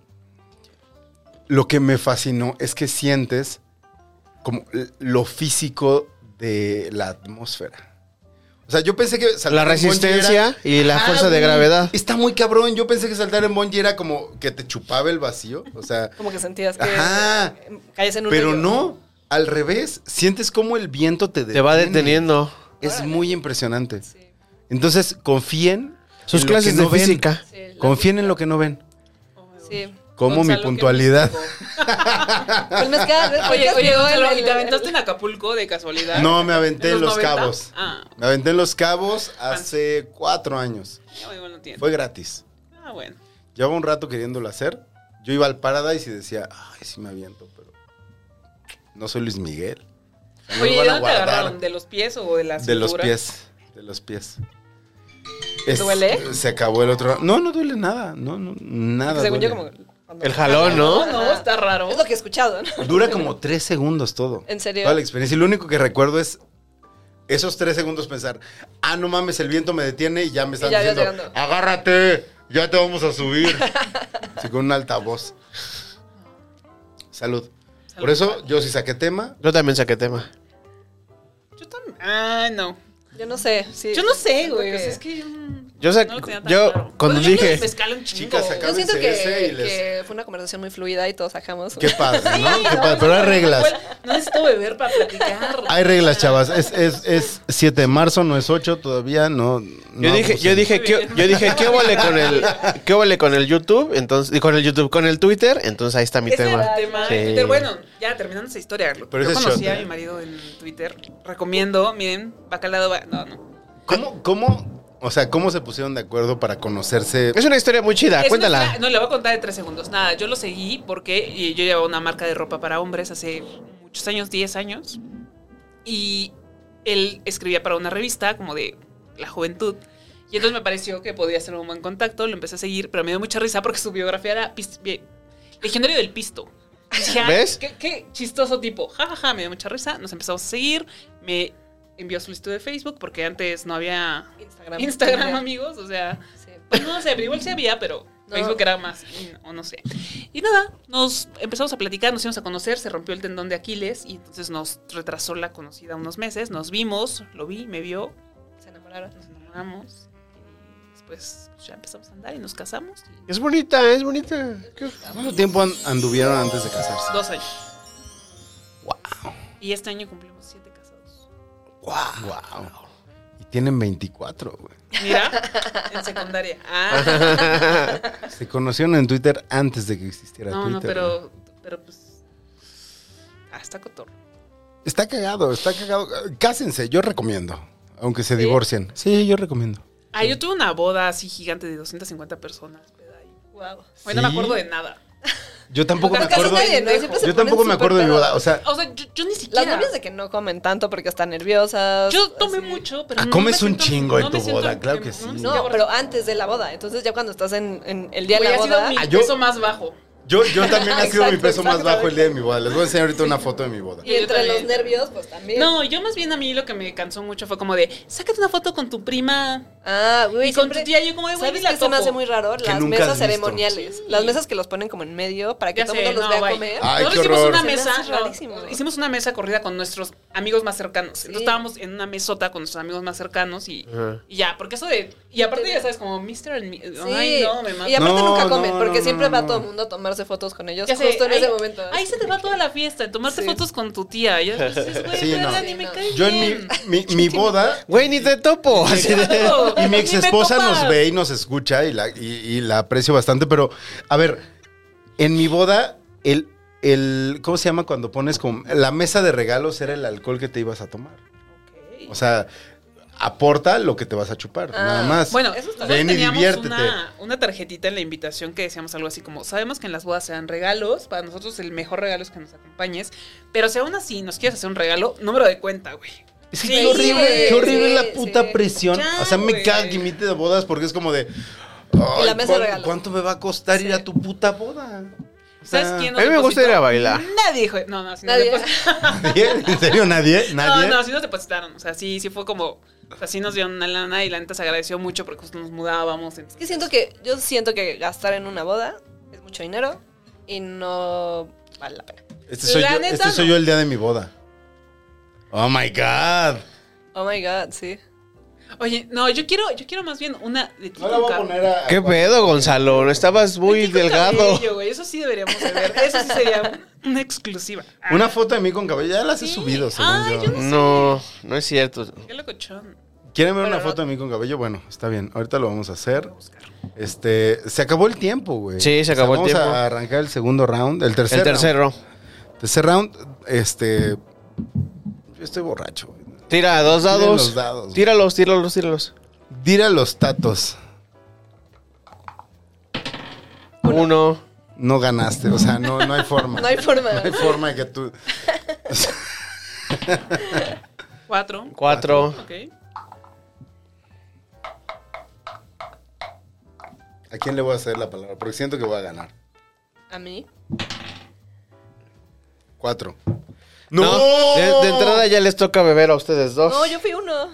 [SPEAKER 1] lo que me fascinó es que sientes como l- lo físico de la atmósfera. O sea, yo pensé que saltar
[SPEAKER 2] La
[SPEAKER 1] en bungee
[SPEAKER 2] resistencia
[SPEAKER 1] era-
[SPEAKER 2] y la
[SPEAKER 1] Ah,
[SPEAKER 2] fuerza de
[SPEAKER 1] güey,
[SPEAKER 2] gravedad.
[SPEAKER 1] Está muy cabrón. Yo pensé que saltar en bungee era como que te chupaba el vacío. O sea,
[SPEAKER 3] Como que sentías que
[SPEAKER 1] Ajá.
[SPEAKER 3] eh, caes en un
[SPEAKER 1] pero
[SPEAKER 3] hoyo.
[SPEAKER 1] no. Al revés, sientes como el viento te detiene.
[SPEAKER 2] Te va deteniendo.
[SPEAKER 1] Es muy impresionante.
[SPEAKER 3] Sí,
[SPEAKER 1] Entonces, confíen.
[SPEAKER 2] Sus
[SPEAKER 1] en lo
[SPEAKER 2] clases
[SPEAKER 1] que
[SPEAKER 2] de
[SPEAKER 1] ven.
[SPEAKER 2] física.
[SPEAKER 3] sí, la-
[SPEAKER 1] Confíen en lo que no ven.
[SPEAKER 3] Sí. Pues
[SPEAKER 1] Como
[SPEAKER 4] Oh, Gonzalo,
[SPEAKER 1] mi
[SPEAKER 4] ¿qué
[SPEAKER 1] puntualidad.
[SPEAKER 4] me
[SPEAKER 3] El mezcal,
[SPEAKER 4] Oye,
[SPEAKER 3] el mezcal
[SPEAKER 4] oye,
[SPEAKER 3] llegó
[SPEAKER 4] Gonzalo,
[SPEAKER 3] el-
[SPEAKER 4] ¿y te aventaste en Acapulco de casualidad?
[SPEAKER 1] No, me aventé en
[SPEAKER 4] ¿En
[SPEAKER 1] Los
[SPEAKER 4] los Ah. 90?
[SPEAKER 1] Cabos.
[SPEAKER 4] Ah.
[SPEAKER 1] Me aventé en Los Cabos hace cuatro años.
[SPEAKER 4] Ya, igual no tiene.
[SPEAKER 1] Fue gratis.
[SPEAKER 4] Ah, bueno.
[SPEAKER 1] Llevaba un rato queriéndolo hacer. Yo iba al Paradise y decía, ay, sí me aviento, pero no soy Luis Miguel. No me
[SPEAKER 4] Oye, ¿y
[SPEAKER 1] van
[SPEAKER 4] ¿de
[SPEAKER 1] a
[SPEAKER 4] dónde te
[SPEAKER 1] guardar.
[SPEAKER 4] agarraron? ¿De los pies o de la
[SPEAKER 1] De los
[SPEAKER 4] cintura?
[SPEAKER 1] pies. De los pies.
[SPEAKER 4] ¿Duele?
[SPEAKER 1] Se acabó el otro. No, no duele nada. No, no, nada.
[SPEAKER 3] Según yo, como.
[SPEAKER 1] duele.
[SPEAKER 3] cuando-
[SPEAKER 2] El jalón,
[SPEAKER 4] Ah, No,
[SPEAKER 2] ¿no?
[SPEAKER 4] no, está raro.
[SPEAKER 3] Es lo que he escuchado, ¿no?
[SPEAKER 1] Dura como tres segundos todo.
[SPEAKER 3] ¿En serio?
[SPEAKER 1] Toda la experiencia. Y lo único que recuerdo es esos tres segundos pensar, ah, no mames, el viento me detiene y ya me están
[SPEAKER 3] ya vas
[SPEAKER 1] diciendo,
[SPEAKER 3] llegando.
[SPEAKER 1] agárrate, ya te vamos a subir. Así con un altavoz. Salud. Por eso yo sí saqué tema.
[SPEAKER 2] Yo también saqué tema.
[SPEAKER 4] Yo también. Ah, no.
[SPEAKER 3] Yo no sé. sí.
[SPEAKER 4] Yo no sé,
[SPEAKER 3] Siento
[SPEAKER 4] güey.
[SPEAKER 3] que-
[SPEAKER 4] o sea, pues es que yo.
[SPEAKER 2] Yo sé-
[SPEAKER 4] no lo tenía tan
[SPEAKER 2] yo
[SPEAKER 4] claro.
[SPEAKER 2] cuando
[SPEAKER 4] Bueno, yo creo
[SPEAKER 2] dije-
[SPEAKER 4] que me escala un chingo.
[SPEAKER 1] Chicas, acá-
[SPEAKER 3] Yo siento que,
[SPEAKER 1] Cábense ese y les-
[SPEAKER 3] que fue una conversación muy fluida y todos sacamos.
[SPEAKER 1] Qué padre, ¿no? Qué
[SPEAKER 4] no,
[SPEAKER 1] padre. Pero hay reglas.
[SPEAKER 4] No necesito beber para platicar.
[SPEAKER 1] Hay reglas, chavas. Es, es, es 7 de marzo, no es 8 todavía, no.
[SPEAKER 2] Yo dije, yo dije,
[SPEAKER 4] Muy
[SPEAKER 2] ¿qué,
[SPEAKER 4] bien.
[SPEAKER 2] yo dije, ¿qué vole con el, qué vole con el YouTube? Entonces, y con el YouTube, con el Twitter, entonces ahí está mi
[SPEAKER 4] Ese
[SPEAKER 2] tema.
[SPEAKER 4] era el tema.
[SPEAKER 2] Sí.
[SPEAKER 4] Twitter, bueno, ya terminando esa historia.
[SPEAKER 1] Pero
[SPEAKER 4] yo
[SPEAKER 1] ese es
[SPEAKER 4] conocí
[SPEAKER 1] shot,
[SPEAKER 4] a
[SPEAKER 1] ¿eh?
[SPEAKER 4] mi marido en Twitter. Recomiendo, miren, bacalado. ba- No, no.
[SPEAKER 1] ¿Cómo, cómo, o sea, cómo se pusieron de acuerdo para conocerse?
[SPEAKER 2] Es una historia muy chida,
[SPEAKER 4] Es una
[SPEAKER 2] cuéntala.
[SPEAKER 4] historia- no, le voy a contar de tres segundos. Nada, yo lo seguí porque eh, yo llevaba una marca de ropa para hombres hace muchos años, 10 años. Y él escribía para una revista como de la juventud. Y entonces me pareció que podía ser un buen contacto. Lo empecé a seguir, pero me dio mucha risa porque su biografía era pis- bi- Legendario del Pisto. Y dije, "Ay,
[SPEAKER 2] ¿Ves?
[SPEAKER 4] Qué, qué chistoso tipo. Ja, ja, ja, me dio mucha risa. Nos empezamos a seguir. Me envió solicitud de Facebook porque antes no había
[SPEAKER 3] Instagram.
[SPEAKER 4] Instagram, amigos. O sea,
[SPEAKER 3] Sí.
[SPEAKER 4] pues no sé, pero igual sí había, pero
[SPEAKER 3] No.
[SPEAKER 4] Facebook era más, mm, o no sé. Y nada, nos empezamos a platicar, nos íbamos a conocer, se rompió el tendón de Aquiles y entonces nos retrasó la conocida unos meses, nos vimos, lo vi, me vio,
[SPEAKER 3] Se enamoraron.
[SPEAKER 4] nos enamoramos. y Después pues, ya empezamos a andar y nos casamos. y
[SPEAKER 2] Es bonita, es bonita. Qué-
[SPEAKER 1] ¿Cuánto tiempo an- anduvieron antes de casarse?
[SPEAKER 4] Dos años. Y este año cumplimos siete casados.
[SPEAKER 1] Wow. Y tienen 24, güey.
[SPEAKER 4] Mira, en secundaria. Ah,
[SPEAKER 1] Se conocieron en Twitter antes de que existiera
[SPEAKER 4] no, no,
[SPEAKER 1] Twitter. güey.
[SPEAKER 4] pero, pero pues. Ah, está cotorro.
[SPEAKER 1] Está cagado, está cagado. Cásense, yo recomiendo. Aunque se
[SPEAKER 3] ¿Sí?
[SPEAKER 1] divorcien. Sí, yo recomiendo.
[SPEAKER 4] Ah, yo tuve una boda así gigante de 250 personas. peda, y-
[SPEAKER 3] Wow.
[SPEAKER 4] Bueno, no
[SPEAKER 1] Sí.
[SPEAKER 4] me acuerdo de nada.
[SPEAKER 1] Yo tampoco me
[SPEAKER 3] Pero casi
[SPEAKER 1] acuerdo.
[SPEAKER 3] nadie, ¿no? Siempre se
[SPEAKER 1] Yo
[SPEAKER 3] ponen
[SPEAKER 1] tampoco me
[SPEAKER 3] súper
[SPEAKER 1] acuerdo de mi
[SPEAKER 3] pedos.
[SPEAKER 1] boda. O sea,
[SPEAKER 4] O sea, yo, yo ni siquiera.
[SPEAKER 3] Las novias de que no comen tanto porque están nerviosas.
[SPEAKER 4] Yo tomé
[SPEAKER 3] así.
[SPEAKER 4] mucho, pero.
[SPEAKER 1] Ah,
[SPEAKER 4] no
[SPEAKER 1] comes
[SPEAKER 4] me
[SPEAKER 1] un
[SPEAKER 4] siento-
[SPEAKER 1] chingo en
[SPEAKER 4] no me
[SPEAKER 1] tu
[SPEAKER 4] siento-
[SPEAKER 1] boda, claro que
[SPEAKER 4] me-
[SPEAKER 1] sí.
[SPEAKER 4] me siento
[SPEAKER 3] No,
[SPEAKER 4] borracha.
[SPEAKER 3] pero antes de la boda. Entonces ya cuando estás en, en el día de
[SPEAKER 4] Güey,
[SPEAKER 3] la
[SPEAKER 4] ha sido
[SPEAKER 3] boda.
[SPEAKER 4] mi
[SPEAKER 1] Ah, yo-
[SPEAKER 4] peso más bajo.
[SPEAKER 1] yo, yo también ha sido mi
[SPEAKER 3] Exacto,
[SPEAKER 1] peso más
[SPEAKER 3] exacto.
[SPEAKER 1] bajo el día de mi boda. Les voy a enseñar ahorita una foto de mi boda.
[SPEAKER 3] Y entre
[SPEAKER 4] Yo
[SPEAKER 3] los
[SPEAKER 4] también.
[SPEAKER 3] nervios, pues también.
[SPEAKER 4] No, yo más bien a mí lo que me cansó mucho fue como de, sácate una foto con tu prima.
[SPEAKER 3] Ah, güey.
[SPEAKER 4] Y con
[SPEAKER 3] siempre-
[SPEAKER 4] tu tía, yo como, "Ay, güey,
[SPEAKER 3] ¿Sabes
[SPEAKER 4] la
[SPEAKER 3] qué se me
[SPEAKER 4] topo".
[SPEAKER 3] hace muy raro?
[SPEAKER 1] Que
[SPEAKER 3] Las
[SPEAKER 1] nunca has
[SPEAKER 3] mesas
[SPEAKER 1] visto.
[SPEAKER 3] ceremoniales.
[SPEAKER 4] Sí.
[SPEAKER 3] Las mesas que los ponen como en medio para que
[SPEAKER 4] Ya
[SPEAKER 3] todo
[SPEAKER 4] sé,
[SPEAKER 3] el mundo los
[SPEAKER 4] no,
[SPEAKER 3] vea
[SPEAKER 4] bye.
[SPEAKER 3] comer.
[SPEAKER 1] Ay, qué
[SPEAKER 4] Nosotros hicimos
[SPEAKER 1] horror.
[SPEAKER 4] una
[SPEAKER 3] Se me hace
[SPEAKER 4] mesa, no,
[SPEAKER 3] rarísimo.
[SPEAKER 4] hicimos una mesa corrida con nuestros amigos más cercanos.
[SPEAKER 3] Sí.
[SPEAKER 4] Entonces estábamos en una mesota con nuestros amigos más cercanos y,
[SPEAKER 2] Ajá.
[SPEAKER 4] y ya, porque eso de y aparte ya sabes como Mr. and mi-
[SPEAKER 3] Sí.
[SPEAKER 4] ay no, me
[SPEAKER 3] y
[SPEAKER 4] mata.
[SPEAKER 3] aparte
[SPEAKER 1] No,
[SPEAKER 3] nunca comen
[SPEAKER 1] no,
[SPEAKER 3] porque
[SPEAKER 1] no,
[SPEAKER 3] siempre
[SPEAKER 1] no,
[SPEAKER 3] va
[SPEAKER 1] no.
[SPEAKER 3] todo el mundo a tomarse fotos con ellos
[SPEAKER 4] Ya sé,
[SPEAKER 3] justo en
[SPEAKER 4] ahí-
[SPEAKER 3] ese momento.
[SPEAKER 4] Ahí se te va toda la fiesta, tomarte fotos con tu tía. Ya dices, güey,
[SPEAKER 1] Sí,
[SPEAKER 4] verga,
[SPEAKER 1] no.
[SPEAKER 4] ni me
[SPEAKER 3] Sí, no.
[SPEAKER 4] caes
[SPEAKER 1] Yo en
[SPEAKER 4] bien.
[SPEAKER 1] mi, mi, mi boda.
[SPEAKER 2] Güey, ni te topo. Así de-
[SPEAKER 1] Y mi ex esposa
[SPEAKER 4] Ni me topas.
[SPEAKER 1] nos ve y nos escucha y la, y, y la aprecio bastante. Pero, a ver, en mi boda, el, el. ¿Cómo se llama cuando pones como. La mesa de regalos era el alcohol que te ibas a tomar. O sea, aporta lo que te vas a chupar,
[SPEAKER 3] Ah,
[SPEAKER 1] nada más.
[SPEAKER 4] Bueno,
[SPEAKER 3] Eso está-
[SPEAKER 4] nosotros
[SPEAKER 1] Ven y
[SPEAKER 4] teníamos
[SPEAKER 1] diviértete.
[SPEAKER 4] Una, una tarjetita en la invitación que decíamos algo así como, sabemos que en las bodas se dan regalos, para nosotros el mejor regalo es que nos acompañes, pero si aún así nos quieres hacer un regalo, número de cuenta, güey.
[SPEAKER 1] Es
[SPEAKER 4] Sí,
[SPEAKER 1] que qué horrible,
[SPEAKER 3] sí,
[SPEAKER 1] qué horrible la
[SPEAKER 3] sí,
[SPEAKER 1] puta
[SPEAKER 3] sí.
[SPEAKER 1] presión.
[SPEAKER 4] Ya,
[SPEAKER 1] o sea, me
[SPEAKER 4] güey.
[SPEAKER 1] caga que imite de bodas porque es como de. "Ay,
[SPEAKER 3] la mesa de
[SPEAKER 1] ¿cuán-
[SPEAKER 3] regalos.
[SPEAKER 1] ¿Cuánto me va a costar ir a tu puta boda? O sea,
[SPEAKER 4] ¿Sabes quién
[SPEAKER 2] A mí me gusta ir a bailar.
[SPEAKER 4] Nadie dijo, no, no, si nos
[SPEAKER 3] Nadie.
[SPEAKER 4] depositaron-
[SPEAKER 1] ¿Nadie? ¿En serio? ¿Nadie? ¿Nadie?
[SPEAKER 4] No, no, sí nos depositaron, o sea, sí, sí fue como, o sea, sí nos dieron una lana y la neta se agradeció mucho porque justo nos mudábamos.
[SPEAKER 3] Es que siento que, yo siento que gastar en una boda es mucho dinero y no vale la pena.
[SPEAKER 1] Este soy,
[SPEAKER 4] La
[SPEAKER 1] yo,
[SPEAKER 4] neta,
[SPEAKER 1] este soy
[SPEAKER 4] no.
[SPEAKER 1] yo el día de mi boda. Oh my God.
[SPEAKER 3] Oh my god, sí.
[SPEAKER 4] Oye, no, yo quiero, yo quiero más bien una de ti. con Carlos.
[SPEAKER 1] a.
[SPEAKER 2] ¿Qué pedo, Gonzalo? Estabas muy
[SPEAKER 4] Ay, qué
[SPEAKER 2] delgado.
[SPEAKER 4] cabello, güey, Eso sí deberíamos de ver. Eso sí sería una exclusiva. Ah,
[SPEAKER 1] Una foto de mí con cabello. Ya las he
[SPEAKER 4] Sí.
[SPEAKER 1] subido, según
[SPEAKER 4] Ay,
[SPEAKER 1] yo.
[SPEAKER 4] yo no
[SPEAKER 2] No, no es cierto.
[SPEAKER 4] Qué locochón.
[SPEAKER 1] ¿Quieren ver una
[SPEAKER 3] Pero no-
[SPEAKER 1] foto de mí con cabello? Bueno, está bien. Ahorita lo vamos a hacer. Este, se acabó el tiempo, güey.
[SPEAKER 2] Sí, se acabó el
[SPEAKER 1] vamos
[SPEAKER 2] tiempo.
[SPEAKER 1] a arrancar el segundo round, el tercer.
[SPEAKER 2] El tercero.
[SPEAKER 1] Round. Tercer round, este, yo estoy borracho. güey.
[SPEAKER 2] Tira dos
[SPEAKER 1] Tiren
[SPEAKER 2] dados.
[SPEAKER 1] los dados, güey.
[SPEAKER 2] Tíralos, tíralos, tíralos.
[SPEAKER 1] Dira los tatos.
[SPEAKER 2] Uno.
[SPEAKER 1] No ganaste, o sea, no, no hay forma.
[SPEAKER 3] No hay forma.
[SPEAKER 1] No hay forma de que tú.
[SPEAKER 4] Cuatro.
[SPEAKER 2] Cuatro.
[SPEAKER 4] Ok.
[SPEAKER 1] ¿A quién le voy a hacer la palabra? Porque siento que voy a ganar.
[SPEAKER 3] A mí.
[SPEAKER 1] Cuatro.
[SPEAKER 2] De, de entrada ya les toca beber a ustedes dos.
[SPEAKER 3] No, yo fui uno.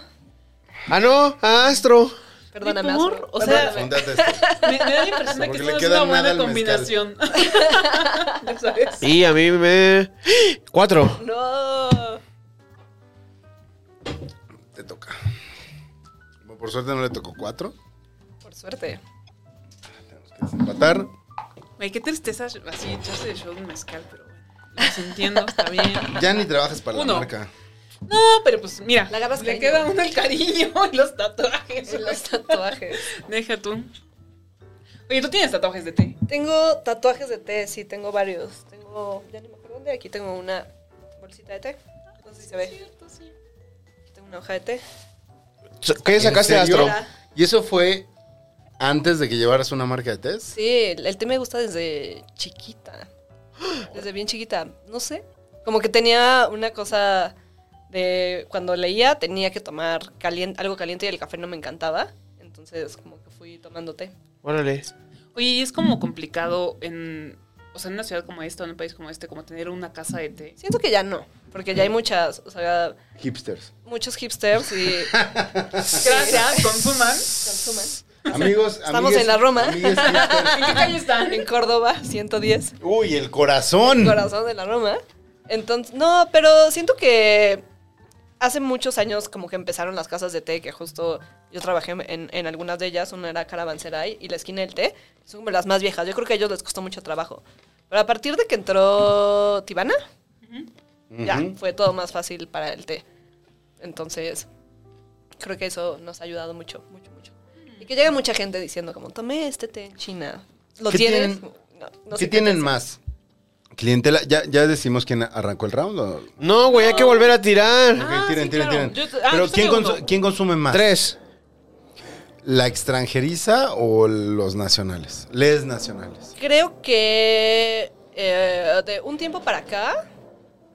[SPEAKER 2] Ah, no, a Astro.
[SPEAKER 3] Perdóname.
[SPEAKER 4] Mi amor,
[SPEAKER 3] Astro.
[SPEAKER 4] o sea,
[SPEAKER 3] Perdóname.
[SPEAKER 1] Fundate esto.
[SPEAKER 4] Me, me da la impresión de
[SPEAKER 1] Porque le
[SPEAKER 4] que esto no es
[SPEAKER 1] queda
[SPEAKER 4] una
[SPEAKER 1] nada
[SPEAKER 4] buena
[SPEAKER 1] al mezcal.
[SPEAKER 4] combinación. ¿Ya sabes?
[SPEAKER 2] Y a mí me. Cuatro.
[SPEAKER 3] no.
[SPEAKER 1] Te toca. Bueno, por suerte no le tocó cuatro.
[SPEAKER 3] Por suerte.
[SPEAKER 1] Empatar.
[SPEAKER 4] Güey, qué tristeza así echarse de show un mezcal, pero bueno. Los entiendo, está bien.
[SPEAKER 1] Ya ni trabajas para
[SPEAKER 4] Uno.
[SPEAKER 1] la marca.
[SPEAKER 4] No, pero pues mira,
[SPEAKER 3] Le agarras
[SPEAKER 4] le
[SPEAKER 3] cariño.
[SPEAKER 4] queda uno el cariño y los tatuajes.
[SPEAKER 3] En los tatuajes.
[SPEAKER 4] Deja tú. Oye, ¿tú tienes tatuajes de té?
[SPEAKER 3] Tengo tatuajes de té, sí, tengo varios. Tengo, ya ni me acuerdo dónde. Aquí tengo una bolsita de té. No sé si se ve.
[SPEAKER 4] Cierto, sí.
[SPEAKER 3] Aquí tengo una hoja de té.
[SPEAKER 2] ¿Qué
[SPEAKER 1] ¿En
[SPEAKER 2] sacaste,
[SPEAKER 1] serio?
[SPEAKER 2] Astro?
[SPEAKER 1] ¿Y eso fue antes de que llevaras una marca de test?
[SPEAKER 3] Sí, el, el té me gusta desde chiquita. Desde bien chiquita. No sé. Como que tenía una cosa de cuando leía tenía que tomar calien- algo caliente y el café no me encantaba. Entonces como que fui tomando té.
[SPEAKER 2] Órale.
[SPEAKER 4] Oye, y es como complicado en o sea, en una ciudad como esta, en un país como este, como tener una casa de té.
[SPEAKER 3] Siento que ya no, porque ya hay muchas, o sea,
[SPEAKER 1] Hipsters.
[SPEAKER 3] muchos hipsters y
[SPEAKER 4] Gracias, consuman.
[SPEAKER 3] consuman.
[SPEAKER 1] Amigos,
[SPEAKER 3] Estamos
[SPEAKER 1] amigues-
[SPEAKER 3] en la Roma.
[SPEAKER 1] amigues hipsters.
[SPEAKER 4] ¿En qué calle están?
[SPEAKER 3] En Córdoba, 110,
[SPEAKER 1] Uy, el corazón.
[SPEAKER 3] corazón de la Roma. Entonces, no, pero siento que hace muchos años como que empezaron las casas de té, que justo yo trabajé en, en algunas de ellas, una era Caravanserai y la esquina del té, son como las más viejas, yo creo que a ellos les costó mucho trabajo. Pero a partir de que entró Tibana, ya fue todo más fácil para el té. Entonces, creo que eso nos ha ayudado mucho, mucho, mucho. Y que llega mucha gente diciendo como, tomé este té en China. ¿Lo
[SPEAKER 1] ¿Qué
[SPEAKER 3] tienes?
[SPEAKER 1] tienen-
[SPEAKER 3] No, no sé
[SPEAKER 1] ¿Qué tienen
[SPEAKER 3] te-
[SPEAKER 1] más? Clientela, ya, ya decimos quién arrancó el round. ¿o?
[SPEAKER 2] No, güey, hay que volver a tirar.
[SPEAKER 4] Ah,
[SPEAKER 1] Ok, tiren,
[SPEAKER 4] sí,
[SPEAKER 1] tiren,
[SPEAKER 4] claro.
[SPEAKER 1] tiren.
[SPEAKER 4] Yo- ah,
[SPEAKER 1] Pero
[SPEAKER 4] yo
[SPEAKER 1] ¿quién,
[SPEAKER 4] tengo
[SPEAKER 1] consu-
[SPEAKER 4] uno.
[SPEAKER 1] quién consume más?
[SPEAKER 2] Tres.
[SPEAKER 1] ¿La extranjeriza o los nacionales? Les nacionales.
[SPEAKER 3] Creo que eh, de un tiempo para acá,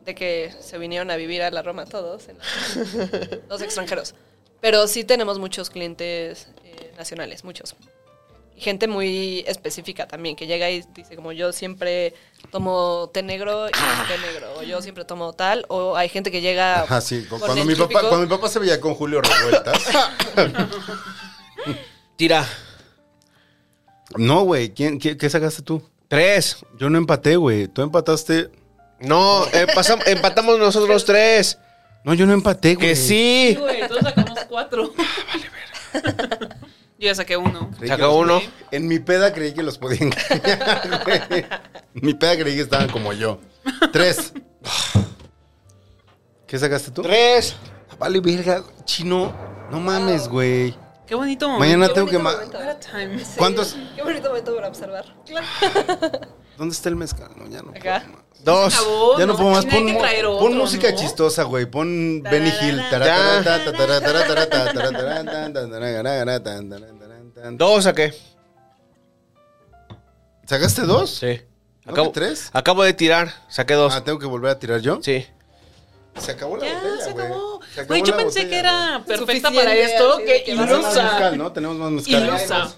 [SPEAKER 3] de que se vinieron a vivir a la Roma todos, en la- los extranjeros. Pero sí tenemos muchos clientes eh, nacionales, muchos. Y gente muy específica también, que llega y dice como yo siempre tomo té negro y té negro, o yo siempre tomo tal, o hay gente que llega...
[SPEAKER 1] Ajá, sí. cu-
[SPEAKER 3] con
[SPEAKER 1] Cuando
[SPEAKER 3] el
[SPEAKER 1] mi, papá,
[SPEAKER 3] típico-
[SPEAKER 1] cuando mi papá se veía con Julio Revueltas.
[SPEAKER 2] Tira.
[SPEAKER 1] no, güey. ¿quién- qué, qué sacaste tú?
[SPEAKER 2] Tres.
[SPEAKER 1] Yo no empaté, güey. Tú empataste.
[SPEAKER 2] No, eh, pasam- empatamos nosotros tres.
[SPEAKER 1] No, yo no empaté, güey.
[SPEAKER 2] Que sí.
[SPEAKER 4] Güey, todos sacamos cuatro.
[SPEAKER 3] Ah,
[SPEAKER 4] Yo ya saqué uno.
[SPEAKER 1] Creí que
[SPEAKER 2] Saca
[SPEAKER 1] los-
[SPEAKER 2] uno.
[SPEAKER 1] En mi peda creí que los podía engañar, güey. En mi peda creí que estaban como yo. Tres. ¿Qué sacaste tú?
[SPEAKER 2] Tres.
[SPEAKER 1] Vale, verga. Chino. No mames, güey.
[SPEAKER 4] Qué bonito momento.
[SPEAKER 1] Mañana
[SPEAKER 3] Qué
[SPEAKER 1] tengo que...
[SPEAKER 3] bonito
[SPEAKER 1] ma-
[SPEAKER 3] momento.
[SPEAKER 4] What a time.
[SPEAKER 1] ¿Cuántos?
[SPEAKER 3] Qué bonito momento para observar.
[SPEAKER 1] ¿Dónde está el mezcal? No, ya no puedo
[SPEAKER 3] Acá.
[SPEAKER 1] más.
[SPEAKER 2] Dos.
[SPEAKER 4] Acabó,
[SPEAKER 1] Ya no puedo más.
[SPEAKER 4] China, hay
[SPEAKER 1] Pon,
[SPEAKER 4] que
[SPEAKER 1] mu-
[SPEAKER 4] traer
[SPEAKER 1] pon
[SPEAKER 4] otro,
[SPEAKER 1] música
[SPEAKER 4] ¿no?
[SPEAKER 1] chistosa, güey. Pon Benny Hill.
[SPEAKER 2] Tararara.
[SPEAKER 1] Taratara, taratara, taratara, taratara, taratara, taratara, taratara, taratara.
[SPEAKER 2] Dos saqué.
[SPEAKER 1] ¿Sacaste dos?
[SPEAKER 2] Sí.
[SPEAKER 1] ¿No que
[SPEAKER 2] Acabo,
[SPEAKER 1] tres?
[SPEAKER 2] Acabo de tirar. Saqué dos.
[SPEAKER 1] Ah, ¿tengo que volver a tirar yo?
[SPEAKER 2] Sí.
[SPEAKER 1] Se acabó la
[SPEAKER 4] Ya,
[SPEAKER 1] botella,
[SPEAKER 4] se
[SPEAKER 1] güey.
[SPEAKER 4] acabó.
[SPEAKER 1] Se acabó
[SPEAKER 4] Güey, yo
[SPEAKER 1] la
[SPEAKER 4] pensé
[SPEAKER 1] botella,
[SPEAKER 4] que era
[SPEAKER 3] güey.
[SPEAKER 4] perfecta
[SPEAKER 3] Suficiente,
[SPEAKER 4] para esto.
[SPEAKER 3] así de
[SPEAKER 4] Que
[SPEAKER 3] que vas a
[SPEAKER 1] güey. Tenemos más
[SPEAKER 4] ilusa.
[SPEAKER 1] mezcal, ¿no? Tenemos más mezcal.
[SPEAKER 4] Ilusa.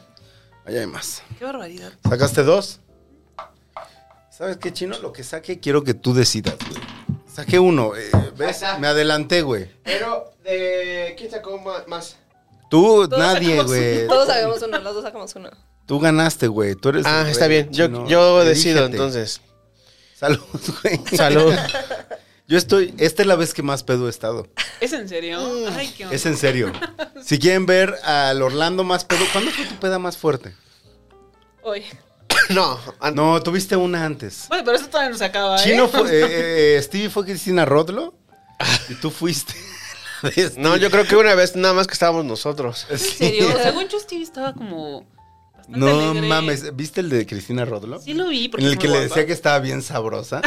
[SPEAKER 1] Allá hay más.
[SPEAKER 4] Qué barbaridad.
[SPEAKER 1] ¿Sacaste dos? ¿Sabes qué, Chino? Lo que saque quiero que tú decidas, güey. Saqué uno. eh, ¿Ves? Me adelanté, güey.
[SPEAKER 2] Pero, de ¿quién sacó más?
[SPEAKER 1] Tú,
[SPEAKER 4] Todos
[SPEAKER 1] nadie,
[SPEAKER 4] sacamos
[SPEAKER 1] güey.
[SPEAKER 3] Todos sacamos uno, los dos sacamos uno.
[SPEAKER 1] Tú ganaste, güey. Tú eres. el
[SPEAKER 2] Ah,
[SPEAKER 1] rey,
[SPEAKER 2] está bien. Yo,
[SPEAKER 1] Chino.
[SPEAKER 2] yo decido,
[SPEAKER 1] Dirígete.
[SPEAKER 2] entonces.
[SPEAKER 1] Salud, güey.
[SPEAKER 2] Salud.
[SPEAKER 1] Yo estoy. Esta es la vez que más pedo he estado.
[SPEAKER 4] ¿Es en serio?
[SPEAKER 1] Mm,
[SPEAKER 4] Ay, qué
[SPEAKER 1] Es
[SPEAKER 4] onda.
[SPEAKER 1] en serio. Si quieren ver al Orlando más pedo, ¿cuándo fue tu peda más fuerte?
[SPEAKER 3] Hoy.
[SPEAKER 2] No, an-
[SPEAKER 1] No, tuviste una antes.
[SPEAKER 4] Bueno, pero eso todavía no se acaba, ¿eh?
[SPEAKER 1] Chino fue. eh, eh, Stevie fue Cristina Rodlo. Y tú fuiste.
[SPEAKER 2] no, yo creo que una vez nada más que estábamos nosotros.
[SPEAKER 4] ¿Es en serio? Según yo, Stevie estaba como bastante
[SPEAKER 1] No
[SPEAKER 4] alegre.
[SPEAKER 1] mames, ¿viste el de Cristina Rodlo?
[SPEAKER 4] Sí lo vi. Porque
[SPEAKER 1] en el
[SPEAKER 4] es
[SPEAKER 1] que
[SPEAKER 4] muy
[SPEAKER 1] le
[SPEAKER 4] guapa.
[SPEAKER 1] decía que estaba bien sabrosa.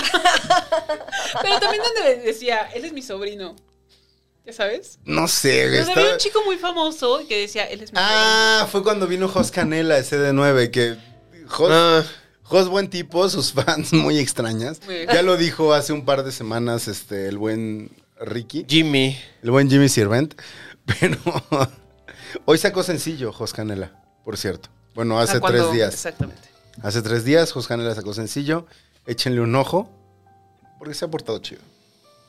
[SPEAKER 4] Pero también donde le decía, él es mi sobrino. ¿Ya sabes?
[SPEAKER 1] No sé, güey.
[SPEAKER 4] Pero había
[SPEAKER 1] estaba-
[SPEAKER 4] un chico muy famoso que decía, él es mi
[SPEAKER 1] Ah, fue cuando vino Jos Canela, ese de 9, que Jos,
[SPEAKER 2] Ah,
[SPEAKER 1] Jos buen tipo, sus fans muy extrañas.
[SPEAKER 4] Muy bien.
[SPEAKER 1] Ya lo dijo hace un par de semanas este el buen Ricky,
[SPEAKER 2] Jimmy.
[SPEAKER 1] el buen Jimmy Sirvent, pero hoy sacó sencillo Jos Canela, por cierto. Bueno,
[SPEAKER 4] Ah,
[SPEAKER 1] hace
[SPEAKER 4] cuando-
[SPEAKER 1] tres días.
[SPEAKER 4] Exactamente.
[SPEAKER 1] Hace tres días Jos Canela sacó sencillo, échenle un ojo, porque se ha portado chido.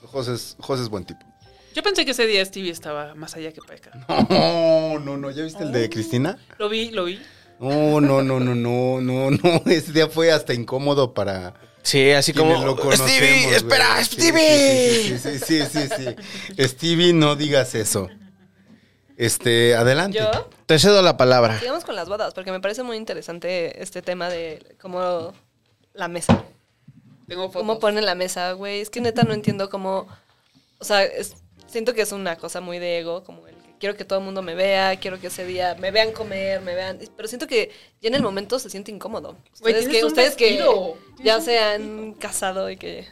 [SPEAKER 1] Jos es, Jos es buen tipo.
[SPEAKER 4] Yo pensé que ese día Stevie estaba más allá que para acá.
[SPEAKER 1] No, no, no, ¿ya viste el de Cristina?
[SPEAKER 4] Lo vi, lo vi.
[SPEAKER 1] No, no, no, no, no, no, no. Ese día fue hasta incómodo para.
[SPEAKER 2] Sí, así como.
[SPEAKER 1] quienes lo conocemos,
[SPEAKER 2] Stevie,
[SPEAKER 1] güey.
[SPEAKER 2] espera,
[SPEAKER 1] Sí,
[SPEAKER 2] Stevie.
[SPEAKER 1] Sí, sí, sí, sí, sí, sí. Stevie, no digas eso. Este, adelante.
[SPEAKER 3] ¿Yo?
[SPEAKER 2] Te cedo la palabra.
[SPEAKER 3] Sigamos con las bodas, porque me parece muy interesante este tema de cómo la mesa.
[SPEAKER 4] Tengo fotos.
[SPEAKER 3] Cómo ponen la mesa, güey. Es que neta no entiendo cómo. O sea, es- siento que es una cosa muy de ego, como el que quiero que todo el mundo me vea, quiero que ese día me vean comer, me vean. Pero siento que ya en el momento se siente incómodo.
[SPEAKER 4] Güey,
[SPEAKER 3] Ustedes,
[SPEAKER 4] tienes
[SPEAKER 3] que,
[SPEAKER 4] un
[SPEAKER 3] ustedes que
[SPEAKER 4] vestido.
[SPEAKER 3] ya
[SPEAKER 4] Tienes
[SPEAKER 3] se han casado y que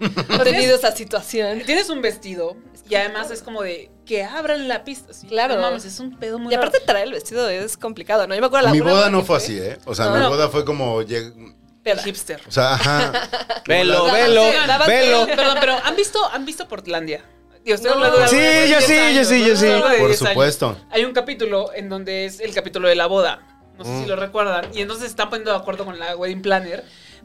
[SPEAKER 3] han tenido esa situación.
[SPEAKER 4] Tienes un vestido y además es como de que abran la pista. Sí,
[SPEAKER 3] Claro.
[SPEAKER 4] No mames, es un pedo muy
[SPEAKER 3] Y aparte
[SPEAKER 4] raro.
[SPEAKER 3] traer el vestido es complicado, ¿no? Yo me acuerdo la
[SPEAKER 1] mi
[SPEAKER 3] una
[SPEAKER 1] boda
[SPEAKER 3] que
[SPEAKER 1] no fue
[SPEAKER 3] fui,
[SPEAKER 1] así, ¿eh? O sea,
[SPEAKER 3] No,
[SPEAKER 1] mi
[SPEAKER 3] no.
[SPEAKER 1] boda fue como. lleg-
[SPEAKER 3] peda.
[SPEAKER 4] hipster.
[SPEAKER 1] O sea, ajá.
[SPEAKER 2] Velo,
[SPEAKER 3] La
[SPEAKER 2] velo,
[SPEAKER 3] bandera, la
[SPEAKER 2] velo.
[SPEAKER 3] bandera.
[SPEAKER 4] Perdón, pero ¿han visto, han visto Portlandia? Digo, estoy
[SPEAKER 3] No.
[SPEAKER 4] hablando de algo
[SPEAKER 2] Sí,
[SPEAKER 4] de
[SPEAKER 2] yo
[SPEAKER 4] 10
[SPEAKER 2] sí, yo
[SPEAKER 4] años,
[SPEAKER 2] sí,
[SPEAKER 4] ¿no?
[SPEAKER 2] yo sí.
[SPEAKER 4] Algo de
[SPEAKER 1] Por
[SPEAKER 4] 10 años.
[SPEAKER 1] supuesto.
[SPEAKER 4] Hay un capítulo en
[SPEAKER 1] Mm.
[SPEAKER 4] donde es el capítulo de la boda. No sé si lo recuerdan. Y entonces se están poniendo de acuerdo con la wedding planner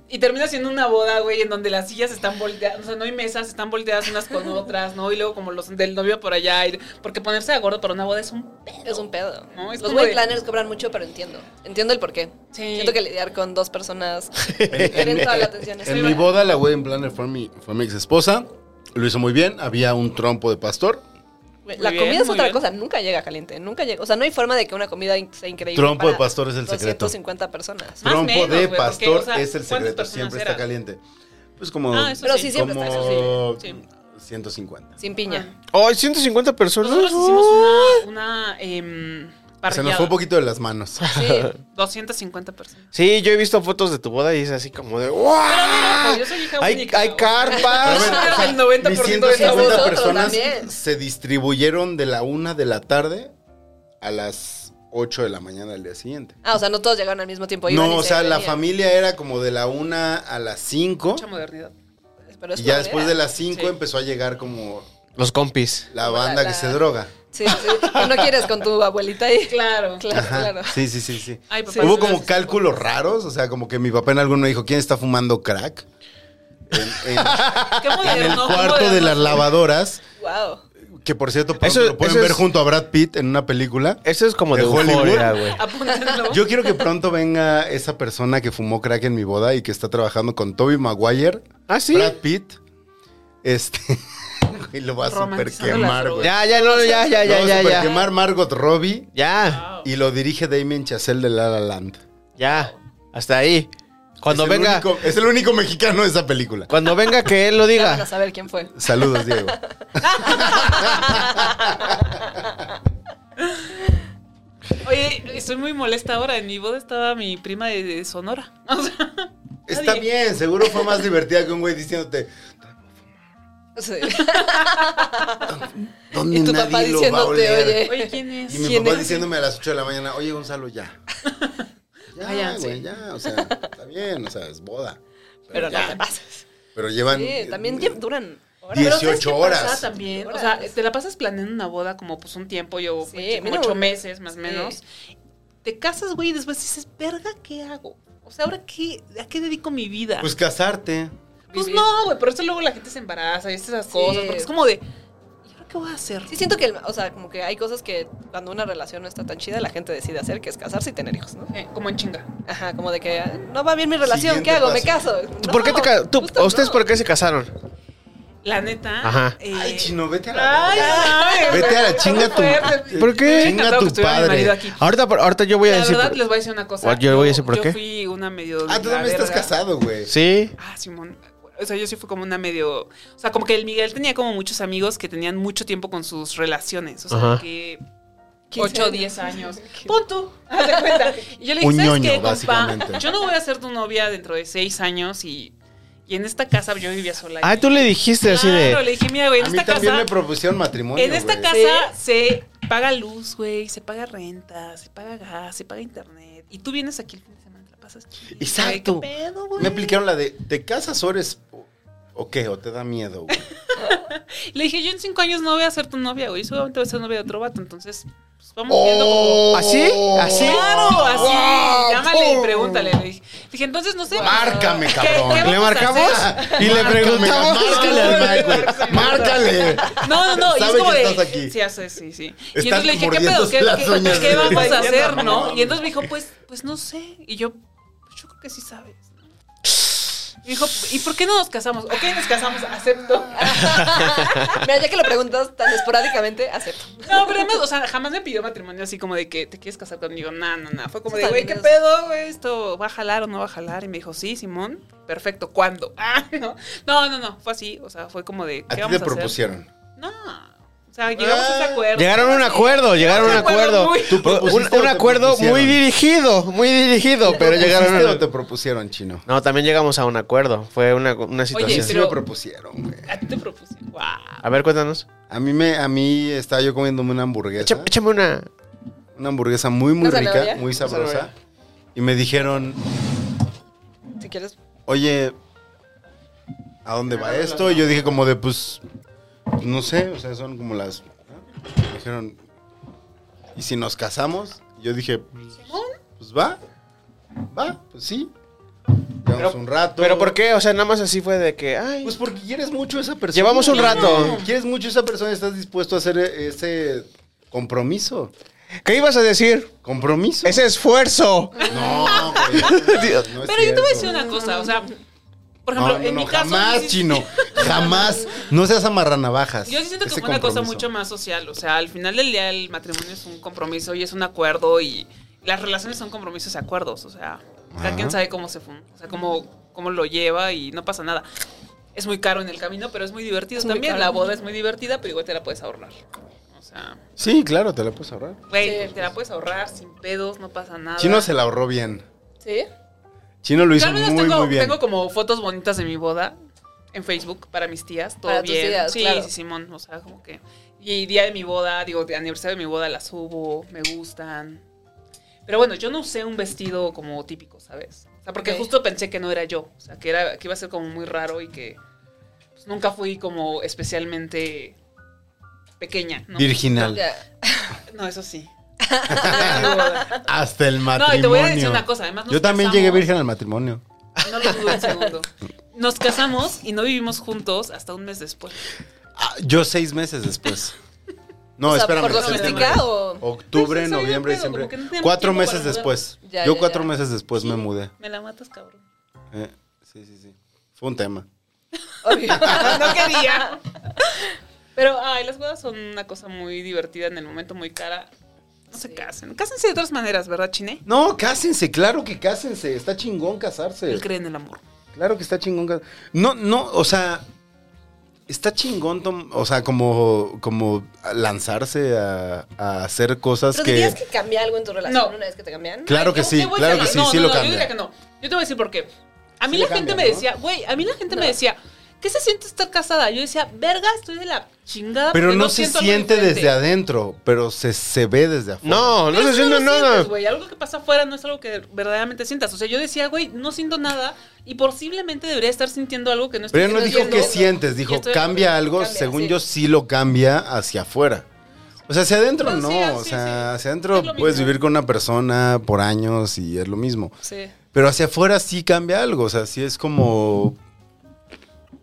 [SPEAKER 4] Y terminas en una boda, güey, en donde las sillas están volteadas, o sea, no hay mesas, están volteadas unas con otras, ¿no? Y luego como los del novio por allá, y- porque ponerse de gordo para una boda es un pedo.
[SPEAKER 3] Es un pedo.
[SPEAKER 4] No, es
[SPEAKER 3] Los
[SPEAKER 4] como
[SPEAKER 3] wedding
[SPEAKER 4] de-
[SPEAKER 3] planners cobran mucho, pero entiendo. Entiendo el porqué.
[SPEAKER 4] Sí.
[SPEAKER 3] Siento que lidiar con dos personas tienen toda la atención.
[SPEAKER 1] En mi boda, la wedding planner fue mi, fue mi ex esposa. Lo hizo muy bien. Había un trompo de pastor.
[SPEAKER 3] La
[SPEAKER 4] Muy
[SPEAKER 3] comida
[SPEAKER 4] bien,
[SPEAKER 3] es
[SPEAKER 4] muy
[SPEAKER 3] otra
[SPEAKER 4] bien.
[SPEAKER 3] cosa, nunca llega caliente, nunca llega. O sea, no hay forma de que una comida in- sea increíble.
[SPEAKER 1] Trompo
[SPEAKER 3] para
[SPEAKER 1] de pastor es el secreto.
[SPEAKER 3] 250 personas.
[SPEAKER 4] Más
[SPEAKER 1] trompo
[SPEAKER 4] menos,
[SPEAKER 1] de
[SPEAKER 4] güey, porque,
[SPEAKER 1] pastor
[SPEAKER 4] o sea,
[SPEAKER 1] es el
[SPEAKER 4] ¿cuántas
[SPEAKER 1] secreto.
[SPEAKER 4] personas
[SPEAKER 1] Siempre
[SPEAKER 4] era?
[SPEAKER 1] está caliente. Pues como.
[SPEAKER 4] Ah, eso
[SPEAKER 3] Pero sí, siempre
[SPEAKER 1] como
[SPEAKER 3] está eso,
[SPEAKER 4] sí, sí.
[SPEAKER 1] 150.
[SPEAKER 3] Sin piña.
[SPEAKER 2] ¡Ay, 150 personas!
[SPEAKER 4] Nosotros hicimos
[SPEAKER 2] Ah,
[SPEAKER 4] una, una em,
[SPEAKER 1] Se nos fue
[SPEAKER 4] parrillada.
[SPEAKER 1] un poquito de las manos.
[SPEAKER 4] Ah.
[SPEAKER 3] Sí.
[SPEAKER 4] 250 personas.
[SPEAKER 2] Sí, yo he visto fotos de tu boda y es así como de ¡Wow!
[SPEAKER 4] pues, yo soy hija
[SPEAKER 2] Hay,
[SPEAKER 4] única,
[SPEAKER 2] hay
[SPEAKER 4] güey.
[SPEAKER 1] A
[SPEAKER 2] carpas.
[SPEAKER 1] ver, o sea,
[SPEAKER 4] El 90%
[SPEAKER 1] mis
[SPEAKER 4] de
[SPEAKER 1] 150
[SPEAKER 4] esa
[SPEAKER 3] boda.
[SPEAKER 1] personas
[SPEAKER 3] También.
[SPEAKER 1] se distribuyeron de la una de la tarde a las 8 de la mañana del día siguiente.
[SPEAKER 3] Ah, o sea, no todos llegaron al mismo tiempo. Pues iban y
[SPEAKER 1] no, o
[SPEAKER 3] se
[SPEAKER 1] sea, la
[SPEAKER 3] venían.
[SPEAKER 1] familia era como de la una a las 5
[SPEAKER 4] Mucha modernidad.
[SPEAKER 3] Pero es
[SPEAKER 1] y
[SPEAKER 3] una
[SPEAKER 1] ya después de
[SPEAKER 3] manera.
[SPEAKER 1] las 5
[SPEAKER 4] Sí.
[SPEAKER 1] empezó a llegar como
[SPEAKER 2] Los compis.
[SPEAKER 1] la
[SPEAKER 3] Como la-
[SPEAKER 1] banda
[SPEAKER 3] la-
[SPEAKER 1] que se droga.
[SPEAKER 3] Sí, sí. Que No quieres con tu abuelita ahí.
[SPEAKER 4] Claro.
[SPEAKER 3] Claro,
[SPEAKER 1] Ajá.
[SPEAKER 3] claro.
[SPEAKER 1] Sí, sí, sí, sí.
[SPEAKER 4] Ay, papá,
[SPEAKER 3] Sí.
[SPEAKER 4] no
[SPEAKER 1] Hubo
[SPEAKER 4] me
[SPEAKER 1] como
[SPEAKER 4] haces-
[SPEAKER 1] cálculos raros, o sea, como que mi papá en algún me dijo, ¿quién está fumando crack? En, en-
[SPEAKER 4] Qué
[SPEAKER 1] en el
[SPEAKER 4] moderno, qué
[SPEAKER 1] cuarto de
[SPEAKER 4] moderno.
[SPEAKER 1] las lavadoras,
[SPEAKER 3] Wow.
[SPEAKER 1] que por cierto, pronto
[SPEAKER 2] Eso-
[SPEAKER 1] lo pueden
[SPEAKER 2] eso
[SPEAKER 1] ver
[SPEAKER 2] es-
[SPEAKER 1] junto a Brad Pitt en una película.
[SPEAKER 2] Eso es como de,
[SPEAKER 1] De Hollywood.
[SPEAKER 2] euforia, güey.
[SPEAKER 4] Apúntenlo.
[SPEAKER 1] Yo quiero que pronto venga esa persona que fumó crack en mi boda y que está trabajando con Toby Maguire,
[SPEAKER 2] ¿Ah, sí?
[SPEAKER 1] Brad Pitt. Este. Y lo va a super
[SPEAKER 4] Romantizando las
[SPEAKER 1] quemar, güey.
[SPEAKER 4] drogas.
[SPEAKER 2] Ya, ya, no, ya, ya,
[SPEAKER 1] Lo
[SPEAKER 2] ya,
[SPEAKER 1] va a
[SPEAKER 2] ya,
[SPEAKER 1] super
[SPEAKER 2] ya.
[SPEAKER 1] quemar Margot Robbie
[SPEAKER 2] Ya,
[SPEAKER 3] Oh.
[SPEAKER 1] y lo dirige Damien Chazelle de La La Land.
[SPEAKER 2] ya. Hasta ahí. Cuando
[SPEAKER 1] Es el
[SPEAKER 2] venga,
[SPEAKER 1] único- es el único mexicano de esa película.
[SPEAKER 2] cuando venga que él lo
[SPEAKER 3] Ya van a
[SPEAKER 2] diga.
[SPEAKER 3] saber quién fue.
[SPEAKER 1] Saludos, Diego.
[SPEAKER 4] Oye, estoy muy molesta ahora. En mi boda estaba mi prima de, de Sonora. O sea,
[SPEAKER 1] Está
[SPEAKER 4] nadie.
[SPEAKER 1] bien, seguro fue más divertida que un güey diciéndote.
[SPEAKER 3] Sí.
[SPEAKER 1] ¿Dónde
[SPEAKER 3] Y tu papá
[SPEAKER 1] nadie lo va a
[SPEAKER 3] diciéndote,
[SPEAKER 1] oler?"
[SPEAKER 3] oye.
[SPEAKER 4] Oye, ¿quién es?
[SPEAKER 1] Y mi
[SPEAKER 3] ¿quién
[SPEAKER 1] papá
[SPEAKER 3] es?
[SPEAKER 1] diciéndome a las 8 de la mañana, oye Gonzalo, ya. Ya,
[SPEAKER 3] Ah,
[SPEAKER 4] Váyanse.
[SPEAKER 1] güey, ya, o sea, está bien, o sea, es boda.
[SPEAKER 3] Pero no
[SPEAKER 1] ya.
[SPEAKER 3] te pases.
[SPEAKER 1] Pero llevan.
[SPEAKER 3] Sí, también
[SPEAKER 1] eh,
[SPEAKER 3] lle- duran horas.
[SPEAKER 4] Pero ¿sabes
[SPEAKER 1] 18
[SPEAKER 4] qué
[SPEAKER 1] horas.
[SPEAKER 4] pasa también, o sea, te la pasas planeando una boda como pues un tiempo, yo
[SPEAKER 3] Sí,
[SPEAKER 4] pues, como
[SPEAKER 3] mínimo.
[SPEAKER 4] ocho meses más o
[SPEAKER 3] Sí.
[SPEAKER 4] menos. Te casas, güey, y después dices, verga, ¿qué hago? O sea, ¿ahora qué? ¿A qué dedico mi vida?
[SPEAKER 1] Pues
[SPEAKER 4] Pues,
[SPEAKER 1] casarte.
[SPEAKER 3] vivir.
[SPEAKER 4] no, güey, pero eso luego la gente se embaraza y esas cosas, porque es como de, ¿y ahora qué voy a hacer?
[SPEAKER 3] Sí, siento que, el- o sea, como que hay cosas que cuando una relación no está tan chida, la gente decide hacer, que es casarse y tener hijos, ¿no?
[SPEAKER 4] Eh, como en chinga.
[SPEAKER 3] Ajá, como de que ah, no va bien mi relación,
[SPEAKER 1] Siguiente
[SPEAKER 3] ¿qué hago? ¿Me
[SPEAKER 1] paso.
[SPEAKER 3] caso?
[SPEAKER 2] ¿Tú ¿Por qué te ca- tú- ¿Ustedes por qué se casaron?
[SPEAKER 4] La neta.
[SPEAKER 2] Ajá.
[SPEAKER 4] eh,
[SPEAKER 1] Ay, chino, vete a la.
[SPEAKER 4] Ay, ay,
[SPEAKER 1] Vete a la chinga
[SPEAKER 4] fuerte.
[SPEAKER 1] tu.
[SPEAKER 2] ¿Por qué?
[SPEAKER 4] Me hubiera
[SPEAKER 1] Chinga
[SPEAKER 4] encantado que
[SPEAKER 1] tu
[SPEAKER 4] estuviera mi marido
[SPEAKER 1] padre.
[SPEAKER 4] aquí.
[SPEAKER 2] Ahorita, por- ahorita yo voy a
[SPEAKER 4] la
[SPEAKER 2] decir.
[SPEAKER 4] verdad,
[SPEAKER 2] por-
[SPEAKER 4] les voy a decir una cosa.
[SPEAKER 2] Yo le voy a decir por qué.
[SPEAKER 4] Yo fui una medio.
[SPEAKER 1] Ah, tú
[SPEAKER 4] la
[SPEAKER 1] también estás
[SPEAKER 4] verga.
[SPEAKER 1] casado, güey.
[SPEAKER 2] Sí.
[SPEAKER 4] Ah, Simón. O sea, yo sí fui como una medio. O sea, como que el Miguel tenía como muchos amigos que tenían mucho tiempo con sus relaciones. O sea,
[SPEAKER 2] Ajá.
[SPEAKER 4] que.
[SPEAKER 3] 15
[SPEAKER 4] 8 o 10 años. Punto. Haz de cuenta. Y yo le dije,
[SPEAKER 1] Un
[SPEAKER 4] ¿sabes
[SPEAKER 1] ñoño,
[SPEAKER 4] qué, compa?
[SPEAKER 1] básicamente.
[SPEAKER 4] Yo no voy a ser tu novia dentro de 6 años y. Y en esta casa yo vivía sola.
[SPEAKER 2] Ah, tú le dijiste así
[SPEAKER 4] Claro,
[SPEAKER 2] de.
[SPEAKER 4] le dije, mira, güey, en
[SPEAKER 1] A mí
[SPEAKER 4] esta
[SPEAKER 1] también
[SPEAKER 4] casa.
[SPEAKER 1] me propusieron matrimonio.
[SPEAKER 4] En esta
[SPEAKER 1] güey.
[SPEAKER 4] casa se paga luz, güey, se paga renta, se paga gas, se paga internet. Y tú vienes aquí el fin de semana, te la pasas chido.
[SPEAKER 1] Exacto.
[SPEAKER 4] güey, ¿Qué pedo,
[SPEAKER 1] Me
[SPEAKER 4] güey?
[SPEAKER 1] aplicaron la de, ¿te casas o eres. o qué? ¿O te da miedo, güey?
[SPEAKER 4] Le dije, yo en cinco años no voy a ser tu novia, güey. Solamente voy a ser novia de otro vato. Entonces, pues vamos
[SPEAKER 1] Oh,
[SPEAKER 4] viendo como...
[SPEAKER 2] Oh. ¿Así? ¿Así?
[SPEAKER 4] Claro, así.
[SPEAKER 1] Wow,
[SPEAKER 4] Llámale y
[SPEAKER 1] pum.
[SPEAKER 4] pregúntale. Le dije, le dije, entonces no sé. pues,
[SPEAKER 1] Márcame,
[SPEAKER 4] ¿qué-
[SPEAKER 1] cabrón.
[SPEAKER 4] qué
[SPEAKER 2] ¿Le
[SPEAKER 4] vamos a
[SPEAKER 2] marcamos?
[SPEAKER 4] hacer?
[SPEAKER 2] Y le
[SPEAKER 1] Márcame,
[SPEAKER 2] preguntamos.
[SPEAKER 1] Márcale al Mike, güey. Márcale.
[SPEAKER 4] No, no, no. y es
[SPEAKER 1] Sabe
[SPEAKER 4] como
[SPEAKER 1] que
[SPEAKER 4] de-
[SPEAKER 1] estás aquí.
[SPEAKER 4] Sí, hace, sí, sí.
[SPEAKER 1] Estás
[SPEAKER 4] y entonces le dije, ¿qué pedo?
[SPEAKER 1] mordiéndose
[SPEAKER 4] ¿Qué,
[SPEAKER 1] las
[SPEAKER 4] qué-
[SPEAKER 1] uñas
[SPEAKER 4] qué
[SPEAKER 1] de-
[SPEAKER 4] vamos a hacer,
[SPEAKER 1] No,
[SPEAKER 4] no?
[SPEAKER 1] mames.
[SPEAKER 4] Y entonces me dijo, pues, pues no sé. Y yo, pues yo creo que sí sabes. Me dijo, ¿y por qué no nos casamos? Ok, nos casamos, acepto.
[SPEAKER 3] Mira, ya que lo preguntas tan esporádicamente, acepto.
[SPEAKER 4] No, pero además, o sea, jamás me pidió matrimonio así como de que te quieres casar conmigo. No, no, no. Fue como de,
[SPEAKER 3] Está
[SPEAKER 4] güey, ¿qué
[SPEAKER 3] bien,
[SPEAKER 4] pedo, güey? ¿Esto va a jalar o no va a jalar? Y me dijo, sí, Simón, perfecto, ¿cuándo? Ah, no. No, no, no, fue así. O sea, fue como de,
[SPEAKER 1] A
[SPEAKER 4] ¿qué
[SPEAKER 1] ti
[SPEAKER 4] vamos
[SPEAKER 1] te
[SPEAKER 4] a hacer?
[SPEAKER 1] propusieron. Ah,
[SPEAKER 4] No. O sea, llegamos a ese acuerdo.
[SPEAKER 2] Llegaron a un acuerdo, llegaron a un
[SPEAKER 4] Un acuerdo
[SPEAKER 2] acuerdo.
[SPEAKER 4] muy-
[SPEAKER 1] ¿Tú
[SPEAKER 2] Un,
[SPEAKER 1] propusiste o
[SPEAKER 2] un
[SPEAKER 1] te
[SPEAKER 2] acuerdo muy
[SPEAKER 1] propusieron?
[SPEAKER 2] dirigido, muy dirigido, pero llegaron a
[SPEAKER 1] ¿Propusiste
[SPEAKER 2] un
[SPEAKER 1] o te propusieron, chino?
[SPEAKER 2] No, también llegamos a un acuerdo. Fue una, una situación.
[SPEAKER 1] Sí
[SPEAKER 4] pero-
[SPEAKER 1] me propusieron, güey.
[SPEAKER 4] A ti te propuse. Guau.
[SPEAKER 2] A ver, cuéntanos.
[SPEAKER 1] A mí me, a mí estaba yo comiéndome una hamburguesa,
[SPEAKER 2] Echa- échame una.
[SPEAKER 1] una hamburguesa muy muy
[SPEAKER 3] ¿Una
[SPEAKER 1] rica,
[SPEAKER 3] zanahoria?
[SPEAKER 1] muy sabrosa,
[SPEAKER 2] zanahoria.
[SPEAKER 1] y me dijeron,
[SPEAKER 3] Si quieres.
[SPEAKER 1] oye, ¿a dónde va esto? Y yo dije como de, pues, no sé, o sea, son como las, me dijeron, ¿y si nos casamos? Y yo dije, pues, pues va, va, pues sí. Llevamos un rato.
[SPEAKER 2] ¿Pero por qué? O sea, nada más así fue de que, ay,
[SPEAKER 1] Pues porque quieres mucho a esa persona.
[SPEAKER 2] llevamos un rato.
[SPEAKER 1] Quieres mucho a esa persona y estás dispuesto a hacer ese compromiso.
[SPEAKER 2] ¿Qué ibas a decir?
[SPEAKER 1] ¿Compromiso?
[SPEAKER 4] pues,
[SPEAKER 2] Ese esfuerzo.
[SPEAKER 1] No, güey. No es
[SPEAKER 4] Pero yo te voy
[SPEAKER 1] cierto.
[SPEAKER 4] a decir una cosa, o sea, por
[SPEAKER 1] No,
[SPEAKER 4] ejemplo,
[SPEAKER 1] no,
[SPEAKER 4] en
[SPEAKER 1] no,
[SPEAKER 4] mi caso.
[SPEAKER 1] jamás,
[SPEAKER 4] yo sí-
[SPEAKER 1] chino. Jamás. No seas amarranavajas.
[SPEAKER 4] Yo sí siento que
[SPEAKER 1] Ese
[SPEAKER 4] fue una cosa
[SPEAKER 1] compromiso.
[SPEAKER 4] mucho más social. O sea, al final del día el matrimonio es un compromiso y es un acuerdo y las relaciones son compromisos y acuerdos. O sea, cada
[SPEAKER 1] Ajá.
[SPEAKER 4] quien sabe cómo se fun, o sea, cómo, cómo lo lleva y no pasa nada. Es muy caro en el camino, pero es muy divertido
[SPEAKER 3] Es muy
[SPEAKER 4] también.
[SPEAKER 3] caro.
[SPEAKER 4] la boda es muy divertida, pero igual te la puedes ahorrar. O sea,
[SPEAKER 1] Sí, claro, te la puedes ahorrar.
[SPEAKER 4] güey, te la puedes ahorrar sin pedos, no pasa nada.
[SPEAKER 1] Chino se la ahorró bien.
[SPEAKER 3] ¿Sí?
[SPEAKER 1] Chino lo
[SPEAKER 4] Yo
[SPEAKER 1] hizo
[SPEAKER 4] al menos
[SPEAKER 1] muy,
[SPEAKER 4] tengo,
[SPEAKER 1] muy bien.
[SPEAKER 4] tengo como fotos bonitas de mi boda en Facebook para mis tías, todo
[SPEAKER 3] Para tus
[SPEAKER 4] bien.
[SPEAKER 3] tías,
[SPEAKER 4] sí,
[SPEAKER 3] claro.
[SPEAKER 4] sí, Simón, o sea, como que. Y día de mi boda, digo, de aniversario de mi boda las subo, me gustan. Pero bueno, yo no usé un vestido como típico, ¿sabes? O sea, porque
[SPEAKER 3] Ok.
[SPEAKER 4] justo pensé que no era yo, o sea, que, era, que iba a ser como muy raro y que pues, nunca fui como especialmente pequeña. ¿no?
[SPEAKER 1] Virginal.
[SPEAKER 3] Ya.
[SPEAKER 4] No, eso sí. Día de mi boda.
[SPEAKER 1] Hasta el matrimonio.
[SPEAKER 4] No, y te voy a decir una cosa, además nos
[SPEAKER 1] Yo también
[SPEAKER 4] casamos.
[SPEAKER 1] llegué virgen al matrimonio.
[SPEAKER 4] No lo dudo un segundo. Nos casamos y no vivimos juntos hasta un mes después.
[SPEAKER 1] Ah, yo seis meses después. No,
[SPEAKER 3] O sea,
[SPEAKER 1] espérame.
[SPEAKER 3] ¿por lo
[SPEAKER 1] septiembre,
[SPEAKER 3] domesticado?
[SPEAKER 1] Octubre,
[SPEAKER 4] Pues eso, yo
[SPEAKER 1] noviembre,
[SPEAKER 4] no puedo,
[SPEAKER 1] diciembre.
[SPEAKER 4] como que no tenemos
[SPEAKER 1] Cuatro
[SPEAKER 4] tiempo para
[SPEAKER 1] meses
[SPEAKER 4] mudar.
[SPEAKER 1] después.
[SPEAKER 3] Ya,
[SPEAKER 1] yo
[SPEAKER 3] ya,
[SPEAKER 1] cuatro
[SPEAKER 3] ya.
[SPEAKER 1] meses después me mudé.
[SPEAKER 4] Me la matas, cabrón.
[SPEAKER 1] Eh, sí, sí, sí. Fue un tema.
[SPEAKER 3] Obvio.
[SPEAKER 4] no quería. Pero, ay, las bodas son una cosa muy divertida en el momento, muy cara. No se casen. Cásense de otras maneras, ¿verdad, Chine?
[SPEAKER 1] No, cásense, claro que cásense. Está chingón casarse.
[SPEAKER 4] Él cree en el amor.
[SPEAKER 1] Claro que está chingón. gas- No, no, o sea, está chingón, tom- o sea, como, como lanzarse a, a hacer cosas
[SPEAKER 3] ¿Pero
[SPEAKER 1] que...
[SPEAKER 3] dirías que cambia algo en tu relación
[SPEAKER 4] No.
[SPEAKER 3] una vez que te cambian?
[SPEAKER 1] Claro que
[SPEAKER 4] Yo-
[SPEAKER 1] sí,
[SPEAKER 4] yo voy a
[SPEAKER 1] claro que
[SPEAKER 4] decir-
[SPEAKER 1] sí,
[SPEAKER 4] no,
[SPEAKER 1] sí
[SPEAKER 4] no,
[SPEAKER 1] lo
[SPEAKER 4] no, Yo diría
[SPEAKER 1] cambia.
[SPEAKER 4] que no. Yo te voy a decir por qué. A mí
[SPEAKER 1] Sí
[SPEAKER 4] la
[SPEAKER 1] lo
[SPEAKER 4] gente
[SPEAKER 1] cambia,
[SPEAKER 4] me
[SPEAKER 1] ¿no?
[SPEAKER 4] decía, güey, a mí la gente me decía, ¿qué se siente estar casada? Yo decía, verga, estoy de la chingada.
[SPEAKER 1] Pero
[SPEAKER 4] porque
[SPEAKER 1] no se
[SPEAKER 4] siento algo
[SPEAKER 1] siente
[SPEAKER 4] diferente". Pues
[SPEAKER 1] desde adentro, pero se, se ve desde afuera.
[SPEAKER 2] No, no
[SPEAKER 4] Pero
[SPEAKER 2] se
[SPEAKER 4] eso
[SPEAKER 2] siente
[SPEAKER 4] lo
[SPEAKER 2] nada.
[SPEAKER 4] sientes, güey. Algo que pasa afuera no es algo que verdaderamente sientas. O sea, yo decía, güey, no siento nada y posiblemente debería estar sintiendo algo que no estoy
[SPEAKER 1] Pero no dijo
[SPEAKER 4] sintiendo.
[SPEAKER 1] qué sientes, dijo
[SPEAKER 4] estoy-
[SPEAKER 1] cambia algo,
[SPEAKER 3] cambia,
[SPEAKER 1] según
[SPEAKER 3] sí.
[SPEAKER 1] yo sí lo cambia hacia afuera. O sea, hacia adentro
[SPEAKER 4] No,
[SPEAKER 1] no,
[SPEAKER 4] sí, ah,
[SPEAKER 1] o
[SPEAKER 4] sí,
[SPEAKER 1] sea,
[SPEAKER 4] sí.
[SPEAKER 1] hacia adentro
[SPEAKER 4] Es lo
[SPEAKER 1] puedes
[SPEAKER 4] mismo.
[SPEAKER 1] vivir con una persona por años y es lo mismo.
[SPEAKER 4] Sí.
[SPEAKER 1] Pero hacia afuera sí cambia algo, o sea, sí es como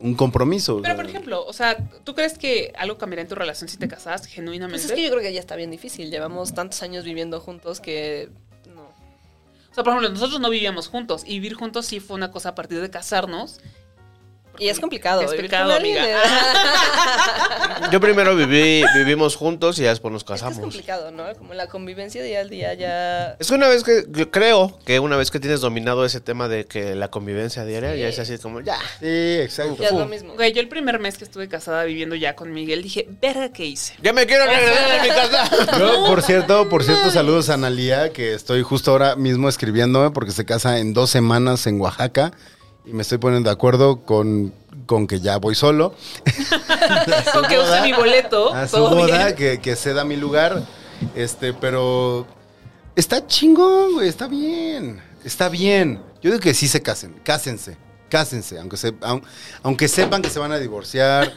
[SPEAKER 1] un compromiso. o
[SPEAKER 4] Pero,
[SPEAKER 1] sea.
[SPEAKER 4] por ejemplo, o sea, ¿tú crees que algo cambiaría en tu relación si te casas genuinamente?
[SPEAKER 3] Pues es que yo creo que ya está bien difícil. Llevamos tantos años viviendo juntos que. No.
[SPEAKER 4] O sea, por ejemplo, nosotros no vivíamos juntos y vivir juntos sí fue una cosa a partir de casarnos.
[SPEAKER 3] Y es complicado.
[SPEAKER 4] Es
[SPEAKER 3] vivir
[SPEAKER 4] pecado,
[SPEAKER 3] con alguien.
[SPEAKER 4] amiga.
[SPEAKER 2] Yo primero viví, vivimos juntos y ya después nos
[SPEAKER 3] Es que es
[SPEAKER 2] casamos.
[SPEAKER 3] complicado, ¿no? Como la convivencia día al día ya.
[SPEAKER 2] Es que una vez que, yo creo que una vez que tienes dominado ese tema de que la convivencia diaria ya es así como, ya.
[SPEAKER 1] Sí, exacto.
[SPEAKER 3] Ya es lo mismo.
[SPEAKER 4] Güey, yo el primer mes que estuve casada viviendo ya con Miguel dije, verga, ¿qué hice?
[SPEAKER 2] Ya me quiero regresar a mi casa.
[SPEAKER 1] Yo, por cierto, por cierto, saludos a Analía, que estoy justo ahora mismo escribiéndome porque se casa en dos semanas en Oaxaca y me estoy poniendo de acuerdo con, con que ya voy solo.
[SPEAKER 4] Con que usé mi boleto.
[SPEAKER 1] a su
[SPEAKER 4] todo bien.
[SPEAKER 1] boda, que, que ceda mi lugar. Este, pero está chingón, güey, está bien. Está bien. Yo digo que sí se casen, cásense, cásense, aunque, se, aun- aunque sepan que se van a divorciar.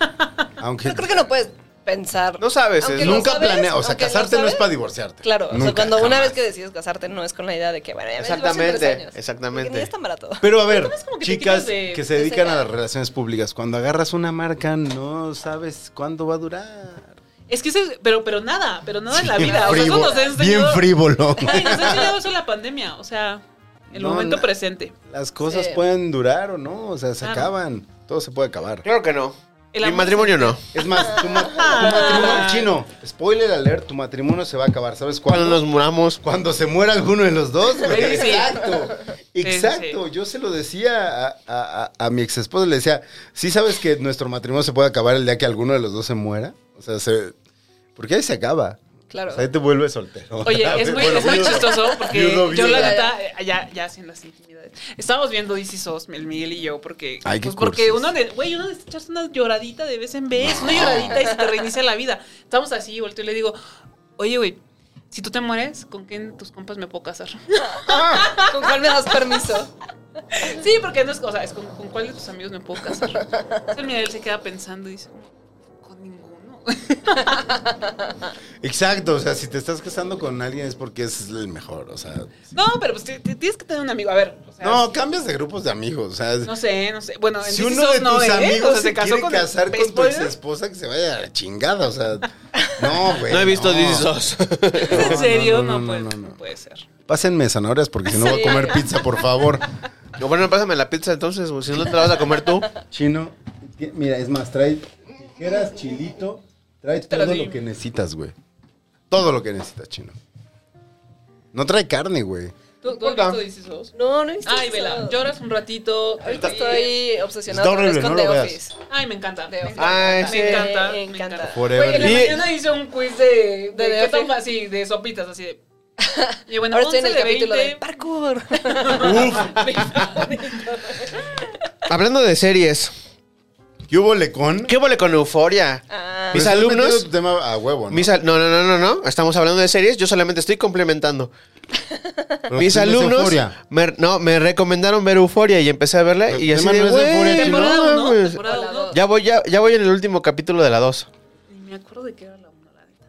[SPEAKER 1] aunque
[SPEAKER 3] Yo creo que no puedes pensar.
[SPEAKER 2] No sabes,
[SPEAKER 3] Aunque
[SPEAKER 2] es-
[SPEAKER 3] lo
[SPEAKER 1] nunca
[SPEAKER 3] sabes,
[SPEAKER 1] planea, o sea,
[SPEAKER 3] aunque lo
[SPEAKER 1] casarte no es
[SPEAKER 3] sabes,
[SPEAKER 1] para divorciarte.
[SPEAKER 3] Claro, o sea,
[SPEAKER 1] Nunca,
[SPEAKER 3] cuando una
[SPEAKER 1] jamás.
[SPEAKER 3] vez que decides casarte no es con la idea de que, bueno, ya me
[SPEAKER 2] Exactamente,
[SPEAKER 3] divorcio en tres años.
[SPEAKER 2] exactamente.
[SPEAKER 3] Porque ni es tan barato.
[SPEAKER 1] Pero a ver,
[SPEAKER 4] es como que te
[SPEAKER 1] chicas
[SPEAKER 4] quitas de-
[SPEAKER 1] que se
[SPEAKER 3] de
[SPEAKER 1] dedican
[SPEAKER 3] esa
[SPEAKER 1] a las
[SPEAKER 3] edad.
[SPEAKER 1] relaciones públicas, cuando agarras una marca no sabes cuándo va a durar.
[SPEAKER 4] Es que ese, pero, pero nada, pero nada en la
[SPEAKER 1] Bien
[SPEAKER 4] vida. O sea, eso
[SPEAKER 1] frívolo,
[SPEAKER 4] nos ha
[SPEAKER 1] bien
[SPEAKER 4] enseñado-
[SPEAKER 1] frívolo.
[SPEAKER 4] Ay, nos ha enseñado eso la pandemia, o sea, el
[SPEAKER 1] No,
[SPEAKER 4] momento
[SPEAKER 1] na-
[SPEAKER 4] presente.
[SPEAKER 1] Las cosas
[SPEAKER 3] Sí.
[SPEAKER 1] pueden durar o no, o sea, se
[SPEAKER 4] Claro.
[SPEAKER 1] acaban. Todo se puede acabar.
[SPEAKER 2] Claro que no.
[SPEAKER 4] El
[SPEAKER 2] mi
[SPEAKER 4] amor
[SPEAKER 2] matrimonio no.
[SPEAKER 1] Es más, tu, ma- tu
[SPEAKER 4] Ah.
[SPEAKER 1] matrimonio chino, spoiler alert, tu matrimonio se va a acabar. ¿Sabes cuándo?
[SPEAKER 2] Cuando nos
[SPEAKER 1] Cuando,
[SPEAKER 2] muramos.
[SPEAKER 1] se muera alguno de los dos. güey.
[SPEAKER 4] Sí, sí.
[SPEAKER 1] Exacto. Exacto. Yo se lo decía a, a- a- a mi ex esposo, le decía, ¿sí sabes que nuestro matrimonio se puede acabar el día que alguno de los dos se muera? O sea, se, porque ahí se acaba.
[SPEAKER 3] Claro.
[SPEAKER 1] O sea, ahí te vuelves soltero.
[SPEAKER 4] Oye, es muy,
[SPEAKER 1] Bueno,
[SPEAKER 4] es muy
[SPEAKER 1] viudo.
[SPEAKER 4] chistoso porque
[SPEAKER 1] Viudo,
[SPEAKER 4] yo la
[SPEAKER 1] viuda.
[SPEAKER 4] neta, eh, ya, ya haciendo las intimidades. Estábamos viendo DC SOS, el Miguel y yo, porque,
[SPEAKER 1] Ay, qué
[SPEAKER 4] pues, porque
[SPEAKER 1] cursis.
[SPEAKER 4] uno, ne- güey, uno necesita echarse una lloradita de vez en vez, una lloradita y se te reinicia la vida. Estamos así, volteo y le digo, oye, güey, si tú te mueres, ¿con quién de tus compas me puedo casar?
[SPEAKER 3] ¿Con cuál me das permiso?
[SPEAKER 4] Sí, porque no es cosa, es con, con cuál de tus amigos me puedo casar. Entonces el Miguel se queda pensando y dice, con ninguno.
[SPEAKER 1] Exacto, o sea, si te estás casando con alguien es porque es el mejor, o sea.
[SPEAKER 4] No, pero pues te- te- tienes que tener un amigo. A ver. o sea,
[SPEAKER 1] No, cambias de grupos de amigos, o sea.
[SPEAKER 4] No sé, no sé. Bueno, en
[SPEAKER 1] si
[SPEAKER 4] This Is
[SPEAKER 1] uno de
[SPEAKER 4] Us no,
[SPEAKER 1] tus
[SPEAKER 4] ¿eh?
[SPEAKER 1] amigos
[SPEAKER 4] O sea,
[SPEAKER 1] se,
[SPEAKER 4] casó
[SPEAKER 1] quiere
[SPEAKER 4] con el
[SPEAKER 1] casar con tu
[SPEAKER 4] béisbol.
[SPEAKER 1] ex esposa, que se vaya a la chingada, o sea. No, güey.
[SPEAKER 2] No he visto
[SPEAKER 1] no.
[SPEAKER 2] This Is Us.
[SPEAKER 4] ¿Es en serio?
[SPEAKER 1] no,
[SPEAKER 4] No,
[SPEAKER 1] no,
[SPEAKER 4] pues,
[SPEAKER 1] no,
[SPEAKER 4] no,
[SPEAKER 1] no.
[SPEAKER 4] puede ser.
[SPEAKER 1] Pásenme zanahorias porque si no voy a comer pizza, por favor.
[SPEAKER 2] No, bueno, pásame la pizza entonces, güey, si no te la vas a comer tú.
[SPEAKER 1] Chino, ti- mira, es más, trae tijeras, chilito, trae
[SPEAKER 3] lo
[SPEAKER 1] todo
[SPEAKER 3] di.
[SPEAKER 1] lo que necesitas, güey. Todo lo que necesitas, chino. No trae carne, güey.
[SPEAKER 4] ¿Tú, tú has visto This Is Us?
[SPEAKER 3] No, no hice
[SPEAKER 4] Ay,
[SPEAKER 3] eso.
[SPEAKER 4] vela, lloras un ratito.
[SPEAKER 3] Ahorita
[SPEAKER 4] te-
[SPEAKER 3] estoy obsesionada
[SPEAKER 1] Está
[SPEAKER 3] otra vez
[SPEAKER 1] horrible,
[SPEAKER 3] con
[SPEAKER 1] no
[SPEAKER 3] The
[SPEAKER 1] lo veas. Ah,
[SPEAKER 3] Office.
[SPEAKER 4] Ay, me encanta.
[SPEAKER 3] The
[SPEAKER 4] Me
[SPEAKER 3] Office.
[SPEAKER 4] encanta.
[SPEAKER 2] Ay,
[SPEAKER 4] me
[SPEAKER 2] sí.
[SPEAKER 4] encanta.
[SPEAKER 3] Me
[SPEAKER 4] Me
[SPEAKER 3] encanta.
[SPEAKER 4] encanta. Güey,
[SPEAKER 1] Forever.
[SPEAKER 4] en la
[SPEAKER 2] Y-
[SPEAKER 4] mañana hice un quiz de, de,
[SPEAKER 3] De
[SPEAKER 4] qué tan
[SPEAKER 3] Office.
[SPEAKER 4] fácil, de sopitas, así de... Y bueno,
[SPEAKER 3] Ahora estoy en
[SPEAKER 4] 11
[SPEAKER 3] el capítulo de
[SPEAKER 4] 20.
[SPEAKER 3] parkour.
[SPEAKER 2] Hablando de series,
[SPEAKER 1] ¿Qué hubo lecón?
[SPEAKER 2] ¿qué huele con euforia?
[SPEAKER 3] Ah.
[SPEAKER 2] Mis
[SPEAKER 1] Pero estás
[SPEAKER 2] alumnos-
[SPEAKER 1] metiendo tu tema a huevo, ¿no?
[SPEAKER 2] Mis al- no, no, no, no, no. Estamos hablando de series, yo solamente estoy complementando.
[SPEAKER 1] Pero
[SPEAKER 2] Mis
[SPEAKER 1] tu tema es
[SPEAKER 2] alumnos
[SPEAKER 1] euforia.
[SPEAKER 2] me, no, me recomendaron ver Euforia y empecé a verla
[SPEAKER 1] Pero
[SPEAKER 2] y
[SPEAKER 1] el
[SPEAKER 2] así
[SPEAKER 1] tema
[SPEAKER 2] de,
[SPEAKER 1] no es
[SPEAKER 2] "Güey,
[SPEAKER 1] Euphoria, chino".
[SPEAKER 4] Temporada
[SPEAKER 2] no
[SPEAKER 4] 1,
[SPEAKER 2] mames".
[SPEAKER 4] temporada
[SPEAKER 3] Hola,
[SPEAKER 4] 2.
[SPEAKER 3] dos.
[SPEAKER 2] Ya voy, ya, ya voy en el último capítulo de la 2.
[SPEAKER 4] Ni me acuerdo de qué era la una, la neta.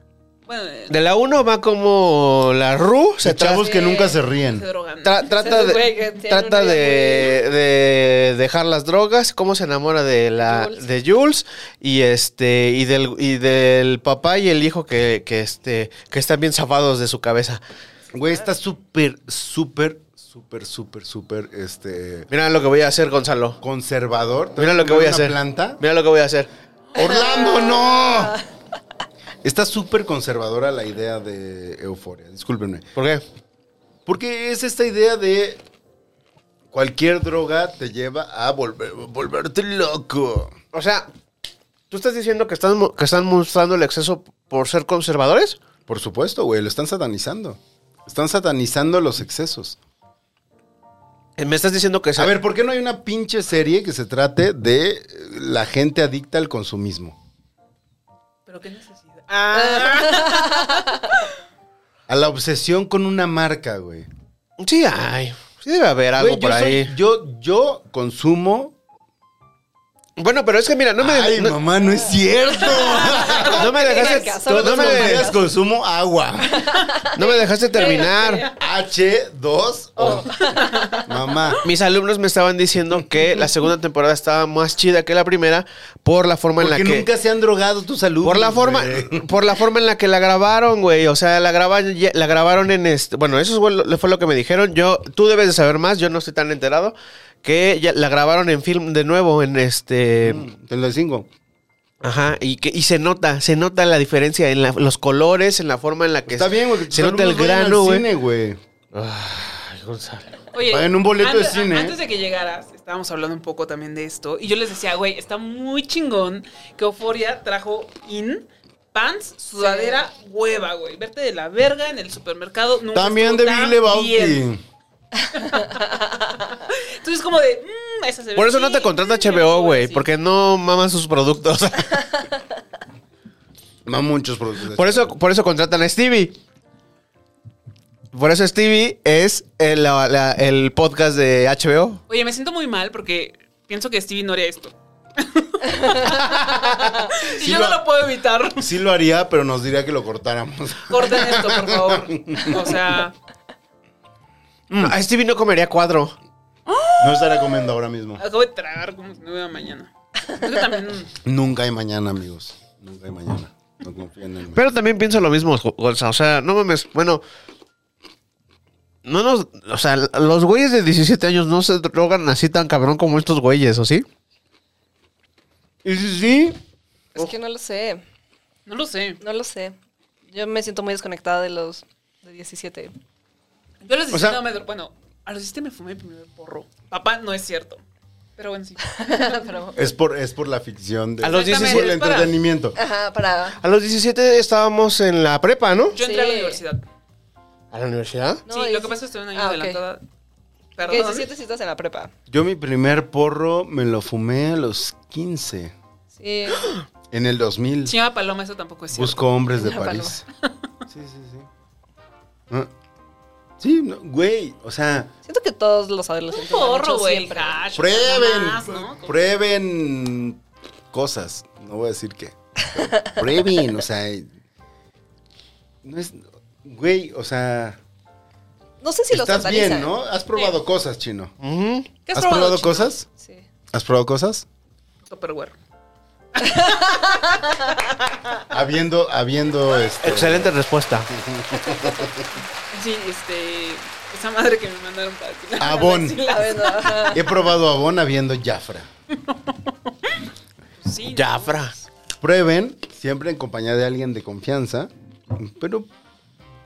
[SPEAKER 4] Bueno, eh,
[SPEAKER 2] De la 1 va como la Ru se
[SPEAKER 1] Los chavos
[SPEAKER 2] tra-
[SPEAKER 1] que nunca se
[SPEAKER 4] eh, se
[SPEAKER 1] ríen.
[SPEAKER 4] drogan.
[SPEAKER 2] tra- trata
[SPEAKER 3] Se
[SPEAKER 2] de
[SPEAKER 3] supone que tiene
[SPEAKER 2] trata
[SPEAKER 3] una
[SPEAKER 2] de,
[SPEAKER 3] vida
[SPEAKER 2] de dejar las drogas, cómo se enamora de la
[SPEAKER 3] Jules.
[SPEAKER 2] de Jules y este y del y del papá y el hijo que, que este que están bien zafados de su cabeza.
[SPEAKER 1] Güey, está súper, súper, súper, súper, súper, este...
[SPEAKER 2] Mira lo que voy a hacer, Gonzalo.
[SPEAKER 1] Conservador.
[SPEAKER 2] Mira lo que voy a
[SPEAKER 1] Una
[SPEAKER 2] hacer.
[SPEAKER 1] planta.
[SPEAKER 2] Mira lo que voy a hacer.
[SPEAKER 1] ¡Orlando, no! Está súper conservadora la idea de euforia. Discúlpenme.
[SPEAKER 2] ¿Por qué?
[SPEAKER 1] Porque es esta idea de cualquier droga te lleva a volver- volverte loco.
[SPEAKER 2] O sea, tú estás diciendo que están mo- que están mostrando el exceso por ser conservadores?
[SPEAKER 1] Por supuesto, güey, lo están satanizando. Están satanizando los excesos.
[SPEAKER 2] Eh, Me estás diciendo que
[SPEAKER 1] A ver, ¿por qué no hay una pinche serie que se trate de eh, la gente adicta al consumismo?
[SPEAKER 4] Pero qué necesidad. Ah,
[SPEAKER 1] A la obsesión con una marca, güey.
[SPEAKER 2] Sí, ay, sí debe haber algo
[SPEAKER 1] Güey, yo
[SPEAKER 2] por
[SPEAKER 1] soy-
[SPEAKER 2] ahí.
[SPEAKER 1] yo, yo consumo.
[SPEAKER 2] Bueno, pero es que mira, no me,
[SPEAKER 1] Ay,
[SPEAKER 2] no, Ah.
[SPEAKER 1] mamá, no es cierto.
[SPEAKER 2] no me dejaste,
[SPEAKER 3] Marca, solo
[SPEAKER 2] no,
[SPEAKER 1] Todos
[SPEAKER 2] me,
[SPEAKER 1] los días consumo agua.
[SPEAKER 2] no me dejaste terminar.
[SPEAKER 1] H2O. Mamá.
[SPEAKER 2] Mis alumnos me estaban diciendo que la segunda temporada estaba más chida que la primera por la forma en la
[SPEAKER 1] Porque
[SPEAKER 2] que
[SPEAKER 1] nunca se han drogado tus alumnos.
[SPEAKER 2] por la forma
[SPEAKER 1] güey.
[SPEAKER 2] por la forma en la que la grabaron, güey, o sea, la graban ya- la grabaron en este, bueno, eso fue lo, fue lo que me dijeron. Yo tú debes de saber más, yo no estoy tan enterado que ya la grabaron en film de nuevo en este
[SPEAKER 1] Te lo digo.
[SPEAKER 2] Ajá, y, que, y se nota, se nota la diferencia en la- los colores, en la forma en la que
[SPEAKER 1] Está
[SPEAKER 2] se-
[SPEAKER 1] bien, güey. que tus
[SPEAKER 2] se nota el
[SPEAKER 1] alumnos vayan al
[SPEAKER 2] grano, güey.
[SPEAKER 1] cine, güey.
[SPEAKER 4] oye,
[SPEAKER 1] Paguen un boleto de
[SPEAKER 4] antes,
[SPEAKER 1] cine, ¿eh?
[SPEAKER 4] Antes de que llegaras, estábamos hablando un poco también de esto. Y yo les decía, güey, está muy chingón que Euforia trajo in pants, sudadera, hueva, güey. Verte de la verga en el supermercado. Nunca
[SPEAKER 1] También de
[SPEAKER 4] estuvo
[SPEAKER 1] Big
[SPEAKER 4] tan bien.
[SPEAKER 1] Lebowski.
[SPEAKER 4] Entonces, como de, mm, esa se ve
[SPEAKER 2] Por eso no
[SPEAKER 4] así,
[SPEAKER 2] te contrata
[SPEAKER 4] mm, yo
[SPEAKER 2] HBO,
[SPEAKER 4] voy
[SPEAKER 2] güey,
[SPEAKER 4] así.
[SPEAKER 2] porque no maman sus productos.
[SPEAKER 1] Más muchos productos.
[SPEAKER 2] por, eso, por eso contratan a Stevie. Por eso Stevie es el, la- la- el podcast de HBO.
[SPEAKER 4] Oye, me siento muy mal porque pienso que Stevie no haría esto. y
[SPEAKER 1] Sí
[SPEAKER 4] yo
[SPEAKER 1] lo-
[SPEAKER 4] no lo puedo evitar.
[SPEAKER 1] Sí lo haría, pero nos diría que lo cortáramos.
[SPEAKER 4] Corten esto, por favor. O sea,
[SPEAKER 2] A Stevie no comería cuadro.
[SPEAKER 1] No estará comiendo ahora mismo.
[SPEAKER 4] acabo de tragar como si no hubiera mañana. Creo que también.
[SPEAKER 1] Nunca hay mañana, amigos. Nunca hay mañana. No confíen en mí.
[SPEAKER 2] Pero también pienso lo mismo, Gonza. O sea, no mames. Bueno. No nos. O sea, los güeyes de 17 años no se drogan así tan cabrón como estos güeyes, ¿o sí?
[SPEAKER 1] Y si sí,
[SPEAKER 3] Es que no lo sé.
[SPEAKER 4] No lo sé.
[SPEAKER 3] No lo sé. Yo me siento muy desconectada de los de 17.
[SPEAKER 4] Yo les
[SPEAKER 1] O sea-
[SPEAKER 4] decía, no me dro- Bueno, a los 17 me fumé mi primer porro. Papá, no es cierto. Pero bueno, sí.
[SPEAKER 3] Pero-
[SPEAKER 1] es por, es por la ficción. De,
[SPEAKER 2] A los
[SPEAKER 1] es
[SPEAKER 4] 17
[SPEAKER 1] por el
[SPEAKER 4] es para-
[SPEAKER 1] entretenimiento.
[SPEAKER 3] Ajá, para.
[SPEAKER 2] A los 17 estábamos en la prepa, ¿no?
[SPEAKER 4] Yo entré a la
[SPEAKER 3] Sí.
[SPEAKER 4] universidad.
[SPEAKER 2] ¿A la universidad?
[SPEAKER 3] No,
[SPEAKER 4] sí, lo que
[SPEAKER 3] 17
[SPEAKER 4] pasa es que estoy un año
[SPEAKER 3] Ah, ok.
[SPEAKER 4] adelantada.
[SPEAKER 3] Que
[SPEAKER 4] Perdón.
[SPEAKER 3] 17 sí estás en la prepa.
[SPEAKER 1] Yo mi primer porro me lo fumé a los 15.
[SPEAKER 3] Sí.
[SPEAKER 1] En el 2000.
[SPEAKER 4] Chingada paloma, eso tampoco es cierto.
[SPEAKER 1] Busco hombres de
[SPEAKER 3] Una
[SPEAKER 1] París. Sí, sí, sí. Ah. Sí, no, güey, o sea,
[SPEAKER 3] Siento que todos los
[SPEAKER 4] Un
[SPEAKER 3] adolescentes. lo han
[SPEAKER 4] porro,
[SPEAKER 3] hecho
[SPEAKER 4] güey. el
[SPEAKER 3] siempre.
[SPEAKER 4] cacho, nada
[SPEAKER 1] prueben,
[SPEAKER 4] más, ¿no?
[SPEAKER 1] prueben cosas. No voy a decir qué. Previn, o sea. No es. Güey, o sea.
[SPEAKER 3] No sé si lo
[SPEAKER 1] estás
[SPEAKER 3] satanizan.
[SPEAKER 1] bien, ¿no? Has probado cosas, chino.
[SPEAKER 2] Ujú.
[SPEAKER 3] ¿Qué
[SPEAKER 1] ¿Has probado
[SPEAKER 3] chino?
[SPEAKER 1] cosas?
[SPEAKER 3] Sí.
[SPEAKER 1] ¿Has probado cosas?
[SPEAKER 4] Tupperware.
[SPEAKER 1] Habiendo, habiendo este.
[SPEAKER 2] Excelente respuesta.
[SPEAKER 4] Sí, este. Esa madre que me mandaron para ti.
[SPEAKER 1] Avon.
[SPEAKER 3] A ver, no, ajá.
[SPEAKER 1] He probado Avon habiendo Jafra.
[SPEAKER 4] Sí,
[SPEAKER 2] Jafra.
[SPEAKER 1] Prueben, siempre en compañía de alguien de confianza, pero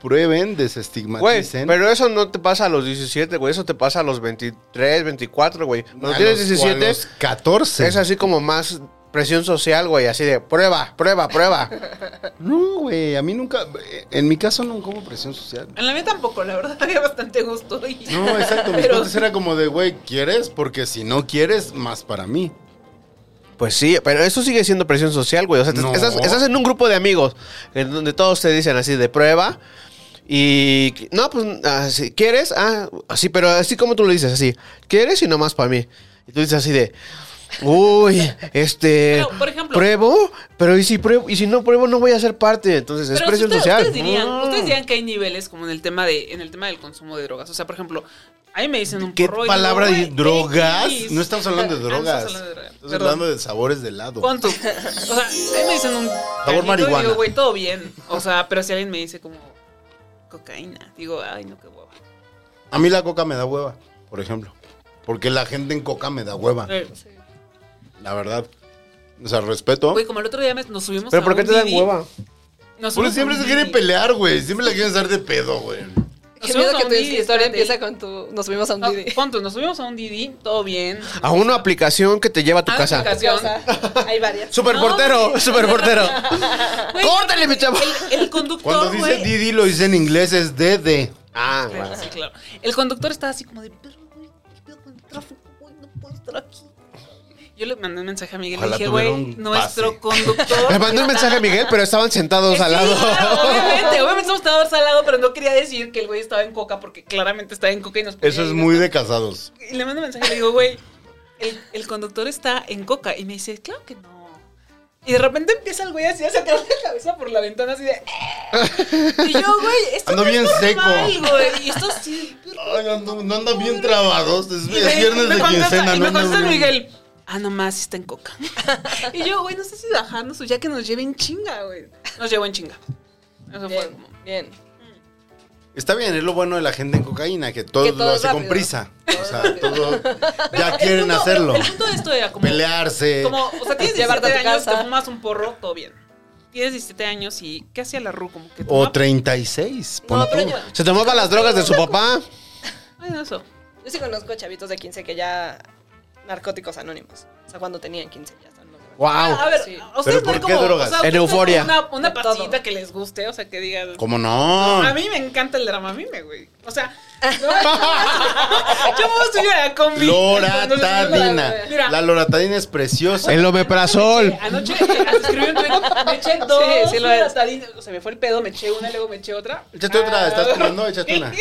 [SPEAKER 1] prueben,
[SPEAKER 2] Güey,
[SPEAKER 1] desestigmaticen.
[SPEAKER 2] pero eso no te pasa a los 17, güey. Eso te pasa a los 23, 24, güey. Cuando
[SPEAKER 1] A
[SPEAKER 2] tienes
[SPEAKER 1] los- o
[SPEAKER 2] 17,
[SPEAKER 1] a los 14.
[SPEAKER 2] es así como más presión social, güey. Así de prueba, prueba, prueba.
[SPEAKER 1] No, güey, a mí nunca. eh, En mi caso, no como presión social.
[SPEAKER 4] En la mía tampoco, la verdad, había bastante gusto. Y...
[SPEAKER 1] No, exacto. Mis
[SPEAKER 4] Pero-
[SPEAKER 1] cuates era como de, güey, ¿quieres? Porque si no quieres, más para mí.
[SPEAKER 2] Pues sí, pero eso sigue siendo presión social, güey. O sea, te-
[SPEAKER 1] No.
[SPEAKER 2] estás, estás en un grupo de amigos en donde todos te dicen así de prueba. Y no, pues ah, si quieres, ah, así, pero así como tú lo dices, así, ¿quieres y nomás para mí? Y tú dices así de, uy, este,
[SPEAKER 4] Pero, por ejemplo-
[SPEAKER 2] pruebo, pero y si pruebo, y si no pruebo, no voy a ser parte. Entonces es
[SPEAKER 4] Pero
[SPEAKER 2] presión
[SPEAKER 4] ustedes,
[SPEAKER 2] social.
[SPEAKER 4] Ustedes dirían,
[SPEAKER 2] Mm.
[SPEAKER 4] ustedes dirían que hay niveles como en el tema de en el tema del consumo de drogas. O sea, por ejemplo, ahí me dicen un
[SPEAKER 1] ¿Qué
[SPEAKER 4] porro y
[SPEAKER 1] palabra
[SPEAKER 4] digo,
[SPEAKER 1] de
[SPEAKER 4] "Güey,
[SPEAKER 1] drogas?
[SPEAKER 4] X".
[SPEAKER 1] No estamos hablando de
[SPEAKER 4] Ah, no estamos
[SPEAKER 1] drogas.
[SPEAKER 4] hablando de drogas.
[SPEAKER 1] Estamos
[SPEAKER 4] Perdón.
[SPEAKER 1] hablando de sabores de helado.
[SPEAKER 4] ¿Cuánto? O sea, ahí me dicen un
[SPEAKER 1] Sabor
[SPEAKER 4] cañito y
[SPEAKER 1] marihuana.
[SPEAKER 4] Digo, güey, todo bien. O sea, pero si alguien me dice como cocaína, digo, ay, no qué hueva.
[SPEAKER 1] A mí la coca me da hueva, por ejemplo. Porque la gente en coca me da hueva,
[SPEAKER 4] Eh,
[SPEAKER 1] la verdad. O sea, respeto.
[SPEAKER 4] Güey, como el otro día me- nos subimos
[SPEAKER 2] Pero
[SPEAKER 4] a
[SPEAKER 2] ¿por qué
[SPEAKER 4] un
[SPEAKER 2] te dan
[SPEAKER 4] Didi.
[SPEAKER 2] hueva?
[SPEAKER 4] Nos
[SPEAKER 1] Porque
[SPEAKER 4] subimos
[SPEAKER 1] siempre
[SPEAKER 4] a un
[SPEAKER 1] se quieren
[SPEAKER 4] Didi.
[SPEAKER 1] pelear, güey. Siempre la quieren hacer de pedo, güey.
[SPEAKER 4] Nos
[SPEAKER 3] Qué
[SPEAKER 4] subimos
[SPEAKER 3] miedo
[SPEAKER 4] a
[SPEAKER 3] que
[SPEAKER 4] un
[SPEAKER 3] tu
[SPEAKER 4] Didi, espérate.
[SPEAKER 3] historia empieza con tu. Nos subimos a un
[SPEAKER 4] Ah,
[SPEAKER 3] Didi.
[SPEAKER 4] ¿Cuánto? Nos subimos a un Didi, todo bien.
[SPEAKER 2] A una aplicación que te lleva a tu
[SPEAKER 4] A una
[SPEAKER 2] casa.
[SPEAKER 4] aplicación.
[SPEAKER 3] Hay varias.
[SPEAKER 2] Superportero,
[SPEAKER 4] No,
[SPEAKER 2] superportero.
[SPEAKER 4] Güey,
[SPEAKER 2] ¡Córtale, mi chavo!
[SPEAKER 4] El, el conductor,
[SPEAKER 1] Cuando dice
[SPEAKER 4] güey,
[SPEAKER 1] Didi lo dice en inglés, es Dede.
[SPEAKER 2] Ah,
[SPEAKER 4] Sí,
[SPEAKER 2] bueno.
[SPEAKER 4] sí, claro. El conductor estaba así como de, pero, güey, ¿qué pedo con el tráfico? Güey, no puedo estar aquí. Yo le mandé un mensaje a Miguel y
[SPEAKER 1] Ojalá
[SPEAKER 4] dije,
[SPEAKER 1] tuviera
[SPEAKER 4] güey,
[SPEAKER 1] un
[SPEAKER 4] nuestro
[SPEAKER 1] pase".
[SPEAKER 4] conductor.
[SPEAKER 2] Le mandé un mensaje a Miguel, pero estaban sentados al lado.
[SPEAKER 4] Sí, claro, obviamente, obviamente estamos todos al lado, pero no quería decir que el güey estaba en coca porque claramente estaba en coca y nos podía
[SPEAKER 1] Eso es
[SPEAKER 4] ir.
[SPEAKER 1] muy de casados.
[SPEAKER 4] Y le mando un mensaje y le digo, güey, el, el conductor está en coca. Y me dice, claro que no. Y de repente empieza el güey así hacia atrás de la cabeza por la ventana, así de. "Eh". Y yo, güey, esto
[SPEAKER 1] Ando
[SPEAKER 4] no
[SPEAKER 1] bien
[SPEAKER 4] es
[SPEAKER 1] seco.
[SPEAKER 4] normal, güey. Y esto sí.
[SPEAKER 1] Ay, ando- no andan bien trabados. Es,
[SPEAKER 4] Y
[SPEAKER 1] es
[SPEAKER 4] me-
[SPEAKER 1] viernes
[SPEAKER 4] me
[SPEAKER 1] de
[SPEAKER 4] contesta-
[SPEAKER 1] quincena,
[SPEAKER 4] y
[SPEAKER 1] no
[SPEAKER 4] me contesta
[SPEAKER 1] andan bien.
[SPEAKER 4] Miguel. Ah, nomás está en coca. y yo, güey, no sé si bajarnos o ya que nos lleven chinga, güey. Nos llevó en chinga. Eso fue como.
[SPEAKER 3] Bien, bien.
[SPEAKER 1] Está bien, es lo bueno de la gente en cocaína, que todo,
[SPEAKER 3] Que todo
[SPEAKER 1] lo
[SPEAKER 3] es
[SPEAKER 1] hace con
[SPEAKER 3] rápido.
[SPEAKER 1] prisa. O sea,
[SPEAKER 3] rápido.
[SPEAKER 1] todo. Ya
[SPEAKER 4] El
[SPEAKER 1] quieren
[SPEAKER 4] punto-
[SPEAKER 1] hacerlo.
[SPEAKER 4] El punto de esto era como.
[SPEAKER 1] Pelearse.
[SPEAKER 4] Como, o sea, tienes 17
[SPEAKER 3] Llevarte a tu
[SPEAKER 4] años,
[SPEAKER 3] casa.
[SPEAKER 4] te fumas un porro, todo bien. Tienes 17 años y ¿qué hacía la Ru? Como que
[SPEAKER 1] O
[SPEAKER 4] tomaba-
[SPEAKER 1] 36. pon
[SPEAKER 3] No, pero
[SPEAKER 1] tú.
[SPEAKER 3] yo,
[SPEAKER 2] Se tomaba las drogas de su papá.
[SPEAKER 4] Bueno, eso.
[SPEAKER 3] yo sí conozco chavitos de 15 que ya. Narcóticos anónimos. O sea, cuando tenían 15 ya están. los demás.
[SPEAKER 2] Wow.
[SPEAKER 4] A ver,
[SPEAKER 3] Sí.
[SPEAKER 4] ustedes
[SPEAKER 1] ¿Pero
[SPEAKER 4] no
[SPEAKER 1] por
[SPEAKER 4] hay
[SPEAKER 1] qué
[SPEAKER 4] como.
[SPEAKER 1] drogas?
[SPEAKER 4] ustedes
[SPEAKER 2] En
[SPEAKER 4] no hay
[SPEAKER 2] euforia.
[SPEAKER 4] Una, una
[SPEAKER 3] De
[SPEAKER 4] pastillita
[SPEAKER 3] todo.
[SPEAKER 4] que les guste, o sea, que digan.
[SPEAKER 1] ¿Cómo no?
[SPEAKER 4] A mí me encanta el dramamine, güey. O sea, no, yo puedo subir a la combi.
[SPEAKER 1] Loratadina.
[SPEAKER 4] Mira.
[SPEAKER 1] La loratadina es preciosa.
[SPEAKER 2] El omeprazol.
[SPEAKER 4] Anoche eh, escribí un tweet, me eché dos,
[SPEAKER 3] Sí, sí lo es.
[SPEAKER 4] loratadina, o sea, me fue el pedo, me eché una, luego me eché otra.
[SPEAKER 1] Échate otra,
[SPEAKER 4] Ah,
[SPEAKER 1] estás tomando, échate una.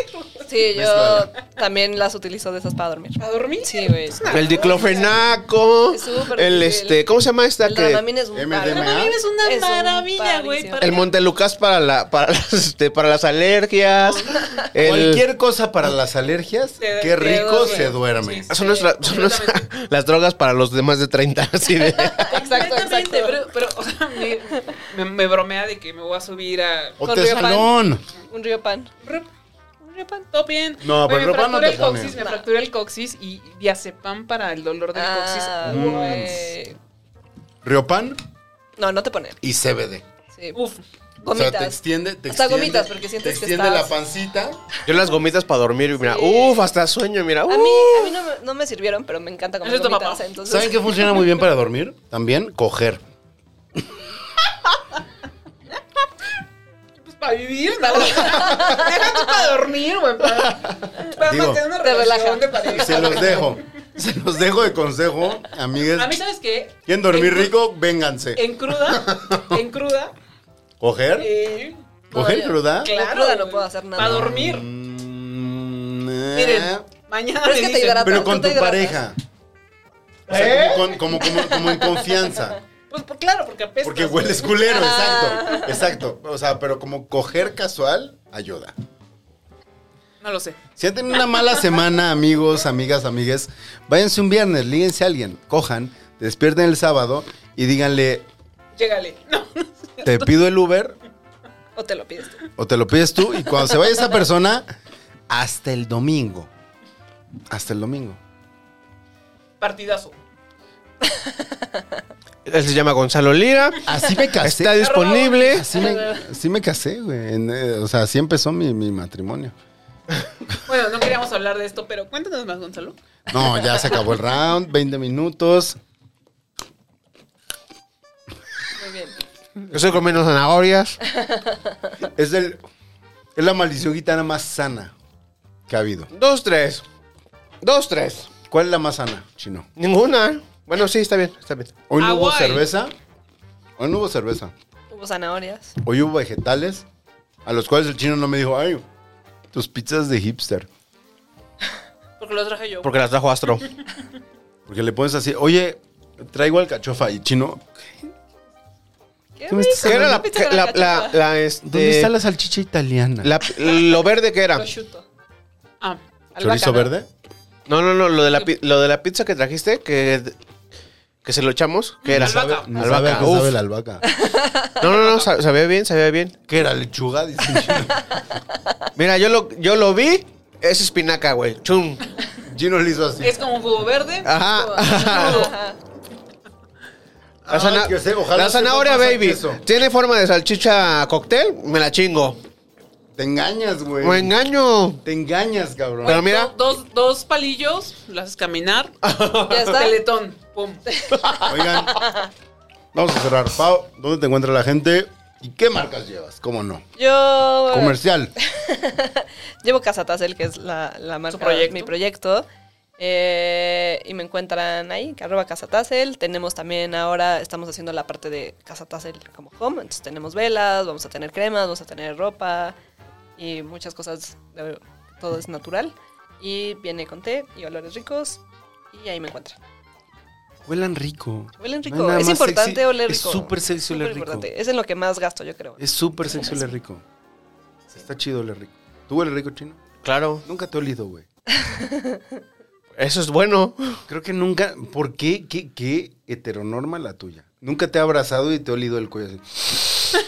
[SPEAKER 3] Sí, yo
[SPEAKER 1] Mézclala.
[SPEAKER 3] también las utilizo de esas para dormir.
[SPEAKER 4] ¿A dormir?
[SPEAKER 3] Sí, güey.
[SPEAKER 2] El diclofenaco.
[SPEAKER 3] Es súper
[SPEAKER 2] El
[SPEAKER 3] difícil.
[SPEAKER 2] este, ¿cómo se llama esta
[SPEAKER 3] El
[SPEAKER 2] que
[SPEAKER 3] Dramamine es un
[SPEAKER 1] MDMA.
[SPEAKER 3] paro.
[SPEAKER 4] Dramamine es una
[SPEAKER 3] Es un
[SPEAKER 4] maravilla, güey.
[SPEAKER 3] parísimo.
[SPEAKER 4] para-
[SPEAKER 2] el Montelucas para la para las, este, para las alergias? El-
[SPEAKER 1] Cualquier cosa para las alergias,
[SPEAKER 4] Te-
[SPEAKER 1] qué
[SPEAKER 4] te
[SPEAKER 1] rico
[SPEAKER 4] duerme.
[SPEAKER 1] se duerme.
[SPEAKER 4] Sí, sí.
[SPEAKER 2] son nuestra- son nuestra- las drogas para los demás de 30, así de-
[SPEAKER 3] Exacto,
[SPEAKER 4] Completamente,
[SPEAKER 3] exacto.
[SPEAKER 4] Pero, pero, o sea, me, me- me bromea de que me voy a subir a.
[SPEAKER 1] O
[SPEAKER 3] Con
[SPEAKER 1] te
[SPEAKER 3] Río Pan.
[SPEAKER 1] salón.
[SPEAKER 3] Un río pan.
[SPEAKER 4] Rep- Repan, todo bien.
[SPEAKER 1] No,
[SPEAKER 4] Güey,
[SPEAKER 1] pero
[SPEAKER 4] me
[SPEAKER 1] Repan no
[SPEAKER 4] fracturé
[SPEAKER 1] te
[SPEAKER 4] el
[SPEAKER 1] pone.
[SPEAKER 4] coxis, me fracturé el coxis y diazepam para el dolor del
[SPEAKER 3] Ah,
[SPEAKER 4] coxis.
[SPEAKER 3] güey.
[SPEAKER 1] Riopan
[SPEAKER 3] No, no te pone.
[SPEAKER 1] y CBD.
[SPEAKER 3] Sí.
[SPEAKER 4] Uf,
[SPEAKER 3] Gomitas.
[SPEAKER 1] O sea, te extiende, te
[SPEAKER 3] Hasta
[SPEAKER 1] extiende,
[SPEAKER 3] gomitas, porque sientes
[SPEAKER 1] te
[SPEAKER 3] que
[SPEAKER 1] extiende
[SPEAKER 3] estás-
[SPEAKER 1] la pancita.
[SPEAKER 2] Yo las gomitas para dormir y mira,
[SPEAKER 3] Sí.
[SPEAKER 2] uff, hasta sueño, mira.
[SPEAKER 3] A mí,
[SPEAKER 2] uh.
[SPEAKER 3] a mí no, me- no me sirvieron, pero me encanta comer
[SPEAKER 4] Eso es tu
[SPEAKER 3] gomitas.
[SPEAKER 4] papá.
[SPEAKER 3] Entonces,
[SPEAKER 1] ¿Saben qué funciona muy bien para dormir? También coger.
[SPEAKER 4] pues para vivir, ¿no? Deja tú para dormir, güey. Para, para
[SPEAKER 1] Digo,
[SPEAKER 4] mantener una
[SPEAKER 3] te relaja.
[SPEAKER 4] relación de pareja.
[SPEAKER 1] Se los dejo. Se los dejo de consejo, amigues.
[SPEAKER 4] A mí, ¿sabes qué?
[SPEAKER 1] ¿Quieren dormir
[SPEAKER 4] En-
[SPEAKER 1] rico? Vénganse.
[SPEAKER 4] En cruda, en cruda.
[SPEAKER 1] ¿Coger?
[SPEAKER 4] eh,
[SPEAKER 1] ¿Coger
[SPEAKER 3] todavía.
[SPEAKER 1] cruda?
[SPEAKER 3] En cruda no puedo hacer nada.
[SPEAKER 4] Para dormir.
[SPEAKER 1] Mm, eh.
[SPEAKER 4] Miren, mañana
[SPEAKER 3] Pero es
[SPEAKER 4] me
[SPEAKER 3] que te
[SPEAKER 4] dicen,
[SPEAKER 3] hidrata.
[SPEAKER 1] Pero con
[SPEAKER 3] ¿Tú
[SPEAKER 1] tu
[SPEAKER 3] te hidratas?
[SPEAKER 4] ¿Eh?
[SPEAKER 1] pareja. O sea, como, con- como- como- como en confianza.
[SPEAKER 4] Pues, pues, claro, porque apestas.
[SPEAKER 1] Porque hueles culero,
[SPEAKER 3] Ah.
[SPEAKER 1] exacto. Exacto. O sea, pero como coger casual ayuda.
[SPEAKER 4] No lo sé.
[SPEAKER 1] Si han tenido una mala semana, amigos, amigas, amigues, váyanse un viernes, líguense a alguien, cojan, despierten el sábado y díganle,
[SPEAKER 4] Llégale. No.
[SPEAKER 1] te pido el Uber
[SPEAKER 3] O te lo pides. tú.
[SPEAKER 1] o te lo pides tú. Y cuando se vaya esa persona, hasta el domingo. Hasta el domingo.
[SPEAKER 4] Partidazo.
[SPEAKER 2] Él se llama Gonzalo Lira.
[SPEAKER 1] Así me casé.
[SPEAKER 2] Está disponible.
[SPEAKER 1] Así me, así me casé, güey. En, eh, O sea, así empezó mi, mi matrimonio.
[SPEAKER 4] Bueno, no queríamos hablar de esto, pero cuéntanos más, Gonzalo.
[SPEAKER 1] No, ya se acabó el round, 20 minutos.
[SPEAKER 3] Muy bien.
[SPEAKER 2] Yo estoy comiendo zanahorias.
[SPEAKER 1] Es, el, es la maldición gitana más sana que ha habido.
[SPEAKER 2] Dos, tres. Dos, tres.
[SPEAKER 1] ¿Cuál es la más sana, chino?
[SPEAKER 2] Ninguna. Bueno, sí, está bien, está bien.
[SPEAKER 1] Hoy no hubo
[SPEAKER 4] Hawái.
[SPEAKER 1] cerveza. Hoy no hubo cerveza.
[SPEAKER 3] Hubo zanahorias.
[SPEAKER 1] Hoy hubo vegetales. A los cuales el chino no me dijo, ay, tus pizzas de hipster.
[SPEAKER 4] Porque lo traje yo.
[SPEAKER 2] Porque las trajo Astro.
[SPEAKER 1] Porque le pones así, oye, traigo alcachofa. Y chino,
[SPEAKER 3] ¿Qué,
[SPEAKER 1] ¿Qué me estás
[SPEAKER 2] ¿Qué era la,
[SPEAKER 3] Pizza con
[SPEAKER 2] la, la,
[SPEAKER 3] alcachofa.
[SPEAKER 2] la, este,
[SPEAKER 1] ¿dónde está la salchicha italiana?
[SPEAKER 2] la- lo verde que era?
[SPEAKER 3] Prosciutto.
[SPEAKER 4] Ah,
[SPEAKER 1] ¿Chorizo
[SPEAKER 3] Albahaca, ¿no?
[SPEAKER 1] verde?
[SPEAKER 2] No, no, no, lo de la, pi- lo de la pizza que trajiste, que, que se lo echamos, ¿qué era?
[SPEAKER 4] Albahaca.
[SPEAKER 1] No sabe a qué
[SPEAKER 2] uf.
[SPEAKER 1] sabe la albahaca.
[SPEAKER 2] No, no, no, sa- sabía bien, sabía bien.
[SPEAKER 1] ¿Qué era, lechuga? Dice el chino.
[SPEAKER 2] Mira, yo lo, yo lo vi, es espinaca, güey. Chum.
[SPEAKER 1] Chino le hizo así.
[SPEAKER 4] es como un jugo verde.
[SPEAKER 1] Ah,
[SPEAKER 2] Ajá.
[SPEAKER 3] Ajá.
[SPEAKER 2] La, zana-
[SPEAKER 1] Ay, que sé, ojalá
[SPEAKER 2] la
[SPEAKER 1] sepa
[SPEAKER 2] zanahoria,
[SPEAKER 1] pasar
[SPEAKER 2] baby.
[SPEAKER 1] queso.
[SPEAKER 2] ¿Tiene forma de salchicha cóctel? Me la chingo.
[SPEAKER 1] Te engañas, güey.
[SPEAKER 2] Me engaño.
[SPEAKER 1] Te engañas, cabrón.
[SPEAKER 2] Pero mira,
[SPEAKER 4] Do- dos, dos palillos, lo haces caminar.
[SPEAKER 3] Ya está.
[SPEAKER 4] Teletón. Pum.
[SPEAKER 1] Oigan, vamos a cerrar. Pau, ¿dónde te encuentra la gente? ¿Y qué marcas llevas? ¿Cómo no?
[SPEAKER 3] Yo.
[SPEAKER 1] Comercial.
[SPEAKER 3] Llevo Casatasel, que es la, la marca,
[SPEAKER 4] proyecto?
[SPEAKER 3] mi proyecto. eh, y me encuentran ahí, que arroba Casatasel. Tenemos también ahora, estamos haciendo la parte de Casatasel como home. Entonces tenemos velas, vamos a tener cremas, vamos a tener ropa y muchas cosas. de- todo es natural. Y viene con té y olores ricos. Y ahí me encuentran.
[SPEAKER 1] Huelan rico.
[SPEAKER 3] Huelen rico.
[SPEAKER 1] No hay nada
[SPEAKER 3] es
[SPEAKER 1] más
[SPEAKER 3] importante
[SPEAKER 1] sexy.
[SPEAKER 3] oler
[SPEAKER 1] Es
[SPEAKER 3] rico.
[SPEAKER 1] súper sexy oler
[SPEAKER 3] Súper
[SPEAKER 1] rico.
[SPEAKER 3] importante. Es en lo que más gasto, yo creo.
[SPEAKER 1] Es súper sexy oler rico. Está chido oler rico. ¿Tú hueles rico, chino?
[SPEAKER 2] claro,
[SPEAKER 1] Nunca te he olido, güey.
[SPEAKER 2] eso es bueno.
[SPEAKER 1] Creo que nunca. ¿Por qué? ¿Qué, qué heteronorma la tuya? Nunca te he abrazado y te he olido el cuello así.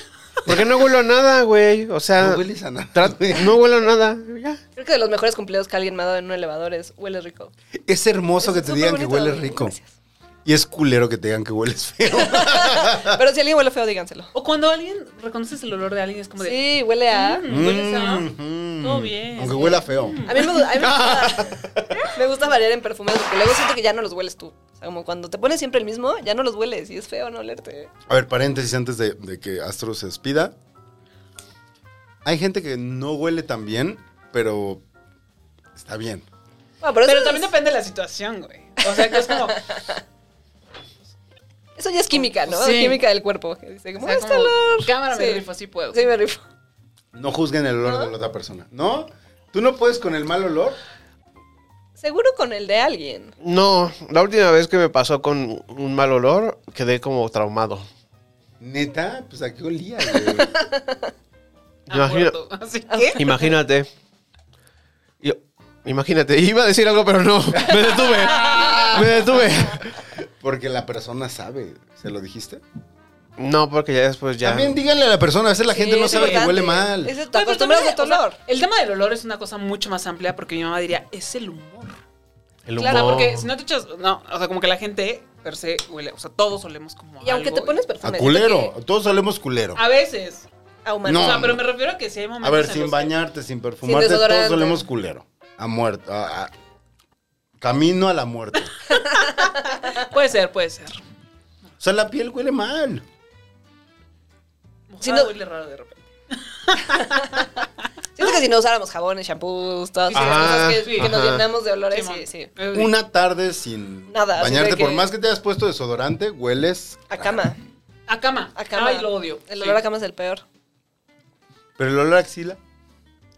[SPEAKER 2] Porque no huelo a nada, güey. O sea,
[SPEAKER 1] No hueles a nada.
[SPEAKER 2] tra-
[SPEAKER 1] güey.
[SPEAKER 2] no huelo a nada. Ya.
[SPEAKER 3] Creo que de los mejores cumpleaños que alguien me ha dado en un elevador es huele rico.
[SPEAKER 1] Es hermoso que
[SPEAKER 3] Es
[SPEAKER 1] te
[SPEAKER 3] súper
[SPEAKER 1] digan que
[SPEAKER 3] bonito.
[SPEAKER 1] hueles rico.
[SPEAKER 3] Gracias.
[SPEAKER 1] Y es culero que te digan que hueles feo.
[SPEAKER 3] Pero si alguien huele feo, díganselo.
[SPEAKER 4] O cuando alguien reconoces el olor de alguien, es como de.
[SPEAKER 3] Sí, huele a. Mm.
[SPEAKER 4] "Mm, hueles a-
[SPEAKER 1] Mm,
[SPEAKER 4] Todo bien.
[SPEAKER 1] Aunque huela feo.
[SPEAKER 3] A mí me, gu- a mí me gusta, me gusta variar en perfumes porque luego siento que ya no los hueles tú. O sea, como cuando te pones siempre el mismo, ya no los hueles y es feo no olerte.
[SPEAKER 1] A ver, paréntesis antes de, de que Astro se despida. Hay gente que no huele tan bien, pero está bien.
[SPEAKER 3] Bueno,
[SPEAKER 4] Pero
[SPEAKER 3] Ah, eso es-
[SPEAKER 4] también depende de la situación, güey. O sea, que es como.
[SPEAKER 3] Eso ya es química, ¿no?
[SPEAKER 4] Sí.
[SPEAKER 3] Química del cuerpo. que Dice, como,
[SPEAKER 4] o sea,
[SPEAKER 3] "Este
[SPEAKER 4] como,
[SPEAKER 3] olor".
[SPEAKER 4] Cámara, me
[SPEAKER 3] Sí.
[SPEAKER 4] rifo, sí puedo.
[SPEAKER 3] Sí, me rifo.
[SPEAKER 1] No juzguen el olor de la otra persona. ¿No? ¿Tú no puedes con el mal olor?
[SPEAKER 3] Seguro con el de alguien.
[SPEAKER 2] No, la última vez que me pasó con un mal olor, quedé como traumado.
[SPEAKER 1] Neta, pues a qué olía, güey?
[SPEAKER 4] Ah,
[SPEAKER 2] Imagina-
[SPEAKER 4] muerto. Así que.
[SPEAKER 2] Imagínate. Yo- imagínate. Iba a decir algo, pero no. Me detuve. Me detuve.
[SPEAKER 1] Porque la persona sabe. ¿Se lo dijiste?
[SPEAKER 2] No, porque ya después ya.
[SPEAKER 1] También díganle a la persona. A veces la gente
[SPEAKER 3] Sí,
[SPEAKER 1] no
[SPEAKER 3] es
[SPEAKER 1] sabe que
[SPEAKER 3] importante.
[SPEAKER 1] huele mal.
[SPEAKER 3] Ese- te
[SPEAKER 4] Güey, pero
[SPEAKER 3] acostumbras
[SPEAKER 4] también,
[SPEAKER 3] a tu
[SPEAKER 4] o sea,
[SPEAKER 3] olor.
[SPEAKER 4] el tema del olor es una cosa mucho más amplia porque mi mamá diría, es el humor.
[SPEAKER 2] El
[SPEAKER 4] Claro,
[SPEAKER 2] humor.
[SPEAKER 4] porque si no te echas. No, o sea, como que la gente per se huele. O sea, todos olemos como.
[SPEAKER 3] Y aunque
[SPEAKER 4] algo.
[SPEAKER 3] te pones
[SPEAKER 1] A
[SPEAKER 3] perfume.
[SPEAKER 1] culero. Todos olemos culero.
[SPEAKER 3] Ah,
[SPEAKER 4] A veces.
[SPEAKER 3] A humano.
[SPEAKER 1] No.
[SPEAKER 4] o sea, pero me refiero a que si hay momentos.
[SPEAKER 1] A ver,
[SPEAKER 4] en
[SPEAKER 1] sin
[SPEAKER 4] los que-
[SPEAKER 1] bañarte, sin perfumarte, todos
[SPEAKER 3] desodorante.
[SPEAKER 1] solemos culero. A muerto. a- a- camino a la muerte.
[SPEAKER 4] Puede ser, puede ser.
[SPEAKER 1] O sea, la piel huele mal.
[SPEAKER 4] Mojada
[SPEAKER 3] Si no-
[SPEAKER 4] huele raro de repente.
[SPEAKER 3] Siento que si no usáramos jabones, shampoos, todas esas
[SPEAKER 2] Ajá,
[SPEAKER 3] cosas que, que nos
[SPEAKER 2] ajá.
[SPEAKER 3] llenamos de olores, sí,
[SPEAKER 4] mon.
[SPEAKER 3] sí.
[SPEAKER 4] Eh,
[SPEAKER 1] Una tarde sin
[SPEAKER 3] Nada, así
[SPEAKER 1] bañarte,
[SPEAKER 3] de que-
[SPEAKER 1] por más que te hayas puesto desodorante, hueles.
[SPEAKER 3] A cama.
[SPEAKER 4] A cama.
[SPEAKER 3] A cama.
[SPEAKER 4] Ay, lo odio.
[SPEAKER 3] El
[SPEAKER 4] Sí.
[SPEAKER 3] olor a cama es el peor.
[SPEAKER 1] Pero el olor a axila.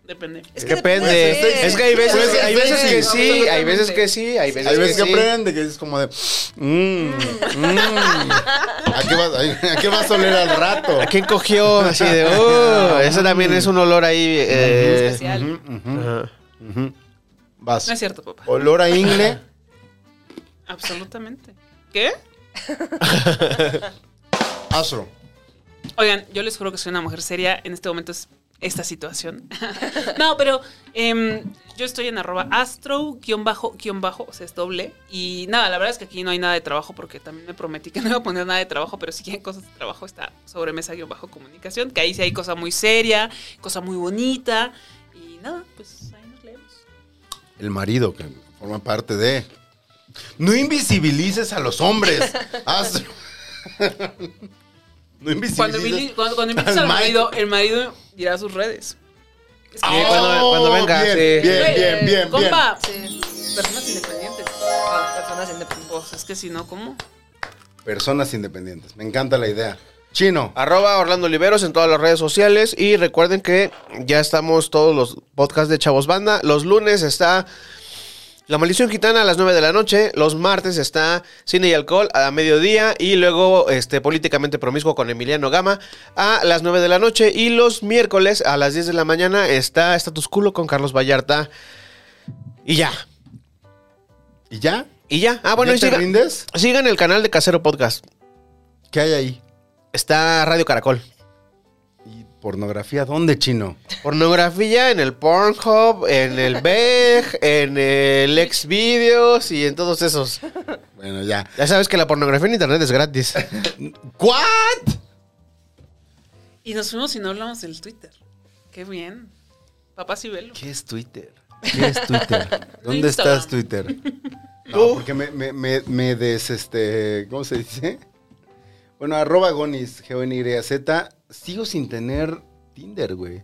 [SPEAKER 4] Depende.
[SPEAKER 3] Es
[SPEAKER 1] Eh,
[SPEAKER 3] que
[SPEAKER 2] Depende.
[SPEAKER 3] depende.
[SPEAKER 2] Es que hay veces,
[SPEAKER 3] Pues,
[SPEAKER 2] hay veces que
[SPEAKER 3] depende.
[SPEAKER 2] sí, hay veces que sí, hay veces,
[SPEAKER 1] Hay veces que
[SPEAKER 2] sí.
[SPEAKER 1] aprende que es como de. "Mm, mm, ¿A, qué vas, ¿A qué vas a oler al rato?
[SPEAKER 2] ¿A quién cogió? Así de, oh, ese también es un olor ahí. Eh,
[SPEAKER 3] Especial.
[SPEAKER 2] ajá.
[SPEAKER 1] Mm, Vas.
[SPEAKER 4] No es cierto, papá.
[SPEAKER 1] Olor a ingle.
[SPEAKER 4] Absolutamente. ¿Qué?
[SPEAKER 1] Astro.
[SPEAKER 4] Oigan, yo les juro que soy una mujer seria. En este momento es esta situación. no, pero em, yo estoy en arroba astro guión bajo, guión bajo, o sea, es doble. Y nada, la verdad es que aquí no hay nada de trabajo porque también me prometí que no iba a poner nada de trabajo, pero si quieren cosas de trabajo está sobre mesa guión bajo comunicación, que ahí sí hay cosa muy seria, cosa muy bonita. Y nada, pues ahí nos leemos.
[SPEAKER 1] El marido que forma parte de. No invisibilices a los hombres. Astro. no invisibilices.
[SPEAKER 4] Cuando invites, cuando, cuando invites
[SPEAKER 1] al
[SPEAKER 4] al
[SPEAKER 1] Mike.
[SPEAKER 4] marido, el marido dirá sus redes. Es que,
[SPEAKER 2] Sí,
[SPEAKER 1] Ah,
[SPEAKER 2] cuando- cuando venga,
[SPEAKER 1] Oh, Bien,
[SPEAKER 2] sí. eh,
[SPEAKER 1] bien, bien, bien, bien.
[SPEAKER 4] compa,
[SPEAKER 3] Sí.
[SPEAKER 4] personas independientes.
[SPEAKER 3] Personas independientes.
[SPEAKER 4] Pues es que si no, ¿cómo?
[SPEAKER 1] Personas independientes. Me encanta la idea. Chino.
[SPEAKER 2] Arroba Orlando Oliveros en todas las redes sociales. Y recuerden que ya estamos todos los podcasts de Chavos Banda. Los lunes está La Maldición Gitana a las 9 de la noche. Los martes está Cine y Alcohol a mediodía. Y luego este, Políticamente Promiscuo con Emiliano Gama a las 9 de la noche. Y los miércoles a las 10 de la mañana está Status Culo con Carlos Vallarta. Y ya.
[SPEAKER 1] ¿Y ya?
[SPEAKER 2] Y ya. Ah, bueno,
[SPEAKER 1] ¿Ya
[SPEAKER 2] y
[SPEAKER 1] te
[SPEAKER 2] siga-
[SPEAKER 1] rindes?
[SPEAKER 2] sigan el canal de Casero Podcast.
[SPEAKER 1] ¿Qué hay ahí?
[SPEAKER 2] Está Radio Caracol.
[SPEAKER 1] ¿Y pornografía dónde, chino?
[SPEAKER 2] Pornografía en el Pornhub, en el VEG, en el Xvideos y en todos esos.
[SPEAKER 1] Bueno, ya.
[SPEAKER 2] Ya sabes que la pornografía en internet es gratis.
[SPEAKER 1] ¿What?
[SPEAKER 4] Y nos fuimos y no hablamos del Twitter. Qué bien. Papá sí velo.
[SPEAKER 1] ¿Qué es Twitter? ¿Qué es Twitter? ¿Dónde
[SPEAKER 4] Instagram.
[SPEAKER 1] estás, Twitter? No, porque me, me, me, me des, este, ¿cómo se dice? Bueno, arroba gonis, g o n y z Sigo sin tener Tinder, güey.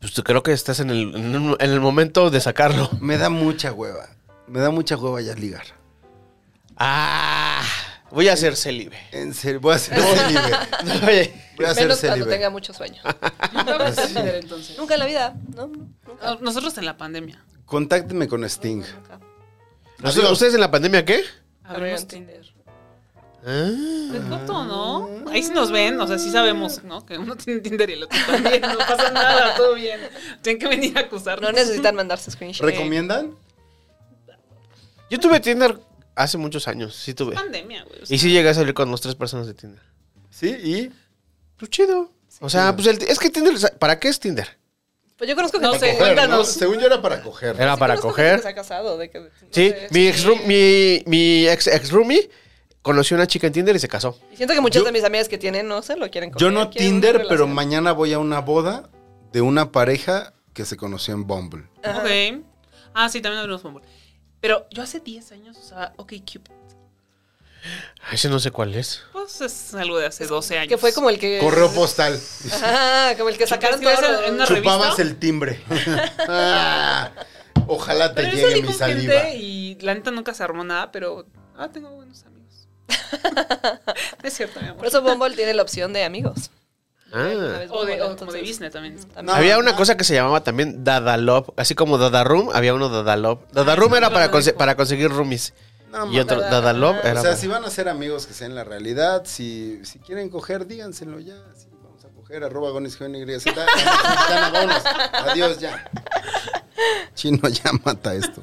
[SPEAKER 2] Pues tú creo que estás en el, en un- en el momento de sacarlo.
[SPEAKER 1] Me da mucha hueva. Me da mucha hueva ya ligar.
[SPEAKER 2] Ah, voy a ser célibe.
[SPEAKER 1] En serio, voy a ser célibe.
[SPEAKER 2] Oye,
[SPEAKER 1] Voy a ser
[SPEAKER 3] Menos cuando tenga
[SPEAKER 1] célibe.
[SPEAKER 3] mucho sueño.
[SPEAKER 4] Nunca hablamos del Twitter entonces.
[SPEAKER 3] Nunca en la vida, ¿no? Nunca.
[SPEAKER 4] No, Nosotros en la pandemia.
[SPEAKER 1] Contáctenme con Sting.
[SPEAKER 2] ¿ustedes ustedes en la pandemia qué?
[SPEAKER 4] Abrimos
[SPEAKER 3] Abrieron
[SPEAKER 4] Tinder.
[SPEAKER 2] Ah,
[SPEAKER 4] ¿De foto, no? Ahí sí nos ven, o sea, sí sabemos, ¿no? Que uno tiene Tinder y el otro también. No pasa nada, todo bien. Tienen que venir a acusarnos.
[SPEAKER 3] No necesitan mandarse screenshot.
[SPEAKER 1] ¿Recomiendan?
[SPEAKER 2] yo tuve Tinder hace muchos años, sí tuve.
[SPEAKER 4] Pandemia, güey. o sea,
[SPEAKER 2] Y sí llegué a salir con dos, tres personas de Tinder.
[SPEAKER 1] Sí,
[SPEAKER 3] Eh,
[SPEAKER 1] y
[SPEAKER 2] Pues chido. O sea, pues el- es que Tinder, ¿para qué es Tinder?
[SPEAKER 3] Pues yo conozco
[SPEAKER 4] No
[SPEAKER 3] gente
[SPEAKER 4] sé,
[SPEAKER 3] que-
[SPEAKER 1] Bueno, ¿no?
[SPEAKER 3] cuéntanos.
[SPEAKER 1] Según yo era para coger.
[SPEAKER 2] Era
[SPEAKER 3] Sí,
[SPEAKER 2] para
[SPEAKER 3] conozco gente
[SPEAKER 2] coger.
[SPEAKER 3] que se ha casado. de que- no
[SPEAKER 2] Sí,
[SPEAKER 3] sé.
[SPEAKER 2] mi ex room- mi, mi ex, ex roomie conoció a una chica en Tinder y se casó.
[SPEAKER 3] Y siento que muchas
[SPEAKER 1] Yo-
[SPEAKER 3] de mis amigas que tienen no se lo quieren coger.
[SPEAKER 1] Yo no
[SPEAKER 3] quieren
[SPEAKER 1] Tinder,
[SPEAKER 3] una
[SPEAKER 1] pero
[SPEAKER 3] relación.
[SPEAKER 1] mañana voy a una boda de una pareja que se conoció en Bumble.
[SPEAKER 4] Ok. Ah, sí, también abrimos Bumble. Pero yo hace 10 años usaba OkCupid.
[SPEAKER 2] Ese no sé cuál es.
[SPEAKER 4] Pues es algo de hace 12 años.
[SPEAKER 3] Que fue como el que.
[SPEAKER 1] Correo postal.
[SPEAKER 3] Ajá, como el que sacaron
[SPEAKER 4] Chupabas
[SPEAKER 3] todo.
[SPEAKER 4] en una-
[SPEAKER 1] Chupabas
[SPEAKER 4] revista?
[SPEAKER 1] el timbre. Ah, ojalá te
[SPEAKER 4] Pero eso
[SPEAKER 1] llegue mi
[SPEAKER 4] dijo
[SPEAKER 1] saliva.
[SPEAKER 4] gente y la neta nunca se armó nada, pero ah, tengo buenos amigos. No es cierto, mi
[SPEAKER 3] Por
[SPEAKER 4] amor.
[SPEAKER 3] eso Bumble tiene la opción de amigos. Una vez
[SPEAKER 4] O de,
[SPEAKER 3] Bumble,
[SPEAKER 4] o como de
[SPEAKER 3] entonces, mm,
[SPEAKER 4] business también.
[SPEAKER 3] también.
[SPEAKER 1] No,
[SPEAKER 2] había
[SPEAKER 1] no,
[SPEAKER 2] una
[SPEAKER 1] no.
[SPEAKER 2] cosa que se llamaba también Dadalop, así como Dadaroom, había uno Dadalop. Dadaroom
[SPEAKER 4] Ah,
[SPEAKER 2] era
[SPEAKER 4] no,
[SPEAKER 2] para,
[SPEAKER 4] no
[SPEAKER 2] conse-
[SPEAKER 4] dijo.
[SPEAKER 2] para conseguir roomies.
[SPEAKER 1] No,
[SPEAKER 2] Y otro
[SPEAKER 1] mames.
[SPEAKER 2] Dadalop era
[SPEAKER 1] O sea,
[SPEAKER 2] para-
[SPEAKER 1] si van a ser amigos que sean la realidad, si, si quieren coger, díganselo ya. Sí, vamos a coger, arroba gonis, joven, y Z. Ya, vámonos. Adiós, ya. Chino, ya mata esto.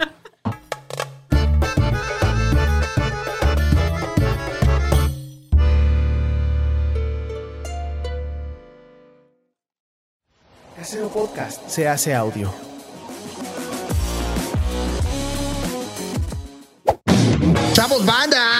[SPEAKER 6] Casero Podcast se hace audio.
[SPEAKER 1] ¡Chavos, banda!